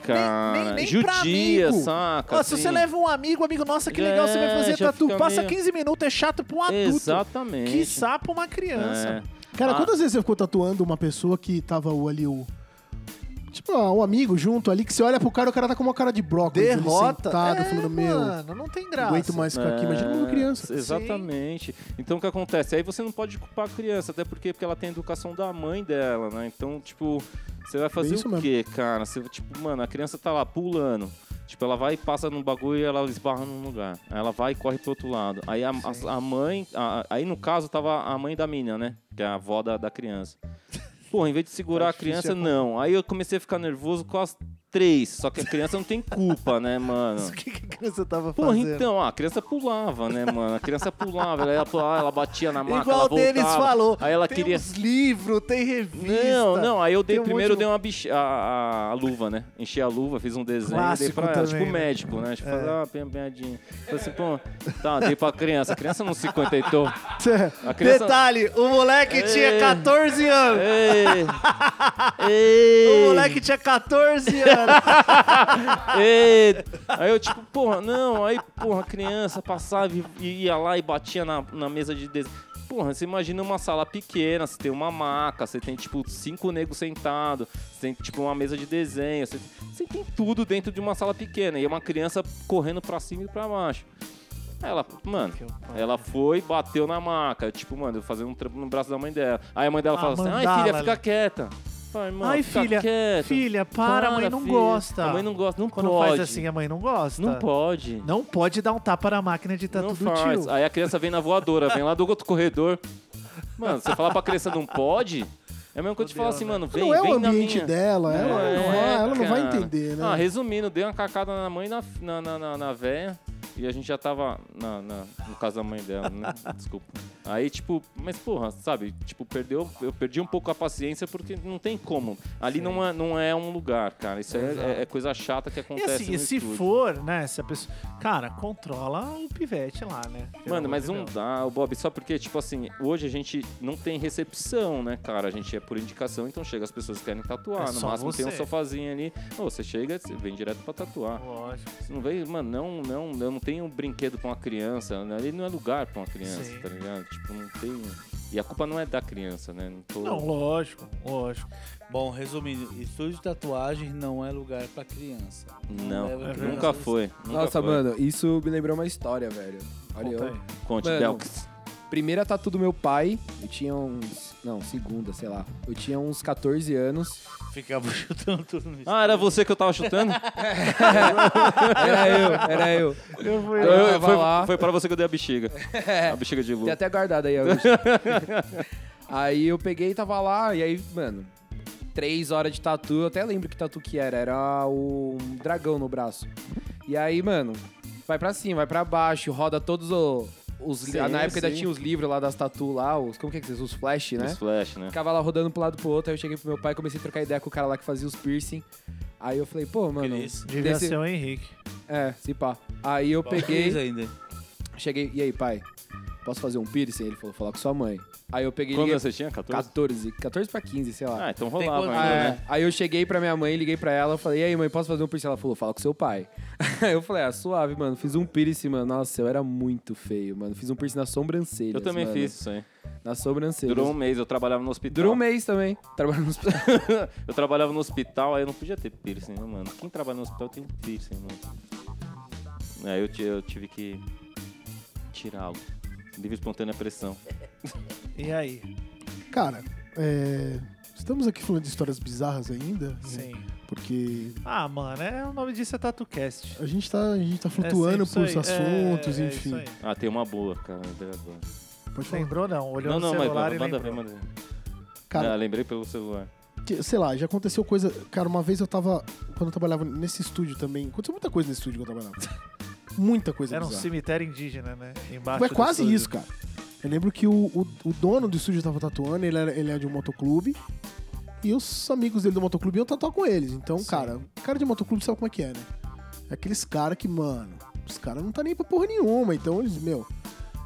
Speaker 2: nem-
Speaker 4: cara.
Speaker 2: nem pra
Speaker 4: Judia,
Speaker 2: amigo.
Speaker 4: saca?
Speaker 2: Ó, se
Speaker 4: assim.
Speaker 2: você leva um amigo, amigo, nossa, que legal, você vai
Speaker 4: É,
Speaker 2: fazer
Speaker 4: já
Speaker 2: tatu.
Speaker 4: fica
Speaker 2: Passa
Speaker 4: meio-
Speaker 2: 15 minutos, é chato pra um adulto.
Speaker 4: Exatamente.
Speaker 2: Que sapo uma
Speaker 4: É.
Speaker 2: criança.
Speaker 3: Cara,
Speaker 4: Ah.
Speaker 3: quantas vezes você ficou tatuando uma pessoa que tava o- ali o. Tipo, ó, um amigo junto ali, que você olha pro cara, o cara tá com uma cara de brócolis. ele
Speaker 2: Derrota.
Speaker 3: Sentado,
Speaker 2: é,
Speaker 3: falando, meu, não
Speaker 2: mano, não tem graça.
Speaker 3: aguento mais ficar aqui. Imagina uma
Speaker 4: É,
Speaker 3: criança.
Speaker 4: Exatamente. Então o que acontece? Aí você não pode culpar a criança, até porque, porque ela tem a educação da mãe dela, né? Então, tipo, você vai fazer
Speaker 3: isso
Speaker 4: o
Speaker 3: mesmo.
Speaker 4: quê, cara? Você, tipo, mano, a criança tá lá pulando. Tipo, ela vai e passa num bagulho e ela esbarra num lugar. Aí Ela vai e corre pro outro lado. Aí a, a- a mãe. a- aí no caso tava a mãe da mina, né? Que é a avó da, da criança. Porra, em vez de
Speaker 3: Tá
Speaker 4: segurar a criança,
Speaker 3: é
Speaker 4: não. Aí eu comecei a ficar nervoso com as três. Só que a criança não tem culpa, né, mano?
Speaker 2: O que, que a criança tava
Speaker 4: Porra,
Speaker 2: fazendo?
Speaker 4: então, ah, a criança pulava, né, mano? A criança pulava, ela, ia pular, ela batia na maca,
Speaker 2: Igual
Speaker 4: ela
Speaker 2: o Denis
Speaker 4: voltava,
Speaker 2: falou.
Speaker 4: Aí ela
Speaker 2: tem
Speaker 4: queria...
Speaker 2: uns livros, tem revista.
Speaker 4: Não, não, aí eu dei
Speaker 2: tem um monte
Speaker 4: primeiro, eu
Speaker 2: de-
Speaker 4: dei uma bicha, a, a- a luva, né? Enchi a luva, fiz um desenho, dei
Speaker 2: Clássico
Speaker 4: pra ela,
Speaker 2: também,
Speaker 4: tipo
Speaker 2: né?
Speaker 4: médico, né? Tipo, fazer uma pin- pinhadinha. Falei assim, pô, tá, dei pra criança. A criança não se contentou. A criança... É.
Speaker 2: Detalhe, o moleque tinha 14 anos.
Speaker 4: Ei,
Speaker 2: O
Speaker 4: ei,
Speaker 2: moleque tinha 14 anos.
Speaker 4: Ê, Aí eu, tipo, porra, não. Aí, porra, a criança passava e e ia lá e batia na, na mesa de desenho. Porra, você imagina uma sala pequena, você tem uma maca, você tem, tipo, cinco negros sentados, você tem, tipo, uma mesa de desenho, você, você tem tudo dentro de uma sala pequena. E é uma criança correndo pra cima e pra baixo. Aí Ela, mano, ela foi, bateu na maca. Tipo, mano, eu fazendo um trampo no braço da mãe dela. Aí a mãe dela
Speaker 2: Ah,
Speaker 4: fala assim: ai,
Speaker 2: mandala,
Speaker 4: filha, fica
Speaker 2: né?"
Speaker 4: quieta. Ai, mano,
Speaker 2: Ai,
Speaker 4: fica
Speaker 2: filha,
Speaker 4: quieta.
Speaker 2: filha, para, a mãe não gosta.
Speaker 4: A mãe não gosta, não
Speaker 2: Quando
Speaker 4: pode.
Speaker 2: faz assim, a mãe não gosta.
Speaker 4: Não pode.
Speaker 2: Não pode dar um tapa na máquina de tatu
Speaker 4: Não
Speaker 2: do
Speaker 4: faz.
Speaker 2: tio.
Speaker 4: Aí a criança vem na voadora, vem lá do outro corredor. Mano, você falar pra criança não pode, é a mesma coisa de falar assim, mano,
Speaker 2: né?
Speaker 4: vem,
Speaker 3: é
Speaker 4: vem
Speaker 3: o
Speaker 4: na
Speaker 3: ambiente
Speaker 4: minha. É,
Speaker 3: dela, ela,
Speaker 2: É,
Speaker 3: não vai, ela não vai
Speaker 4: cara.
Speaker 3: entender, né?
Speaker 4: Ah, resumindo, dei uma cacada na mãe e na, na, na, na, na véia. E a gente já tava na, na- no caso da mãe dela, né? Desculpa. Aí, tipo, mas porra, sabe? Tipo, perdeu, eu perdi um pouco a paciência porque não tem como. Ali não é, não é um lugar, cara. Isso é- é, é coisa chata que
Speaker 2: E
Speaker 4: acontece
Speaker 2: assim,
Speaker 4: no
Speaker 2: se
Speaker 4: estúdio.
Speaker 2: for, né, se a pessoa... Cara, controla o pivete lá, né? Pelo
Speaker 4: Mano, mas um-
Speaker 2: amor
Speaker 4: não
Speaker 2: de Deus.
Speaker 4: dá, o Bob, só porque, tipo assim, hoje a gente não tem recepção, né, cara? A gente é por indicação, então chega as pessoas que querem tatuar.
Speaker 2: É
Speaker 4: no
Speaker 2: só
Speaker 4: máximo tem um
Speaker 2: você.
Speaker 4: sofazinho ali. Ô, você chega, você vem direto pra tatuar.
Speaker 2: Lógico.
Speaker 4: Você não vem, mano, não, não, não, não tem um brinquedo pra uma criança. Né? Ali não é lugar pra uma criança,
Speaker 2: Sim.
Speaker 4: tá ligado? Tipo, não tem. E a culpa não é da criança, né? Não tô.
Speaker 2: Não, lógico, lógico.
Speaker 5: Bom, resumindo, estúdio de tatuagem não é lugar pra criança.
Speaker 4: Não,
Speaker 2: é,
Speaker 5: Leva a criança
Speaker 4: nunca
Speaker 5: no
Speaker 4: foi. Nunca
Speaker 6: Nossa,
Speaker 4: foi.
Speaker 6: mano, isso me lembrou uma história, velho. Olha
Speaker 2: Conta
Speaker 6: eu.
Speaker 2: aí.
Speaker 4: Conte,
Speaker 6: Mano,
Speaker 4: Belks.
Speaker 6: Primeira tatu do meu pai, eu tinha uns. Não, segunda, sei lá. Eu tinha uns 14 anos.
Speaker 5: Ficava chutando tudo no
Speaker 4: Ah, era você que eu tava chutando?
Speaker 6: Era eu, era eu.
Speaker 2: Eu fui
Speaker 6: Aí eu
Speaker 4: Eu-
Speaker 6: tava
Speaker 4: foi,
Speaker 6: lá.
Speaker 4: foi pra você que eu dei a bexiga. A bexiga de
Speaker 6: Tem
Speaker 4: luz.
Speaker 6: até guardado aí a origem. Aí eu peguei e tava lá, e aí, mano, três horas de tatu, eu até lembro que tatu que era, era o um dragão no braço. E aí, mano, vai pra cima, vai pra baixo, roda todos o- os.
Speaker 4: Sim,
Speaker 6: na época ainda
Speaker 4: sim.
Speaker 6: tinha os livros lá das tatu lá, os. Como que é que vocês? Os flash, né?
Speaker 4: Os flash, né?
Speaker 6: Ficava lá rodando pro lado pro outro, aí eu cheguei pro meu pai, comecei a trocar ideia com o cara lá que fazia os piercing. Aí eu falei, pô, mano.
Speaker 5: Cris.
Speaker 2: Devia
Speaker 6: desse-
Speaker 2: ser um- o Henrique.
Speaker 6: É, se pá. Aí eu
Speaker 5: Peguei
Speaker 6: peguei.
Speaker 5: ainda.
Speaker 6: Cheguei, e aí, pai? Posso fazer um piercing? Ele falou, falar com sua mãe. Aí eu peguei. e
Speaker 4: Quando
Speaker 6: liguei-
Speaker 4: você tinha? 14?
Speaker 6: 14. 14 pra 15, sei lá.
Speaker 4: Ah, então
Speaker 5: Tem
Speaker 4: rolava.
Speaker 5: quantos
Speaker 4: ainda,
Speaker 5: anos?
Speaker 4: né?
Speaker 6: É, Aí eu cheguei pra minha mãe, liguei pra ela, falei, e aí, mãe, posso fazer um piercing? Ela falou, fala com seu pai. Aí eu falei, ah, suave, mano. Fiz um piercing, mano. Nossa, eu era muito feio, mano. Fiz um piercing na sobrancelha.
Speaker 4: Eu também fiz isso aí.
Speaker 6: Na sobrancelha.
Speaker 4: Durou um mês, eu trabalhava no hospital.
Speaker 6: Durou um mês também. Trabalhando no hospital.
Speaker 4: eu trabalhava no hospital, aí eu não podia ter piercing, né, mano? Quem trabalha no hospital tem piercing, mano. Aí eu, ti- eu tive que tirá-lo. Livre espontânea pressão.
Speaker 2: E aí?
Speaker 3: Cara, é, estamos aqui falando de histórias bizarras ainda, né?
Speaker 2: Sim.
Speaker 3: porque
Speaker 2: Ah, mano, é, o nome disso é TatuCast.
Speaker 3: a gente tá, a gente tá
Speaker 2: É
Speaker 3: flutuando
Speaker 2: sempre isso
Speaker 3: por os
Speaker 2: aí. É,
Speaker 3: assuntos,
Speaker 2: é
Speaker 3: enfim.
Speaker 2: isso aí.
Speaker 4: Ah, tem uma boa, cara. lembrei agora.
Speaker 3: Pode falar.
Speaker 2: Lembrou não? Olhou no
Speaker 4: Não, não, mas
Speaker 2: celular
Speaker 4: manda,
Speaker 2: e
Speaker 4: manda ver,
Speaker 2: lembrou.
Speaker 4: manda ver.
Speaker 3: Cara,
Speaker 4: Ah, lembrei pelo celular.
Speaker 3: que- sei lá, já aconteceu coisa. Cara, uma vez eu tava. Quando eu trabalhava nesse estúdio também. Aconteceu muita coisa nesse estúdio que eu trabalhava. Muita coisa
Speaker 2: Era um
Speaker 3: bizarra.
Speaker 2: cemitério indígena, né? Embaixo
Speaker 3: Foi
Speaker 2: do
Speaker 3: é quase
Speaker 2: estúdio.
Speaker 3: isso, cara. Eu lembro que o, o, o dono do estúdio tava tatuando, ele era, ele é de um motoclube. E os amigos dele do motoclube iam tatuar com eles. Então, cara, o cara de motoclube sabe como é que é, né? É aqueles caras que, mano, os caras não tá nem pra porra nenhuma. Então, eles, meu.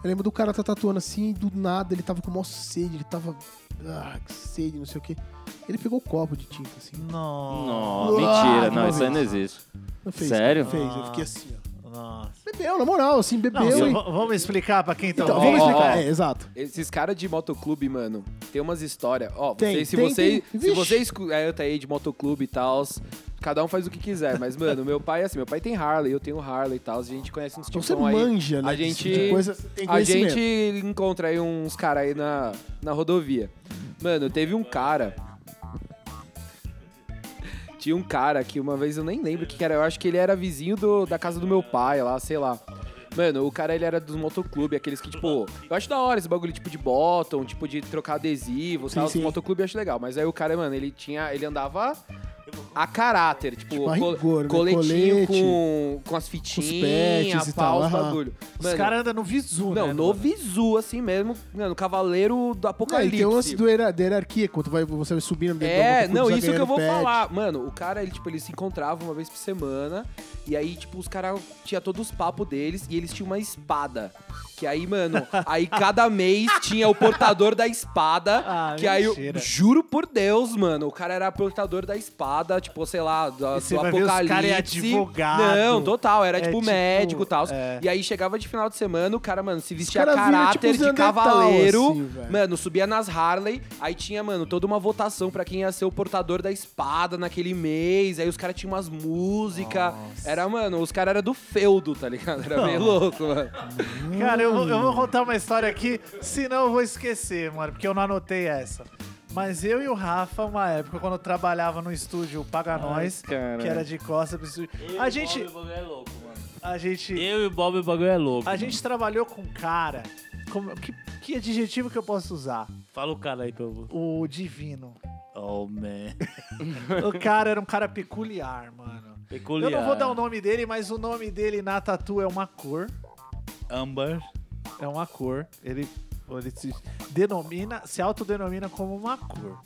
Speaker 3: Eu lembro do cara tá tatuando assim, e do nada ele tava com mó sede, ele tava. Ah, que sede, não sei o quê. Ele pegou o copo de tinta, assim.
Speaker 2: Nossa.
Speaker 4: Não, mentira. Não,
Speaker 3: não
Speaker 4: isso aí não existe.
Speaker 3: Não fez, cara,
Speaker 4: Sério?
Speaker 3: não fez, eu
Speaker 6: Ah.
Speaker 3: fiquei assim, ó.
Speaker 2: Nossa.
Speaker 3: Bebeu, na moral, assim, bebeu.
Speaker 2: Não,
Speaker 3: e...
Speaker 2: v- vamos explicar pra quem tá
Speaker 3: Então,
Speaker 2: ouvindo.
Speaker 3: vamos
Speaker 6: ó,
Speaker 3: explicar.
Speaker 6: ó.
Speaker 3: É, exato.
Speaker 6: Esses caras de motoclube, mano, tem umas histórias. Ó,
Speaker 3: Tem,
Speaker 6: vocês, se
Speaker 3: tem,
Speaker 6: vocês.
Speaker 3: tem.
Speaker 6: Se
Speaker 3: Vixe.
Speaker 6: vocês escu- é, tá aí de motoclube e tal, cada um faz o que quiser. Mas, mano, meu pai, é assim, meu pai tem Harley, eu tenho Harley e tal. A gente conhece uns
Speaker 3: Então
Speaker 6: tipos
Speaker 3: você
Speaker 6: Tipo, aí.
Speaker 3: manja, né?
Speaker 6: A
Speaker 3: desse
Speaker 6: gente.
Speaker 3: tipo de coisa, você tem
Speaker 6: A
Speaker 3: conhecimento.
Speaker 6: gente é encontra aí uns caras aí na, na rodovia. Mano, teve um cara. Tinha um cara que uma vez eu nem lembro o que que era. Eu acho que ele era vizinho do- da casa do meu pai lá, sei lá. Mano, o cara ele era dos motoclube, aqueles que, tipo, eu acho da hora esse bagulho tipo de bottom, tipo de trocar adesivo,
Speaker 3: Sim,
Speaker 6: tal.
Speaker 3: sim.
Speaker 6: Os motoclube eu acho legal. Mas aí o cara, mano, ele tinha. Ele andava a caráter, tipo,
Speaker 3: Tipo, a
Speaker 6: co-
Speaker 3: rigor, né?
Speaker 6: coletinho
Speaker 3: Colete,
Speaker 6: com, com as fitinhas,
Speaker 3: patches e
Speaker 6: pau,
Speaker 3: tal,
Speaker 6: os
Speaker 3: aham.
Speaker 6: bagulho.
Speaker 2: Os
Speaker 6: Mano,
Speaker 2: caras andam no visu, né?
Speaker 6: não,
Speaker 2: mano?
Speaker 6: no visu, assim mesmo. Mano, cavaleiro do
Speaker 3: Ah, e
Speaker 6: apocalipse.
Speaker 3: tem o lance do hierar- da hierarquia, quando vai, você vai subindo dentro
Speaker 6: É,
Speaker 3: do motoclube,
Speaker 6: não,
Speaker 3: você
Speaker 6: isso que
Speaker 3: vai
Speaker 6: eu vou
Speaker 3: ganhando pad.
Speaker 6: falar. Mano, o cara, ele, tipo, ele se encontrava uma vez por semana. E aí, tipo, os caras tinham todos os papos deles e eles tinham uma espada. Que aí, mano, aí cada mês tinha o portador da espada.
Speaker 2: Ah,
Speaker 6: que aí, eu
Speaker 2: mentira.
Speaker 6: juro por Deus, mano, o cara era portador da espada, tipo, sei lá, da-
Speaker 2: E
Speaker 6: do
Speaker 2: você vai ver, os
Speaker 6: apocalipse.
Speaker 2: cara é advogado.
Speaker 6: Não, total, era
Speaker 2: É,
Speaker 6: tipo
Speaker 2: tipo,
Speaker 6: médico e tal.
Speaker 2: é.
Speaker 6: E aí chegava de final de semana, o cara, mano, se vestia
Speaker 3: cara vira, tipo,
Speaker 6: caráter de
Speaker 3: Neandertal,
Speaker 6: cavaleiro.
Speaker 3: assim, velho.
Speaker 6: Mano, subia nas Harley, aí tinha, mano, toda uma votação pra quem ia ser o portador da espada naquele mês. Aí os caras tinham umas músicas. Era, mano, os caras eram do feudo, tá ligado? Era meio louco, mano.
Speaker 2: Cara, eu, vou- eu vou contar uma história aqui, senão eu vou esquecer, mano, porque eu não anotei essa. Mas eu e o Rafa, uma época, quando eu trabalhava no estúdio Paga Nós,
Speaker 4: cara.
Speaker 2: que era de costas pro estúdio. A gente.
Speaker 5: Eu e o Bob, o bagulho é louco, mano.
Speaker 2: A gente.
Speaker 5: Eu e o Bob, o bagulho é louco.
Speaker 2: A gente trabalhou com um cara. Como, que, que adjetivo que eu posso usar?
Speaker 5: Fala o cara aí pra eu...
Speaker 2: O divino.
Speaker 5: Oh, man.
Speaker 2: O cara era um cara peculiar, mano.
Speaker 5: Peculiar.
Speaker 2: Eu não vou dar o nome dele, mas o nome dele na tatu é uma cor.
Speaker 5: Amber.
Speaker 2: É uma cor. Ele, ele se denomina, se autodenomina como uma cor.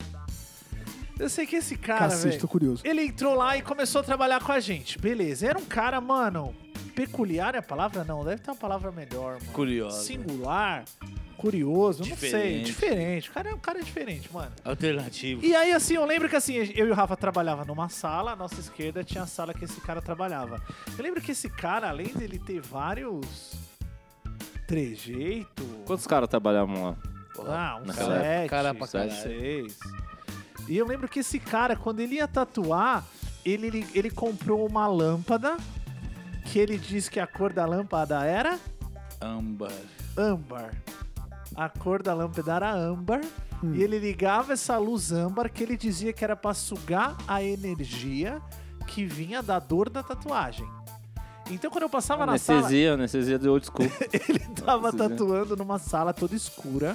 Speaker 2: Eu sei que esse cara,
Speaker 3: Cacete, tô
Speaker 2: velho,
Speaker 3: curioso.
Speaker 2: ele entrou lá e começou a trabalhar com a gente. Beleza. Era um cara, mano, peculiar é a palavra? Não, deve ter uma palavra melhor, mano.
Speaker 5: Curioso.
Speaker 2: Singular, curioso, não sei.
Speaker 5: Diferente.
Speaker 2: Diferente. O cara é um cara diferente, mano.
Speaker 5: Alternativo.
Speaker 2: E aí, assim, eu lembro que assim, eu e o Rafa trabalhava numa sala, à nossa esquerda tinha a sala que esse cara trabalhava. Eu lembro que esse cara, além dele ter vários trejeito,
Speaker 4: Quantos caras trabalhavam lá?
Speaker 2: ah, uns
Speaker 4: Naquela época,
Speaker 2: sete,
Speaker 5: cara pra caralho.
Speaker 2: seis. E eu lembro que esse cara, quando ele ia tatuar, ele, ele, ele comprou uma lâmpada que ele disse que a cor da lâmpada era
Speaker 5: Amber.
Speaker 2: âmbar. A cor da lâmpada era âmbar. E ele ligava essa luz âmbar que ele dizia que era pra sugar a energia que vinha da dor da tatuagem. Então quando eu passava na sala,
Speaker 4: Anestesia, anestesia de old school.
Speaker 2: ele tava
Speaker 4: Anestesia.
Speaker 2: tatuando numa sala toda escura,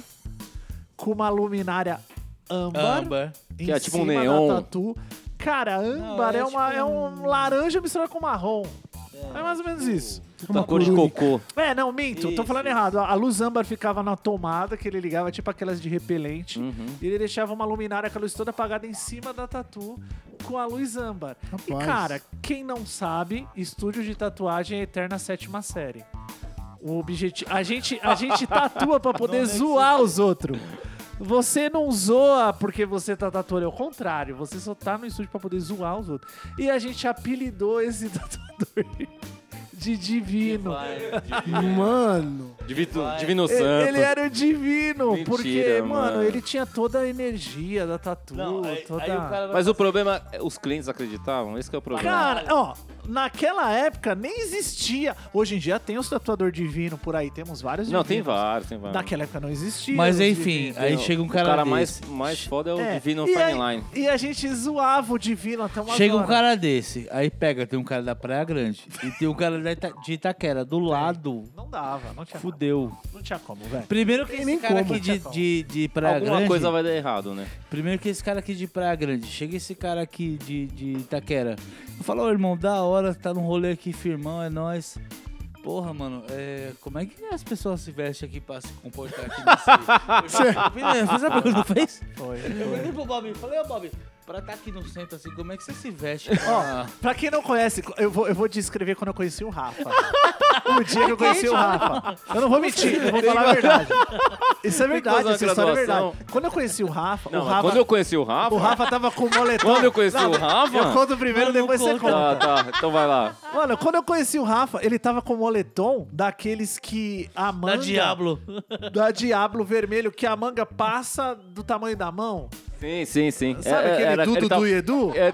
Speaker 2: com uma luminária âmbar,
Speaker 5: Amber.
Speaker 2: em
Speaker 4: Que é tipo um
Speaker 2: cima
Speaker 4: neon.
Speaker 2: da tatu. Cara, âmbar é,
Speaker 5: Não, é
Speaker 2: uma,
Speaker 5: tipo
Speaker 2: é um laranja misturado com marrom. É, mais ou menos isso.
Speaker 4: da cor de cocô.
Speaker 2: É, não, minto, tô
Speaker 5: Isso,
Speaker 2: falando
Speaker 5: isso.
Speaker 2: errado. A a luz âmbar ficava na tomada que ele ligava, tipo aquelas de repelente.
Speaker 4: Uhum.
Speaker 2: E ele deixava uma luminária com a luz toda apagada em cima da tatu com a luz âmbar. E
Speaker 3: Rapaz.
Speaker 2: cara, quem não sabe, estúdio de tatuagem é a eterna sétima série. O objetivo. A gente, a gente tatua pra poder zoar os outros. Você não zoa porque você tá tatuando, é o contrário. Você só tá no estúdio pra poder zoar os outros. E a gente apelidou esse tatuador de divino.
Speaker 3: Mano,
Speaker 4: Divino, Divino
Speaker 2: Ele, é-
Speaker 4: Santo.
Speaker 2: ele era o divino,
Speaker 4: Mentira,
Speaker 2: porque, mano,
Speaker 4: mano.
Speaker 2: ele tinha toda a energia da tatu,
Speaker 5: Não, aí,
Speaker 2: toda...
Speaker 5: aí o cara vai
Speaker 4: Mas o problema é os clientes acreditavam? Esse que é o problema.
Speaker 2: Cara, ó, naquela época nem existia. Hoje em dia tem os tatuador divino por aí, temos vários
Speaker 4: não, tem
Speaker 2: divinos.
Speaker 4: vários, tem vários.
Speaker 2: Naquela época não existia.
Speaker 5: Mas
Speaker 2: os
Speaker 5: enfim,
Speaker 2: divinos.
Speaker 5: aí chega um cara,
Speaker 4: o cara
Speaker 5: desse.
Speaker 4: mais, mais foda é o
Speaker 2: É,
Speaker 4: Divino
Speaker 2: e aí-
Speaker 4: Timeline.
Speaker 2: E a gente zoava o divino até uma
Speaker 5: Chega um cara desse, aí pega, tem um cara da Praia Grande e tem um cara da Ita- de Itaquera, do lado.
Speaker 2: Não dava, não tinha,
Speaker 5: Fudeu.
Speaker 2: não tinha como, velho.
Speaker 5: Primeiro que
Speaker 2: Tem
Speaker 5: esse
Speaker 2: nem
Speaker 5: cara
Speaker 2: como,
Speaker 5: aqui é de,
Speaker 2: Tiacão.
Speaker 5: de, de Praia
Speaker 4: Alguma
Speaker 5: Grande.
Speaker 4: coisa vai dar errado, né?
Speaker 5: Primeiro que esse cara aqui de Praia Grande. Chega esse cara aqui de, de Itaquera. Eu falo, ô irmão, da hora, tá num rolê aqui, firmão, é nóis. Porra, mano, é, como é que as pessoas se vestem aqui pra se comportar aqui nesse... Eu Fiz a pergunta, não fez?
Speaker 2: Foi.
Speaker 5: Eu perguntei pro Bob, falei, ô Bob, pra estar aqui no centro assim, como é que você se veste?
Speaker 4: Ah.
Speaker 5: Ó,
Speaker 2: Pra quem não conhece, eu vou, eu vou descrever quando eu conheci o Rafa. o dia que eu conheci o Rafa. Eu não vou mentir, eu vou falar a verdade. Isso é verdade,
Speaker 4: fazer
Speaker 2: essa
Speaker 4: uma
Speaker 2: história é
Speaker 4: graduação.
Speaker 2: verdade. Quando eu conheci o Rafa,
Speaker 4: Não,
Speaker 2: o
Speaker 4: mas
Speaker 2: Rafa...
Speaker 4: quando eu conheci o Rafa.
Speaker 2: O Rafa tava com o moletom.
Speaker 4: Quando eu conheci o Rafa?
Speaker 2: Eu conto primeiro,
Speaker 5: Não, não
Speaker 2: depois você
Speaker 5: conta.
Speaker 2: conta.
Speaker 4: Tá, tá, então vai lá.
Speaker 2: Mano, quando eu conheci o Rafa, ele tava com o moletom daqueles que a manga...
Speaker 5: da Diablo.
Speaker 2: Da Diablo vermelho, que a manga passa do tamanho da mão.
Speaker 4: Sim, sim, sim.
Speaker 2: Sabe
Speaker 4: É,
Speaker 2: aquele
Speaker 4: era-
Speaker 2: Dudu
Speaker 4: ele tava-
Speaker 2: do Edu?
Speaker 4: é,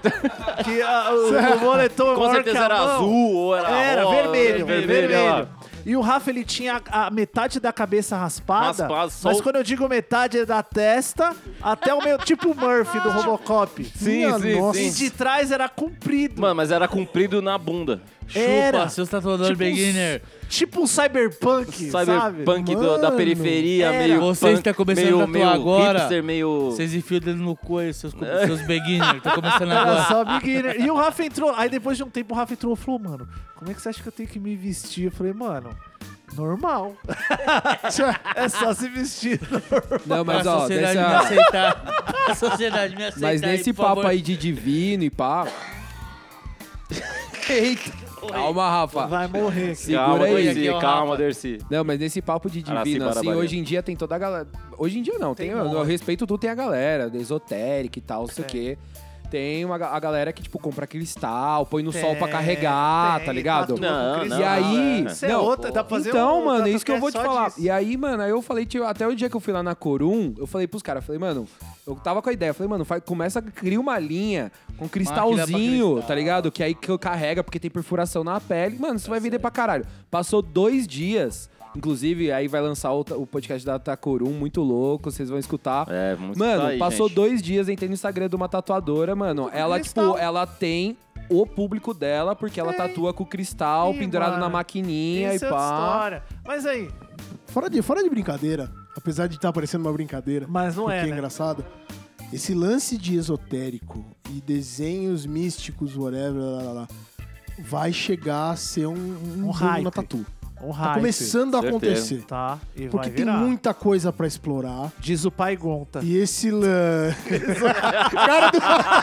Speaker 2: Que a- o, o moletom é
Speaker 4: com
Speaker 2: maior
Speaker 4: certeza
Speaker 2: que a
Speaker 4: era
Speaker 2: mão.
Speaker 4: azul ou era
Speaker 2: Era
Speaker 4: rosa,
Speaker 2: vermelho,
Speaker 4: era
Speaker 2: vermelho.
Speaker 4: olha lá.
Speaker 2: E o Rafa, ele tinha a metade da cabeça raspada.
Speaker 4: Raspada, só
Speaker 2: mas
Speaker 4: o-
Speaker 2: quando eu digo metade, é da testa até o meio. Tipo o Murphy do Robocop.
Speaker 4: Sim, sim,
Speaker 3: nossa.
Speaker 2: E
Speaker 4: sim.
Speaker 2: de trás era comprido.
Speaker 4: Mano, mas era comprido na bunda.
Speaker 2: Era.
Speaker 5: Chupa, seus tatuadores
Speaker 2: tipo
Speaker 5: beginner.
Speaker 2: Um, tipo um cyberpunk, sabe?
Speaker 4: Cyberpunk do- da
Speaker 3: Mano.
Speaker 4: periferia,
Speaker 2: Era.
Speaker 4: meio.
Speaker 5: Você
Speaker 4: punk,
Speaker 5: está começando
Speaker 4: meio,
Speaker 5: a tatuar
Speaker 4: meio
Speaker 5: agora.
Speaker 4: Hipster, meio.
Speaker 5: Vocês enfiam o dedo no cu aí, seus, seus beginner. Tá começando
Speaker 2: Era
Speaker 5: agora.
Speaker 2: só beginner. E o Rafa entrou. Aí depois de um tempo o Rafa entrou e falou, mano, como é que você acha que eu tenho que me vestir? Eu falei, mano, normal. é só se vestir.
Speaker 6: Não, mas
Speaker 5: a
Speaker 6: ó,
Speaker 5: sociedade
Speaker 6: dessa-
Speaker 5: me aceitar. A sociedade me aceitar.
Speaker 6: Mas nesse papo aí de divino e pá. Eita! Calma, Rafa.
Speaker 2: Vai morrer. cara.
Speaker 4: Calma,
Speaker 6: Segura aí,
Speaker 4: Dercy,
Speaker 5: aqui é o
Speaker 4: calma,
Speaker 5: Rafa.
Speaker 4: Dercy.
Speaker 6: Não, mas nesse papo de
Speaker 4: Araci
Speaker 6: divino, assim,
Speaker 4: Barabarian.
Speaker 6: hoje em dia tem toda a galera. Hoje em dia não, tem,
Speaker 2: Tem É. um
Speaker 6: eu
Speaker 2: monte.
Speaker 6: respeito tudo, tem a galera, do esotérica e tal, não sei o quê. Tem uma, ga- a galera que, tipo, compra cristal, põe no sol pra
Speaker 2: Tem,
Speaker 6: carregar, tá
Speaker 2: tem,
Speaker 6: ligado?
Speaker 2: tatua com
Speaker 4: Não,
Speaker 2: cristal.
Speaker 6: e aí.
Speaker 4: não,
Speaker 2: Isso é
Speaker 6: não,
Speaker 2: outra, dá pra fazer
Speaker 6: então,
Speaker 2: um
Speaker 6: mano, é
Speaker 2: tatu
Speaker 6: isso que eu vou te
Speaker 2: só
Speaker 6: falar.
Speaker 2: disso.
Speaker 6: E aí, mano, aí eu falei, tipo, até o dia que eu fui lá na Corum, eu falei pros caras, falei, mano, eu tava com a ideia, falei, mano, faz- começa a criar uma linha com cristalzinho,
Speaker 5: cristal.
Speaker 6: tá ligado? Que aí que eu carrega, porque tem perfuração na pele. Mano, isso vai vender pra caralho. Passou dois dias, inclusive, aí vai lançar o, ta- o podcast da Tacorum, muito louco, vocês vão escutar.
Speaker 4: É, vamos
Speaker 6: Mano,
Speaker 4: escutar aí,
Speaker 6: passou
Speaker 4: gente.
Speaker 6: dois dias, entrei no Instagram de uma tatuadora, mano. Ela,
Speaker 2: cristal. É.
Speaker 6: tipo, ela tem o público dela, porque ela tatua com cristal
Speaker 2: Ih,
Speaker 6: pendurado
Speaker 2: mano.
Speaker 6: na maquininha
Speaker 2: Isso
Speaker 6: e
Speaker 2: é outra
Speaker 6: pá.
Speaker 2: história. Mas aí,
Speaker 3: fora de, fora de brincadeira, apesar de estar parecendo uma brincadeira,
Speaker 2: Mas não
Speaker 3: porque
Speaker 2: é, né?
Speaker 3: engraçado, esse lance de esotérico e desenhos místicos, whatever, lá, lá, lá, vai chegar a ser um, um,
Speaker 2: Um
Speaker 3: boom
Speaker 2: hype.
Speaker 3: na tatu.
Speaker 2: um
Speaker 3: Tá
Speaker 2: hype.
Speaker 3: começando a
Speaker 4: certeza.
Speaker 3: acontecer.
Speaker 2: Tá, e
Speaker 3: Porque
Speaker 2: vai
Speaker 3: tem
Speaker 2: virar.
Speaker 3: muita coisa pra explorar.
Speaker 2: Diz o pai Gonta.
Speaker 3: E esse lance. cara do.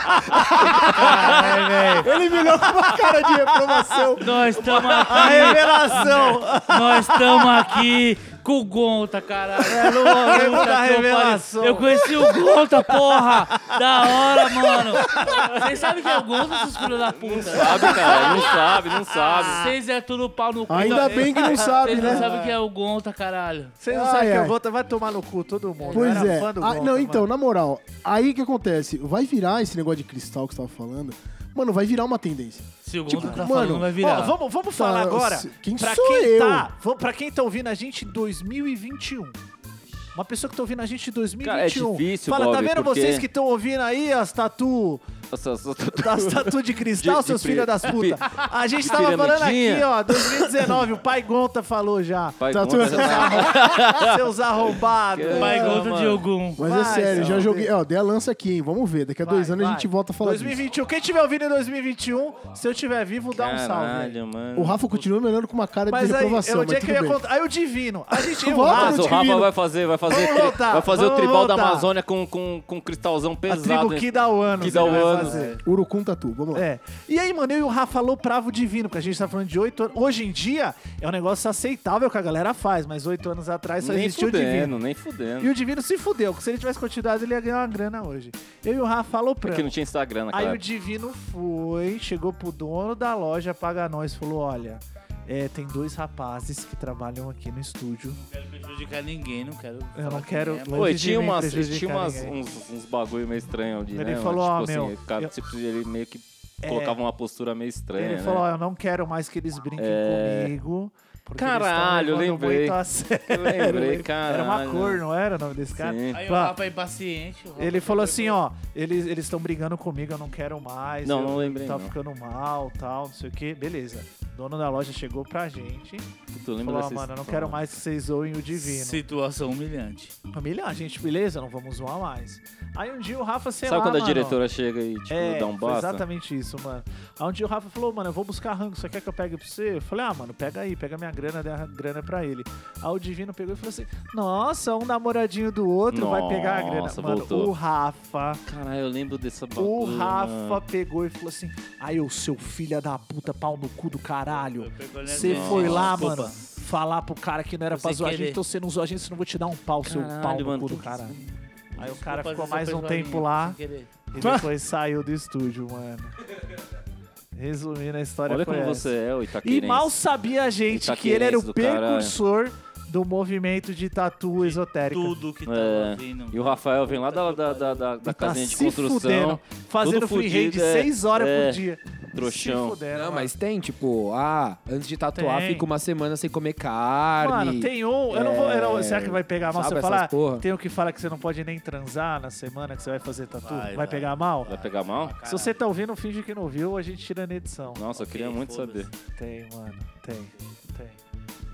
Speaker 3: Ele melhorou com uma cara de reprovação.
Speaker 5: Nós estamos
Speaker 2: A
Speaker 5: aqui,
Speaker 2: revelação!
Speaker 5: nós estamos aqui com o Gonta, caralho. É,
Speaker 2: lembro da revelação.
Speaker 5: Eu conheci o Gonta, porra. Da hora, mano. Vocês sabem quem é o Gonta, seus filhos da puta?
Speaker 4: Sabe, cara? Não sabe, não sabe.
Speaker 5: Vocês é tudo pau no cu.
Speaker 3: Ainda bem que não sabe,
Speaker 5: Vocês não
Speaker 3: né?
Speaker 5: sabem quem é o Gonta, caralho.
Speaker 2: Vocês não
Speaker 3: Ai,
Speaker 2: sabem que
Speaker 3: ai.
Speaker 2: o Gonta vai tomar no cu todo mundo.
Speaker 3: Pois
Speaker 2: Eu era
Speaker 3: é.
Speaker 2: fã do
Speaker 3: Ah,
Speaker 2: Gonta,
Speaker 3: não, então,
Speaker 2: mano.
Speaker 3: na moral, aí o que acontece? Vai virar esse negócio de cristal que você tava falando. Mano, vai virar uma tendência.
Speaker 5: Se o Gonta
Speaker 3: Tipo,
Speaker 5: tá
Speaker 3: mano,
Speaker 5: falando, vai virar.
Speaker 2: Ó, vamos, vamos falar
Speaker 3: Tá,
Speaker 2: agora.
Speaker 3: se- quem
Speaker 2: pra
Speaker 3: sou
Speaker 2: quem
Speaker 3: eu?
Speaker 2: tá, vamos, pra quem tá ouvindo a gente em 2021. Uma pessoa que tá ouvindo a gente em 2021.
Speaker 4: Cara, é difícil,
Speaker 2: Fala, tá
Speaker 4: Bob,
Speaker 2: vendo
Speaker 4: porque-
Speaker 2: vocês que estão ouvindo aí as tatu,
Speaker 4: Nossa, só-
Speaker 2: as tatu de cristal,
Speaker 4: De- de
Speaker 2: seus
Speaker 4: pri-
Speaker 2: filhos das putas?
Speaker 4: pi-
Speaker 2: A gente tava falando aqui,
Speaker 4: piramidinha.
Speaker 2: ó, 2019, o pai Gonta falou já.
Speaker 4: Pai,
Speaker 3: Tá
Speaker 4: conta
Speaker 3: tudo-
Speaker 4: essa parada.
Speaker 2: Seus arrombados.
Speaker 4: Que-
Speaker 5: Vai,
Speaker 4: É,
Speaker 5: Gonta de
Speaker 4: mano.
Speaker 5: algum.
Speaker 3: Mas
Speaker 2: Vai,
Speaker 3: é sério, já
Speaker 2: Sal.
Speaker 3: joguei. Ó, dei a lança aqui, hein? Vamos ver. Daqui a É dois
Speaker 2: Vai,
Speaker 3: anos a
Speaker 2: vai.
Speaker 3: gente volta a falar disso.
Speaker 2: 2021. Quem tiver ouvindo em 2021, se eu tiver vivo, dá um salve. aí.
Speaker 4: Caralho, mano.
Speaker 3: O Rafa continua me olhando com uma cara
Speaker 2: Mas
Speaker 3: de
Speaker 2: aí,
Speaker 3: reprovação.
Speaker 2: eu, o dia
Speaker 3: mas
Speaker 2: que eu
Speaker 3: tudo
Speaker 2: ia
Speaker 3: bem.
Speaker 2: contar. Aí o divino. A gente. um eu,
Speaker 3: Volta
Speaker 4: Ah, Mas
Speaker 3: no
Speaker 4: o Rafa
Speaker 3: divino.
Speaker 4: vai fazer, vai fazer,
Speaker 2: Vamos
Speaker 4: tri-
Speaker 2: voltar,
Speaker 4: vai fazer o
Speaker 2: vamos
Speaker 4: tribal da
Speaker 2: voltar.
Speaker 4: Amazônia com, com, com cristalzão
Speaker 2: a
Speaker 4: pesado.
Speaker 2: tribo
Speaker 4: né?
Speaker 2: que dá o ano.
Speaker 4: Que dá o
Speaker 2: você vai
Speaker 4: ano,
Speaker 2: fazer.
Speaker 3: Urucum Tatu, vamos lá.
Speaker 2: É. E aí, mano, eu e o Rafa Lopravo Divino, que a gente tá falando de oito anos. Hoje em dia é um negócio aceitável que a galera faz, mas oito anos atrás só
Speaker 4: nem
Speaker 2: existia o Divino.
Speaker 4: fudendo, nem
Speaker 2: E
Speaker 4: fudendo.
Speaker 2: o Divino se fudeu, porque se ele tivesse continuado, ele ia ganhar uma grana hoje. Eu e o Rafa
Speaker 4: Porque É não
Speaker 2: Lopravo.
Speaker 4: tinha Instagram naquela
Speaker 2: Aí o
Speaker 4: época.
Speaker 2: Divino foi, chegou pro dono da loja, paga nós, falou: olha. é, tem dois rapazes que trabalham aqui no estúdio.
Speaker 5: Não quero prejudicar ninguém, não quero.
Speaker 2: Eu
Speaker 5: falar
Speaker 2: não
Speaker 5: que
Speaker 2: quero-
Speaker 5: é, mas-
Speaker 4: Pô, e
Speaker 2: Longe de
Speaker 4: tinha
Speaker 2: mim
Speaker 4: umas,
Speaker 2: prejudicar
Speaker 4: tinha umas,
Speaker 2: ninguém.
Speaker 4: uns, uns bagulho meio estranho de,
Speaker 2: Ele
Speaker 4: né?
Speaker 2: falou,
Speaker 4: tipo
Speaker 2: ó,
Speaker 4: assim,
Speaker 2: meu,
Speaker 4: ele ficava-
Speaker 2: eu-
Speaker 4: tipo, ele meio que
Speaker 2: É.
Speaker 4: colocava uma postura meio estranha,
Speaker 2: Ele
Speaker 4: né? É.
Speaker 2: falou: ó, eu não quero mais que eles brinquem comigo. porque eles tão
Speaker 4: Caralho, eu
Speaker 2: levando
Speaker 4: lembrei.
Speaker 2: muito a sério.
Speaker 4: Eu lembrei,
Speaker 2: Era uma
Speaker 4: caralho.
Speaker 2: cor, não era o nome desse cara?
Speaker 4: Sim.
Speaker 5: Aí o
Speaker 2: Fala.
Speaker 5: Rafa é impaciente. o Rafa
Speaker 2: Ele falou
Speaker 5: foi-
Speaker 2: assim, ó, eles eles estão brigando comigo, eu não quero mais.
Speaker 4: Não,
Speaker 2: eu,
Speaker 4: não lembrei,
Speaker 2: Tá
Speaker 4: não.
Speaker 2: ficando mal, tal, não sei o quê. Beleza. O dono da loja chegou pra gente.
Speaker 4: Puta, eu lembro
Speaker 2: Falou, ó,
Speaker 4: dessa
Speaker 2: mano, eu não
Speaker 4: história.
Speaker 2: quero mais que vocês zoem o divino.
Speaker 5: Situação humilhante.
Speaker 2: Família, a gente, beleza, não vamos zoar mais. Aí um dia o Rafa, sei
Speaker 4: Sabe
Speaker 2: lá,
Speaker 4: quando a
Speaker 2: mano,
Speaker 4: diretora chega e, tipo,
Speaker 2: é,
Speaker 4: dá um
Speaker 2: foi
Speaker 4: basta?
Speaker 2: exatamente isso, mano. Aí um dia o Rafa falou, mano, eu vou buscar rango, você quer que eu pegue pra você? Eu falei, ah, mano, pega aí, pega minha grana, dá a grana pra ele. Aí o Divino pegou e falou assim, nossa, um namoradinho do outro vai pegar a grana.
Speaker 4: Nossa,
Speaker 2: Mano,
Speaker 4: voltou.
Speaker 2: o Rafa...
Speaker 4: Caralho, eu lembro dessa bagulho.
Speaker 2: O Rafa
Speaker 4: mano.
Speaker 2: pegou e falou assim: Aí, ô seu filha da puta, pau no cu do caralho.
Speaker 5: Pegou nessa-
Speaker 2: Você foi lá,
Speaker 5: Opa.
Speaker 2: mano, falar pro cara que não era
Speaker 5: Foi
Speaker 2: pra
Speaker 5: sem
Speaker 2: zoar a gente,
Speaker 5: querer.
Speaker 2: então né? você não zoa a gente, senão eu vou te dar um pau, seu
Speaker 4: Caralho,
Speaker 2: pau no
Speaker 4: mano,
Speaker 2: cu do
Speaker 4: que-
Speaker 2: caralho. Aí o
Speaker 5: Desculpa
Speaker 2: cara
Speaker 5: fazer
Speaker 2: ficou
Speaker 5: essa
Speaker 2: mais um
Speaker 5: perdoadinha,
Speaker 2: tempo lá
Speaker 5: sem querer.
Speaker 2: e depois saiu do estúdio, mano. Resumindo a história
Speaker 4: Olha
Speaker 2: foi
Speaker 4: como
Speaker 2: essa.
Speaker 4: você é, Tá o
Speaker 2: E
Speaker 4: Itaquerense.
Speaker 2: mal sabia a gente que ele era o
Speaker 4: Itaquerense do caralho.
Speaker 2: precursor do movimento de tatu esotérica.
Speaker 5: Tudo que tá tava
Speaker 4: É.
Speaker 5: vindo.
Speaker 4: E o Rafael vem lá da, da, da, da, da
Speaker 2: E tá
Speaker 4: casinha de
Speaker 2: se
Speaker 4: construção,
Speaker 2: fudendo, fazendo
Speaker 4: todo
Speaker 2: freehand
Speaker 4: fudido, é,
Speaker 2: 6 horas
Speaker 4: é,
Speaker 2: por dia. Se
Speaker 4: trouxão.
Speaker 2: fudendo,
Speaker 6: Não,
Speaker 2: mano.
Speaker 6: mas tem, tipo, ah, antes de tatuar,
Speaker 2: Tem.
Speaker 6: fica uma semana sem comer carne.
Speaker 2: Mano, tem um. Eu não vou. eu não-
Speaker 6: É,
Speaker 2: será que vai pegar mal se
Speaker 6: sabe
Speaker 2: eu falar?
Speaker 6: essas porra?
Speaker 2: Tem um que fala que você não pode nem transar na semana que você vai fazer tatu? Vai,
Speaker 5: Vai, vai.
Speaker 2: pegar mal?
Speaker 4: Vai pegar mal?
Speaker 2: Se você tá ouvindo, finge que não viu, a gente tira na edição.
Speaker 4: Nossa, eu
Speaker 5: Ok,
Speaker 4: queria muito
Speaker 5: foda-se.
Speaker 4: saber.
Speaker 2: Tem, mano. Tem, tem.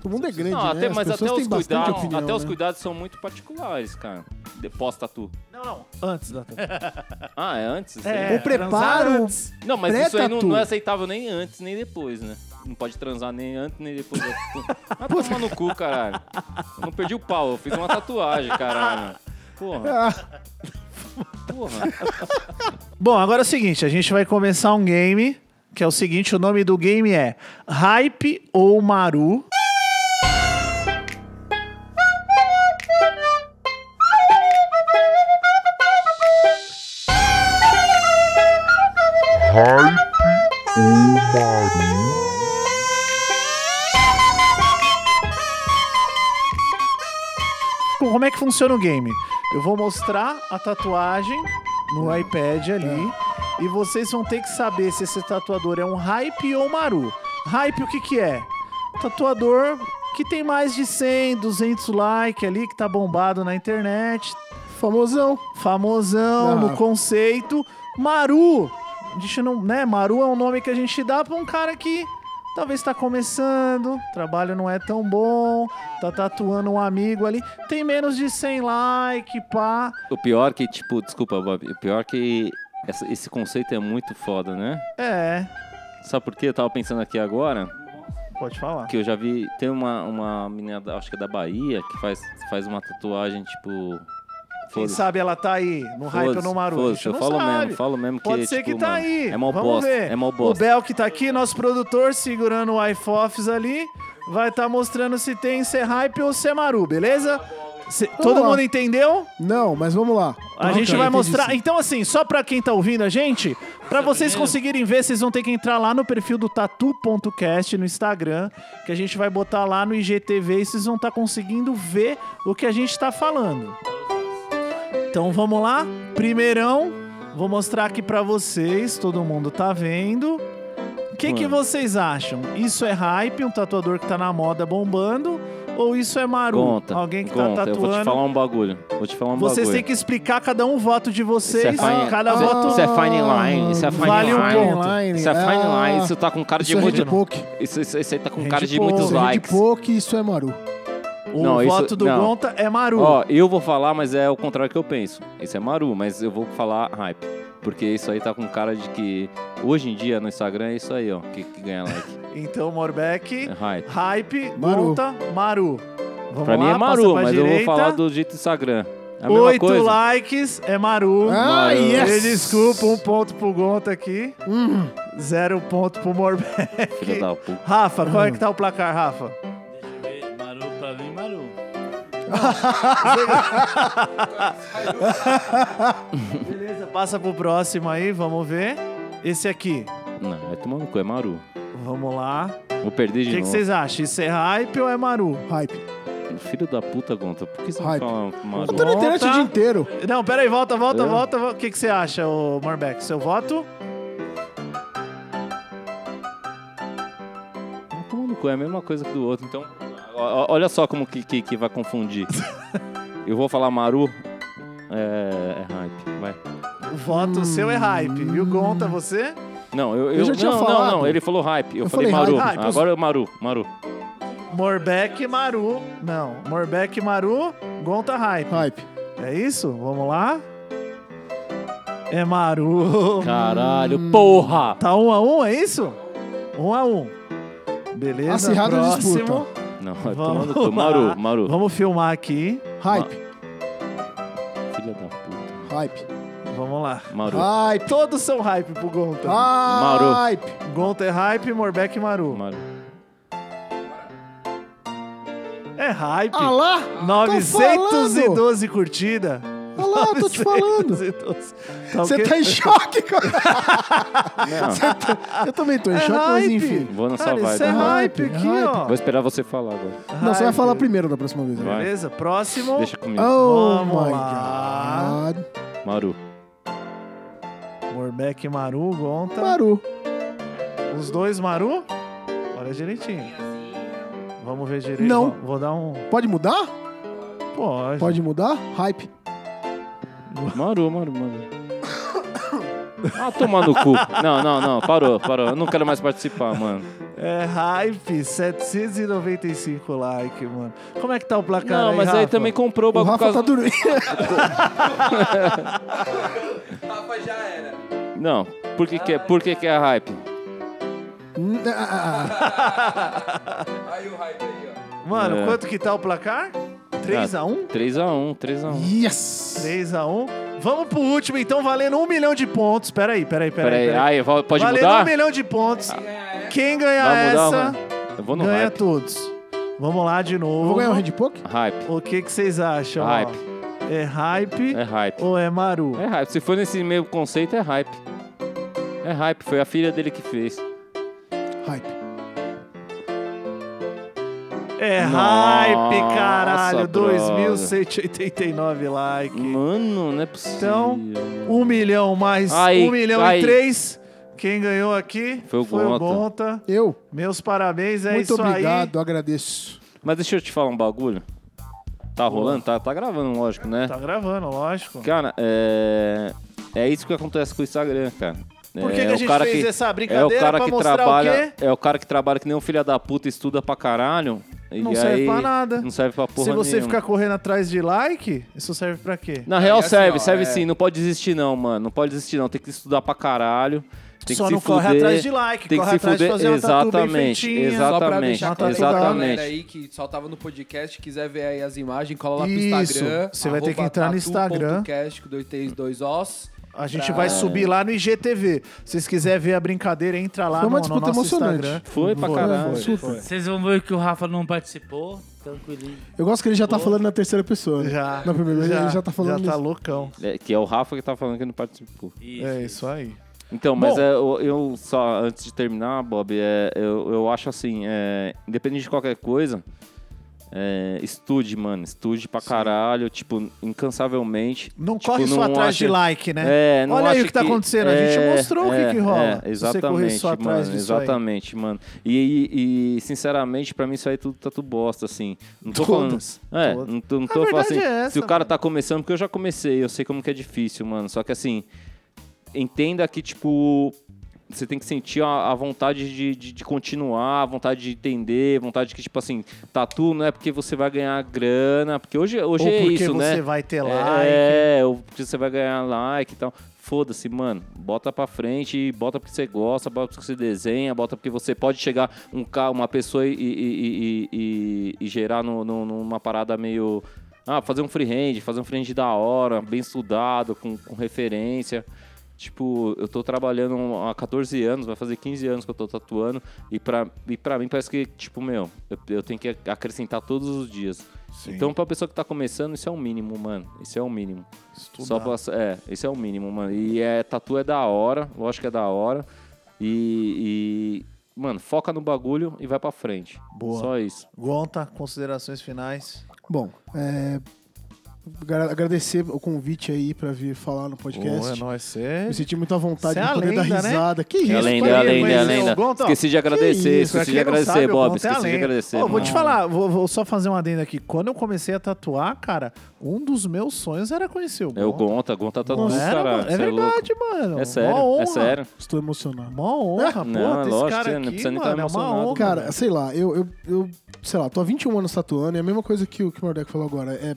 Speaker 3: O mundo é grande,
Speaker 4: Não,
Speaker 3: né?
Speaker 4: até,
Speaker 3: As
Speaker 4: mas
Speaker 3: pessoas
Speaker 4: até os
Speaker 3: têm bastante
Speaker 4: cuidados,
Speaker 3: opinião,
Speaker 4: até os
Speaker 3: né?
Speaker 4: cuidados são muito particulares, cara. De- Pós-tatu.
Speaker 2: Não, não. Antes da tatu.
Speaker 4: Ah, é antes?
Speaker 2: É,
Speaker 3: O preparo,
Speaker 2: transar antes.
Speaker 4: Não, mas isso aí não,
Speaker 3: Pré-tatu.
Speaker 4: não é aceitável nem antes, nem depois, né? Não pode transar nem antes, nem depois. Ah, toma no cu, caralho. Eu não perdi o pau, eu fiz uma tatuagem, caralho. Porra,
Speaker 3: Ah,
Speaker 4: porra.
Speaker 2: Bom, agora é o seguinte: a gente vai começar um game. Que é o seguinte, o nome do game é Hype ou Maru. Como é que funciona o game? Eu vou mostrar a tatuagem no iPad ali.
Speaker 3: É.
Speaker 2: E vocês vão ter que saber se esse tatuador é um hype ou um maru. Hype, o que que é? Tatuador que tem mais de 100, 200 likes ali, que tá bombado na internet.
Speaker 3: famosão.
Speaker 2: Famosão
Speaker 3: Ah.
Speaker 2: no conceito. Maru, a gente não, né? Maru é um nome que a gente dá pra um cara que talvez tá começando, trabalho não é tão bom, tá tatuando um amigo ali, tem menos de 100 like, pá.
Speaker 4: O pior que, tipo, desculpa, Bob, o pior que essa- esse conceito é muito foda, né?
Speaker 2: É,
Speaker 4: Sabe por quê? Eu tava pensando aqui agora,
Speaker 2: pode falar.
Speaker 4: que eu já vi, tem uma, uma menina, da- acho que é da Bahia, que faz, faz uma tatuagem, tipo...
Speaker 2: Quem
Speaker 4: foda-se,
Speaker 2: sabe ela tá aí, no hype ou
Speaker 4: foda-se,
Speaker 2: no maru, a
Speaker 4: foda-se,
Speaker 2: gente
Speaker 4: eu
Speaker 2: não
Speaker 4: falo
Speaker 2: sabe.
Speaker 4: mesmo, falo mesmo que,
Speaker 2: Pode ser
Speaker 4: tipo,
Speaker 2: que tá
Speaker 4: mano,
Speaker 2: aí.
Speaker 4: É mó
Speaker 2: Vamos
Speaker 4: bosta,
Speaker 2: ver.
Speaker 4: é mó
Speaker 2: O
Speaker 4: bosta.
Speaker 2: Bel que tá aqui, nosso produtor, segurando o iFofs ali, vai estar mostrando se tem se é hype ou se é Maru, beleza? Se- todo
Speaker 3: lá.
Speaker 2: mundo entendeu?
Speaker 3: Não, mas vamos lá.
Speaker 2: A gente
Speaker 3: Ok,
Speaker 2: vai
Speaker 3: entendi
Speaker 2: mostrar.
Speaker 3: sim.
Speaker 2: Então, assim, só pra quem tá ouvindo a gente, pra vocês conseguirem ver, vocês vão ter que entrar lá no perfil do tatu.cast no Instagram, que a gente vai botar lá no IGTV e vocês vão estar conseguindo ver o que a gente tá falando. Então vamos lá? Primeirão, vou mostrar aqui pra vocês, todo mundo tá vendo. O que, que
Speaker 4: Mano.
Speaker 2: vocês acham? Isso é hype, um tatuador que tá na moda bombando? Ou isso é Maru?
Speaker 4: Conta,
Speaker 2: Alguém que
Speaker 4: conta.
Speaker 2: tá
Speaker 4: Eu vou te
Speaker 2: tatuando?
Speaker 4: falar um bagulho. Vou te falar um
Speaker 2: Vocês
Speaker 4: bagulho.
Speaker 2: têm que explicar cada um o voto de
Speaker 4: Isso é
Speaker 2: vocês.
Speaker 4: fine-
Speaker 2: cada
Speaker 4: isso é-
Speaker 2: voto.
Speaker 4: Isso é fine line. Isso é fine
Speaker 2: Vale um
Speaker 4: line.
Speaker 2: ponto.
Speaker 3: Line,
Speaker 4: Isso é fine
Speaker 3: ah,
Speaker 4: line. Isso tá com cara de
Speaker 3: Isso é
Speaker 4: muito.
Speaker 3: de poke.
Speaker 4: Isso, isso, isso aí tá com
Speaker 2: Rede
Speaker 4: cara de
Speaker 2: pouco.
Speaker 4: muitos
Speaker 3: Isso é de
Speaker 4: likes.
Speaker 3: poke e isso é maru.
Speaker 2: O
Speaker 4: Não, isso-
Speaker 2: voto do
Speaker 4: não.
Speaker 2: Gonta é Maru.
Speaker 4: Ó, eu vou falar, mas é o contrário que eu penso. Esse é Maru, mas eu vou falar hype. Porque isso aí tá com cara de que. Hoje em dia no Instagram é isso aí, ó. Que, que ganha like.
Speaker 2: Então,
Speaker 4: É
Speaker 2: Morbeck,
Speaker 4: hype.
Speaker 2: hype,
Speaker 3: Maru.
Speaker 2: Gonta, Maru. Vamos
Speaker 4: Pra mim
Speaker 2: lá,
Speaker 4: é
Speaker 2: passa
Speaker 4: Maru,
Speaker 2: pra
Speaker 4: mas eu
Speaker 2: direita.
Speaker 4: vou falar do jeito Instagram. É a mesma
Speaker 2: Oito
Speaker 4: coisa.
Speaker 2: likes, é Maru.
Speaker 3: Ah,
Speaker 4: Maru.
Speaker 3: yes!
Speaker 2: Me desculpa, um ponto pro Gonta aqui.
Speaker 3: Uhum.
Speaker 2: Zero ponto pro Morbeck.
Speaker 4: Filho da puta.
Speaker 2: Rafa, qual é
Speaker 3: Uhum.
Speaker 2: que tá o placar, Rafa?
Speaker 5: Deixa eu ver. Maru pra mim, Maru.
Speaker 2: Beleza, passa pro próximo aí, vamos ver. Esse aqui,
Speaker 4: Não, é tomando cu, é Maru.
Speaker 2: vamos lá.
Speaker 4: Vou perder
Speaker 2: O
Speaker 4: de
Speaker 2: que que
Speaker 4: novo.
Speaker 2: vocês acham? Isso é hype ou é Maru?
Speaker 3: Hype.
Speaker 4: Filho da puta, Gonta. Por que você não
Speaker 3: Hype.
Speaker 4: fala Maru?
Speaker 3: Eu tô na internet
Speaker 2: Volta.
Speaker 3: o dia inteiro.
Speaker 2: Não, pera aí, volta, volta,
Speaker 4: Eu?
Speaker 2: volta. O que, que você acha, ô Morbeck? Seu voto?
Speaker 4: Tá tomando cu, é a mesma coisa que do outro. Então, ó- ó- olha só como que, que, que vai confundir. Eu vou falar Maru. É, é hype, vai.
Speaker 2: O voto
Speaker 3: Hum.
Speaker 2: seu é hype. E o Gonta, você?
Speaker 4: Não, eu, eu,
Speaker 3: Eu já tinha
Speaker 4: não,
Speaker 3: falado.
Speaker 4: não, não, ele falou hype. Eu,
Speaker 3: Eu
Speaker 4: falei,
Speaker 3: falei
Speaker 4: Maru.
Speaker 2: hype. Ah, então-
Speaker 4: Agora é Maru, Maru.
Speaker 2: Morbeck e Maru. Não, Morbeck e Maru, Gonta hype.
Speaker 3: Hype.
Speaker 2: É isso? Vamos lá? É Maru.
Speaker 4: Caralho, porra!
Speaker 2: Tá um a um, é isso? Um a um. Beleza,
Speaker 3: Acirrada a
Speaker 2: próximo.
Speaker 3: disputa.
Speaker 4: Não, é
Speaker 2: Vamos
Speaker 4: tomando cu.
Speaker 2: lá.
Speaker 4: Maru, Maru.
Speaker 2: Vamos filmar aqui.
Speaker 3: Hype.
Speaker 4: Filha da puta.
Speaker 3: Hype.
Speaker 2: Vamos lá.
Speaker 4: Maru.
Speaker 3: Hype.
Speaker 2: Todos são hype pro Gonta.
Speaker 3: Ah.
Speaker 4: Maru.
Speaker 3: Hype.
Speaker 2: Gonta é hype, Morbeck e Maru.
Speaker 4: Maru.
Speaker 2: É hype.
Speaker 3: Ah lá. falando.
Speaker 2: 912 curtidas.
Speaker 3: Ah lá, eu tô te falando.
Speaker 2: 912. Tá o
Speaker 3: Você
Speaker 2: quê?
Speaker 3: tá em choque, cara.
Speaker 4: Não,
Speaker 3: Eu também tô em
Speaker 2: É
Speaker 3: choque, mas
Speaker 2: hype.
Speaker 3: enfim.
Speaker 4: vou na sua
Speaker 2: Cara,
Speaker 4: vibe.
Speaker 2: isso é hype
Speaker 3: Hype,
Speaker 2: aqui,
Speaker 3: hype.
Speaker 2: ó.
Speaker 4: Vou esperar você falar agora.
Speaker 3: Não, você vai
Speaker 2: Hype.
Speaker 3: falar primeiro da próxima vez. né?
Speaker 4: Vai.
Speaker 2: Beleza, próximo.
Speaker 4: Deixa comigo.
Speaker 3: Oh
Speaker 2: Vamos
Speaker 3: my
Speaker 2: lá.
Speaker 3: god.
Speaker 4: Maru.
Speaker 2: Morbeck, Maru, Gonta.
Speaker 3: Maru.
Speaker 2: Os dois, Maru? Olha direitinho. Vamos ver direito.
Speaker 3: Não.
Speaker 2: Vou, vou dar um.
Speaker 3: Pode mudar?
Speaker 2: Pode.
Speaker 3: Pode mudar? Hype.
Speaker 4: Maru, Maru, Maru. Ah, tomar no cu. Não, não, não. Parou, parou. Eu não quero mais participar, mano.
Speaker 2: É hype, 795 like, mano. Como é que tá o placar
Speaker 4: Não,
Speaker 2: aí,
Speaker 4: mas aí
Speaker 2: Rafa?
Speaker 4: também comprou o
Speaker 3: O
Speaker 4: bagulho. por
Speaker 3: Rafa tá
Speaker 4: causa-
Speaker 3: dormindo.
Speaker 4: Não. Por que, que, é, por que, que é hype?
Speaker 2: Mano,
Speaker 4: É.
Speaker 2: quanto que tá o placar? 3x1?
Speaker 4: 3x1, 3x1.
Speaker 3: yes.
Speaker 2: 3x1. Vamos pro último, então, valendo um milhão de pontos. Peraí, peraí, peraí.
Speaker 4: Peraí,
Speaker 2: peraí.
Speaker 4: aí, vo- pode
Speaker 2: valendo um
Speaker 4: mudar? Ah.
Speaker 2: milhão de pontos. Quem ganhar
Speaker 4: Vai mudar,
Speaker 2: essa,
Speaker 4: mano. Eu vou no
Speaker 2: ganha
Speaker 4: hype.
Speaker 2: todos. Vamos lá de novo.
Speaker 3: Vou ganhar um Red Poke?
Speaker 4: Hype.
Speaker 2: O que que vocês acham? ó?
Speaker 4: Hype.
Speaker 2: É hype
Speaker 4: É hype.
Speaker 2: ou é Maru?
Speaker 4: É hype. Se for nesse mesmo conceito, é hype. É hype. Foi a filha dele que fez.
Speaker 3: Hype.
Speaker 2: É
Speaker 4: Nossa,
Speaker 2: hype, caralho.
Speaker 4: brother.
Speaker 2: 2.189 likes.
Speaker 4: Mano, não é possível.
Speaker 2: Então, Um milhão mais
Speaker 4: Aí,
Speaker 2: um milhão
Speaker 4: aí.
Speaker 2: e três. Quem ganhou aqui
Speaker 4: Foi o Gonta.
Speaker 2: Gonta.
Speaker 3: Eu?
Speaker 2: Meus parabéns, é
Speaker 3: Muito
Speaker 2: isso
Speaker 3: obrigado, agradeço.
Speaker 4: Mas deixa eu te falar um bagulho. Tá rolando? Tá, tá gravando, lógico, né?
Speaker 2: aí. Tá gravando, lógico.
Speaker 4: Cara, é... é isso que acontece com o Instagram, cara.
Speaker 2: Por que,
Speaker 4: é
Speaker 2: que a
Speaker 4: o
Speaker 2: gente
Speaker 4: cara
Speaker 2: fez
Speaker 4: que...
Speaker 2: essa
Speaker 4: É
Speaker 2: brincadeira
Speaker 4: o cara
Speaker 2: pra
Speaker 4: que
Speaker 2: mostrar o
Speaker 4: trabalha,
Speaker 2: quê?
Speaker 4: é o cara que trabalha que nem um filho da puta, estuda pra caralho. e
Speaker 2: Não serve
Speaker 4: aí
Speaker 2: pra nada.
Speaker 4: Não serve pra porra
Speaker 2: Se você
Speaker 4: nenhuma.
Speaker 2: ficar correndo atrás de like, isso serve pra quê?
Speaker 4: Na real,
Speaker 6: e assim,
Speaker 4: serve,
Speaker 6: ó,
Speaker 4: serve
Speaker 6: é-
Speaker 4: sim. Não pode desistir, não, mano. Não pode desistir, não. Tem que estudar pra caralho. Tem
Speaker 2: Só
Speaker 4: que se
Speaker 2: não corre
Speaker 4: fuder,
Speaker 2: atrás de like,
Speaker 4: tem que
Speaker 2: corre
Speaker 4: se
Speaker 2: atrás de
Speaker 4: fuder.
Speaker 2: fazer uma tatu bem
Speaker 4: exatamente,
Speaker 2: feitinha.
Speaker 6: Só pra
Speaker 4: exatamente,
Speaker 6: deixar claro pra
Speaker 4: exatamente.
Speaker 6: galera aí que só tava no podcast, quiser ver aí as imagens, cola lá pro
Speaker 2: Isso,
Speaker 6: Instagram.
Speaker 2: você vai ter que
Speaker 6: arroba
Speaker 2: entrar no
Speaker 6: tatu
Speaker 2: Instagram.
Speaker 6: ponto cast com 232 os.
Speaker 2: A gente
Speaker 6: pra-
Speaker 2: vai subir lá no IGTV. Se vocês quiserem ver a brincadeira, entra lá
Speaker 3: Foi uma
Speaker 2: no, no
Speaker 3: disputa
Speaker 2: nosso
Speaker 3: emocionante.
Speaker 2: Instagram.
Speaker 4: Foi pra caralho.
Speaker 3: Super.
Speaker 5: Vocês vão ver que o Rafa não participou. Tranquilinho.
Speaker 3: Eu gosto que ele já tá falando na terceira pessoa. né?
Speaker 2: Já.
Speaker 3: Na primeira vez ele já tá
Speaker 2: Já
Speaker 3: falando
Speaker 2: tá
Speaker 3: nisso.
Speaker 2: loucão.
Speaker 4: É, que é o Rafa que tá falando que não participou.
Speaker 2: É isso aí.
Speaker 4: Então, mas
Speaker 2: Bom.
Speaker 4: é, eu, eu só, antes de terminar, Bob, é, eu, eu acho assim, é, independente de qualquer coisa, é, estude, mano. Estude pra caralho, tipo, incansavelmente.
Speaker 2: Não
Speaker 4: Tipo,
Speaker 2: corre só
Speaker 4: não
Speaker 2: atrás
Speaker 4: acha-
Speaker 2: de like, né?
Speaker 4: É, não
Speaker 2: Olha aí
Speaker 4: acha
Speaker 2: o que tá acontecendo, a gente mostrou o que que rola,
Speaker 4: É,
Speaker 2: se você correr
Speaker 4: exatamente,
Speaker 2: só atrás
Speaker 4: mano,
Speaker 2: disso aí.
Speaker 4: exatamente, mano. E, e- e, sinceramente, pra mim isso aí tudo tá tudo bosta, assim. Não tô
Speaker 2: Todas,
Speaker 4: falando... É,
Speaker 2: todas.
Speaker 4: não tô, não
Speaker 2: A
Speaker 4: tô falando
Speaker 2: verdade
Speaker 4: assim,
Speaker 2: é
Speaker 4: se
Speaker 2: essa,
Speaker 4: o cara tá começando, porque eu já comecei, eu sei como que é difícil, mano. Só que assim, entenda que, tipo, você tem que sentir a, a vontade de, de, de continuar, a vontade de entender, vontade que, tipo assim, tatu não é porque você vai ganhar grana, porque hoje, hoje
Speaker 2: Ou
Speaker 4: é
Speaker 2: porque
Speaker 4: isso, né?
Speaker 2: você vai ter like.
Speaker 4: É, ou porque você vai ganhar like e tal. Foda-se, mano. Bota pra frente, bota porque você gosta, bota porque você desenha, bota porque você pode chegar um carro, uma pessoa e, e- e- e- e- e gerar no- no- numa parada meio Ah, fazer um freehand, fazer um freehand da hora, bem estudado, com, com referência. Tipo, eu tô trabalhando há 14 anos, vai fazer 15 anos que eu tô tatuando. E pra, e pra mim parece que, tipo, meu, eu, eu tenho que acrescentar todos os dias. Então, pra pessoa que tá começando, isso é o mínimo, mano. Isso é o mínimo. Só pra, é, esse é o mínimo, mano. E é, tatu é da hora, lógico que é da hora. E, e, mano, foca no bagulho e vai pra frente.
Speaker 2: Boa.
Speaker 4: Só isso.
Speaker 2: Gonta, considerações finais.
Speaker 3: Bom, é, agra- agradecer o convite aí pra vir falar
Speaker 2: Boa,
Speaker 3: no
Speaker 2: é
Speaker 3: podcast.
Speaker 2: nóis. Cê...
Speaker 3: Me senti muita vontade
Speaker 2: Cê é
Speaker 3: de
Speaker 2: a
Speaker 3: poder
Speaker 2: lenda,
Speaker 3: dar
Speaker 2: né?
Speaker 3: risada. Que isso,
Speaker 4: É lenda, é
Speaker 2: pra
Speaker 3: cara?
Speaker 2: mim,
Speaker 4: lenda, é
Speaker 2: mas,
Speaker 4: lenda.
Speaker 2: ô, Gonta,
Speaker 4: Esqueci de agradecer,
Speaker 2: isso, pra
Speaker 4: esqueci de
Speaker 2: quem não
Speaker 4: agradecer,
Speaker 2: sabe, o
Speaker 4: Bob.
Speaker 2: Gonta é a
Speaker 4: Esqueci de
Speaker 2: lenda.
Speaker 4: agradecer. Hum.
Speaker 2: Ô, vou te
Speaker 4: mano.
Speaker 2: falar, vou, vou só fazer um adendo aqui. Quando eu comecei a tatuar, cara, um dos meus sonhos era conhecer o Gonta.
Speaker 4: É o Gonta, Gonta tá
Speaker 2: Não
Speaker 4: tudo,
Speaker 2: era,
Speaker 4: cara.
Speaker 2: mano?
Speaker 4: cê
Speaker 2: É
Speaker 4: louco.
Speaker 2: verdade, mano.
Speaker 4: É sério,
Speaker 2: Mó honra.
Speaker 4: é sério.
Speaker 3: Estou emocionado.
Speaker 2: Mó honra,
Speaker 4: Não,
Speaker 2: pô,
Speaker 4: é
Speaker 2: desse
Speaker 4: lógico,
Speaker 2: cara
Speaker 4: cê não
Speaker 2: aqui,
Speaker 4: precisa nem
Speaker 2: mano,
Speaker 4: tá
Speaker 2: é uma
Speaker 4: emocionado,
Speaker 2: honra.
Speaker 3: Cara, sei lá, eu, eu, eu, sei lá, tô há 21 anos tatuando e a mesma coisa que o que o Nordeco falou agora. É.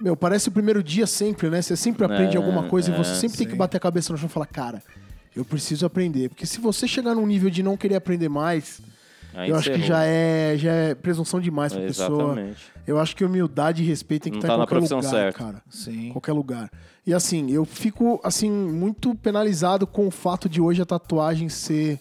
Speaker 3: Meu, parece o primeiro dia sempre, né? Você sempre aprende
Speaker 4: É,
Speaker 3: alguma coisa
Speaker 4: é,
Speaker 3: e você sempre tem que bater a cabeça no chão e falar, cara, eu preciso aprender. Porque se você chegar num nível de não querer aprender mais,
Speaker 4: Aí
Speaker 3: eu acho que
Speaker 4: encerrou.
Speaker 3: já é, já é presunção demais pra pessoa.
Speaker 4: Exatamente.
Speaker 3: Eu acho que humildade e respeito tem que
Speaker 4: Não
Speaker 3: estar
Speaker 4: tá
Speaker 3: em
Speaker 4: na
Speaker 3: qualquer
Speaker 4: profissão
Speaker 3: lugar,
Speaker 4: certa.
Speaker 3: cara. Em
Speaker 2: Sim.
Speaker 3: qualquer lugar. E assim, eu fico assim muito penalizado com o fato de hoje a tatuagem ser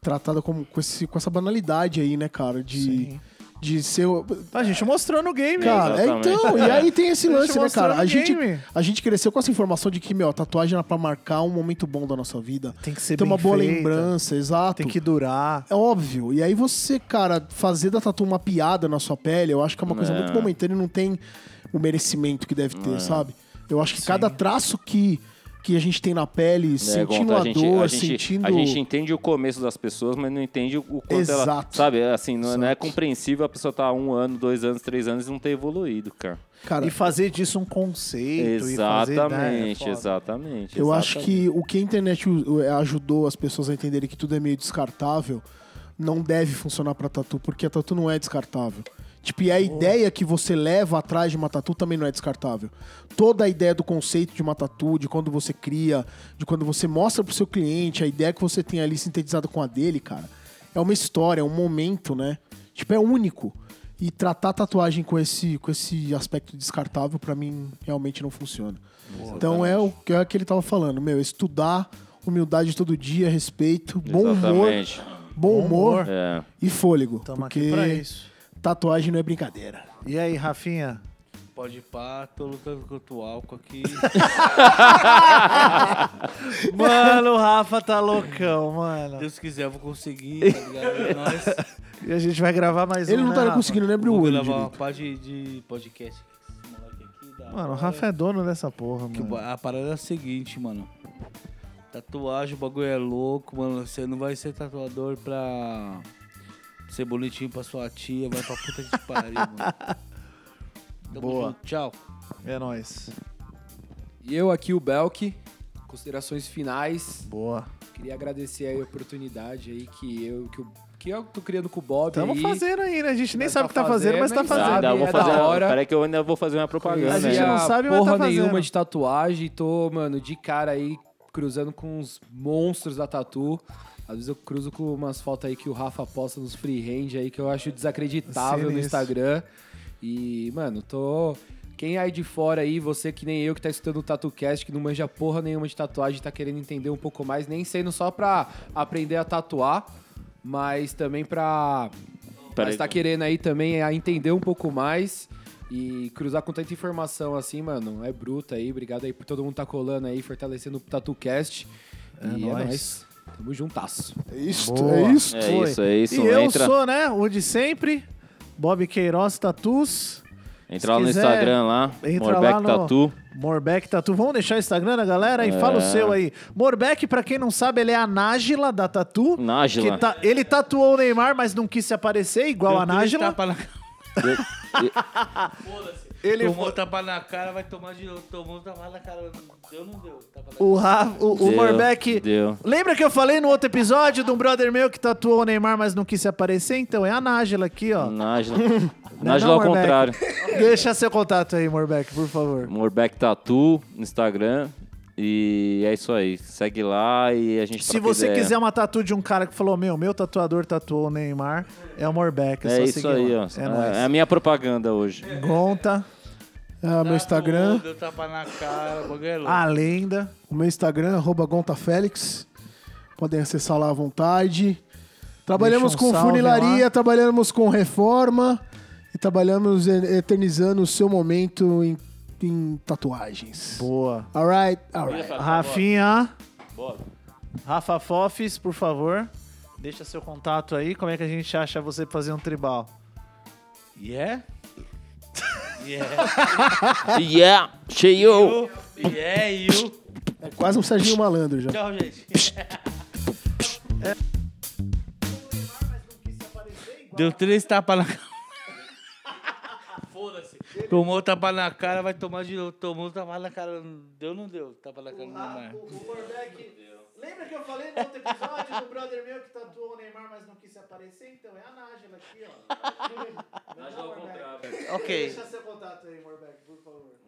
Speaker 3: tratada como com, esse- com essa banalidade aí, né, cara, de de ser o-
Speaker 2: Tá, A gente mostrou no game.
Speaker 3: Cara, é,
Speaker 4: Exatamente.
Speaker 3: então, e aí tem esse
Speaker 2: Deixa eu
Speaker 3: lance, né,
Speaker 2: mostrar
Speaker 3: cara?
Speaker 2: no
Speaker 3: A gente,
Speaker 2: game.
Speaker 3: a gente cresceu com essa informação de que, meu, a tatuagem era pra marcar um momento bom da nossa vida.
Speaker 2: Tem que ser
Speaker 3: ter uma
Speaker 2: bem
Speaker 3: boa
Speaker 2: feita,
Speaker 3: lembrança, exato.
Speaker 2: Tem que durar.
Speaker 3: É óbvio. E aí você, cara, fazer da tatu uma piada na sua pele, eu acho que é uma coisa
Speaker 4: É.
Speaker 3: muito momentânea e não tem o merecimento que deve ter, sabe? Eu acho que cada traço que, que a gente tem na pele,
Speaker 4: É,
Speaker 3: sentindo
Speaker 4: Gonta,
Speaker 3: a, dor,
Speaker 4: gente,
Speaker 3: sentindo...
Speaker 4: a gente entende o começo das pessoas, mas não entende o quanto ela.
Speaker 3: Exato.
Speaker 4: Sabe, assim, não, não é compreensível a pessoa tá um ano, dois anos, três anos e não ter evoluído, cara.
Speaker 3: Cara,
Speaker 2: E fazer disso um conceito. E fazer, né, é
Speaker 4: Exatamente,
Speaker 2: foda.
Speaker 4: exatamente.
Speaker 3: Eu acho que o que a internet u- ajudou as pessoas a entenderem que tudo é meio descartável não deve funcionar pra tatu, porque a tatu não é descartável. Tipo,
Speaker 4: Uhum.
Speaker 3: e a ideia que você leva atrás de uma tatu também não é descartável. Toda a ideia do conceito de uma tatu, de quando você cria, de quando você mostra pro seu cliente, a ideia que você tem ali sintetizada com a dele, cara, é uma história, é um momento, né? Tipo, é único. E tratar a tatuagem com esse, com esse aspecto descartável, pra mim, realmente não funciona. Então é o que é o que ele tava falando, meu, estudar, humildade todo dia, respeito, bom humor,
Speaker 4: Exatamente.
Speaker 3: bom humor
Speaker 4: É.
Speaker 3: e fôlego.
Speaker 2: Tamo aqui
Speaker 3: porque
Speaker 2: pra isso.
Speaker 3: tatuagem não é brincadeira.
Speaker 2: E aí, Rafinha?
Speaker 5: Pode pá, tô lutando contra o álcool aqui.
Speaker 2: Mano, o Rafa tá loucão, mano.
Speaker 5: Deus quiser, eu vou conseguir, tá ligado? É nóis.
Speaker 2: E a gente vai gravar mais
Speaker 3: Ele
Speaker 2: um,
Speaker 3: não é
Speaker 2: né,
Speaker 4: tá
Speaker 3: tava
Speaker 2: Rafa?
Speaker 3: conseguindo nem abrir o
Speaker 5: Vou
Speaker 3: olho.
Speaker 5: gravar uma
Speaker 3: direito.
Speaker 5: pá de, de podcast com esse moleque aqui. da
Speaker 2: Mano, o
Speaker 5: hora.
Speaker 2: Rafa é dono dessa porra,
Speaker 5: Que o
Speaker 2: mano.
Speaker 5: ba- a parada é a seguinte, mano. Tatuagem, o bagulho é louco, mano. Você não vai ser tatuador pra ser bonitinho pra sua tia, vai pra puta que te pariu, mano. Tamo
Speaker 2: Boa.
Speaker 5: junto, tchau.
Speaker 2: É nóis.
Speaker 6: E eu aqui, o Belk, considerações finais.
Speaker 2: Boa.
Speaker 6: Queria agradecer aí a oportunidade aí que eu, que eu, que eu tô criando com o Bob
Speaker 2: Tamo
Speaker 6: aí.
Speaker 2: fazendo aí, né? A gente nem
Speaker 6: Nós
Speaker 2: sabe o
Speaker 6: tá
Speaker 2: que tá fazendo, mas tá
Speaker 6: fazendo,
Speaker 2: fazendo.
Speaker 6: nada,
Speaker 4: Ah, Ainda
Speaker 6: é
Speaker 4: vou
Speaker 6: da
Speaker 4: fazer.
Speaker 6: hora.
Speaker 4: Peraí, que eu ainda vou fazer uma propaganda.
Speaker 2: A gente
Speaker 4: né?
Speaker 2: não
Speaker 6: Conhecia
Speaker 2: sabe, mas
Speaker 6: porra
Speaker 2: tá fazendo.
Speaker 6: nenhuma de tatuagem. Tô, mano, de cara aí, cruzando com uns monstros da tatu. Às vezes eu cruzo com umas fotos aí que o Rafa posta nos freehand aí, que eu acho desacreditável no
Speaker 2: Sinistro.
Speaker 6: Instagram. E, mano, tô... Quem aí de fora aí, você que nem eu que tá escutando o TatuCast, que não manja porra nenhuma de tatuagem, tá querendo entender um pouco mais, nem sendo só pra aprender a tatuar, mas também pra
Speaker 4: Peraí.
Speaker 6: mas tá querendo aí também a entender um pouco mais e cruzar com tanta informação assim, mano. É bruta aí. Obrigado aí por todo mundo tá colando aí, fortalecendo o TatuCast.
Speaker 2: É
Speaker 6: e
Speaker 2: nóis.
Speaker 6: é nóis. Tamo juntasso.
Speaker 3: É isso,
Speaker 2: Boa.
Speaker 3: é isso.
Speaker 4: É isso, é isso.
Speaker 2: E eu
Speaker 4: entra,
Speaker 2: sou, né? O de sempre. Bob Queiroz Tatus.
Speaker 4: entra lá
Speaker 2: se
Speaker 4: no
Speaker 2: quiser,
Speaker 4: Instagram lá,
Speaker 2: entra lá
Speaker 4: Morbeck
Speaker 2: no-
Speaker 4: Tatu.
Speaker 2: Morbeck Tatu. Vamos deixar o Instagram da galera e fala o
Speaker 4: É.
Speaker 2: seu aí. Morbeck, pra quem não sabe, ele é a Nájila da Tatu.
Speaker 4: Nájila.
Speaker 2: Que ta- Ele tatuou o Neymar, mas não quis se aparecer, igual a Nájila.
Speaker 5: Tapa na...
Speaker 2: Ele
Speaker 5: Tomou tapa na cara, vai tomar de novo. Tomou tapa na cara. Deu, não deu. Tapa na
Speaker 2: O, Ra- o- o
Speaker 4: Deu,
Speaker 2: Morbeck.
Speaker 4: deu.
Speaker 2: Lembra que eu falei no outro episódio de um brother meu que tatuou o Neymar, mas não quis se aparecer? Então é a Nájila aqui, ó.
Speaker 4: Nájila.
Speaker 2: Não é
Speaker 4: Hum, Nájila ao
Speaker 2: não, Morbeck?
Speaker 4: contrário.
Speaker 2: Deixa seu contato aí, Morbeck, por favor.
Speaker 4: Morbeck Tatu no Instagram. E é isso aí. Segue lá e a gente
Speaker 2: Se
Speaker 4: troca
Speaker 2: você
Speaker 4: ideia.
Speaker 2: quiser uma tatu de um cara que falou, meu, meu tatuador tatuou o Neymar, é o Morbeck. É,
Speaker 4: É
Speaker 2: só
Speaker 4: isso
Speaker 2: seguir
Speaker 4: aí,
Speaker 2: lá.
Speaker 4: ó.
Speaker 2: É
Speaker 4: É,
Speaker 2: nóis.
Speaker 4: é a minha propaganda hoje.
Speaker 2: Gonta.
Speaker 3: Ah, meu
Speaker 5: Tá
Speaker 3: Instagram,
Speaker 5: tudo, Deu tapa na cara, o bagulho é louco.
Speaker 2: A lenda.
Speaker 3: o meu Instagram, arroba GontaFélix. Podem acessar lá à vontade. Trabalhamos
Speaker 2: Deixa um
Speaker 3: com
Speaker 2: salve
Speaker 3: funilaria,
Speaker 2: lá.
Speaker 3: trabalhamos com reforma e trabalhamos e- eternizando o seu momento em, em tatuagens.
Speaker 2: Boa.
Speaker 3: Alright, alright.
Speaker 2: Rafinha.
Speaker 7: Bora.
Speaker 2: Rafa Fofis, por favor. Deixa seu contato aí. Como é que a gente acha você pra fazer um tribal?
Speaker 5: Yeah? é?
Speaker 7: Yeah, cheio.
Speaker 5: You? Yeah, you?
Speaker 3: É quase um Serginho Malandro já.
Speaker 5: Tchau, gente. Deu três tapas na cara. Foda-se. Tomou tapa na cara, vai tomar de novo. Tomou tapa na cara. Deu ou não deu? Tapa na cara do
Speaker 2: Ah,
Speaker 5: Neymar.
Speaker 2: Lembra que eu falei no outro episódio do brother meu que tatuou o Neymar, mas não quis se aparecer? Então é a Nájila aqui, ó.
Speaker 5: Ok.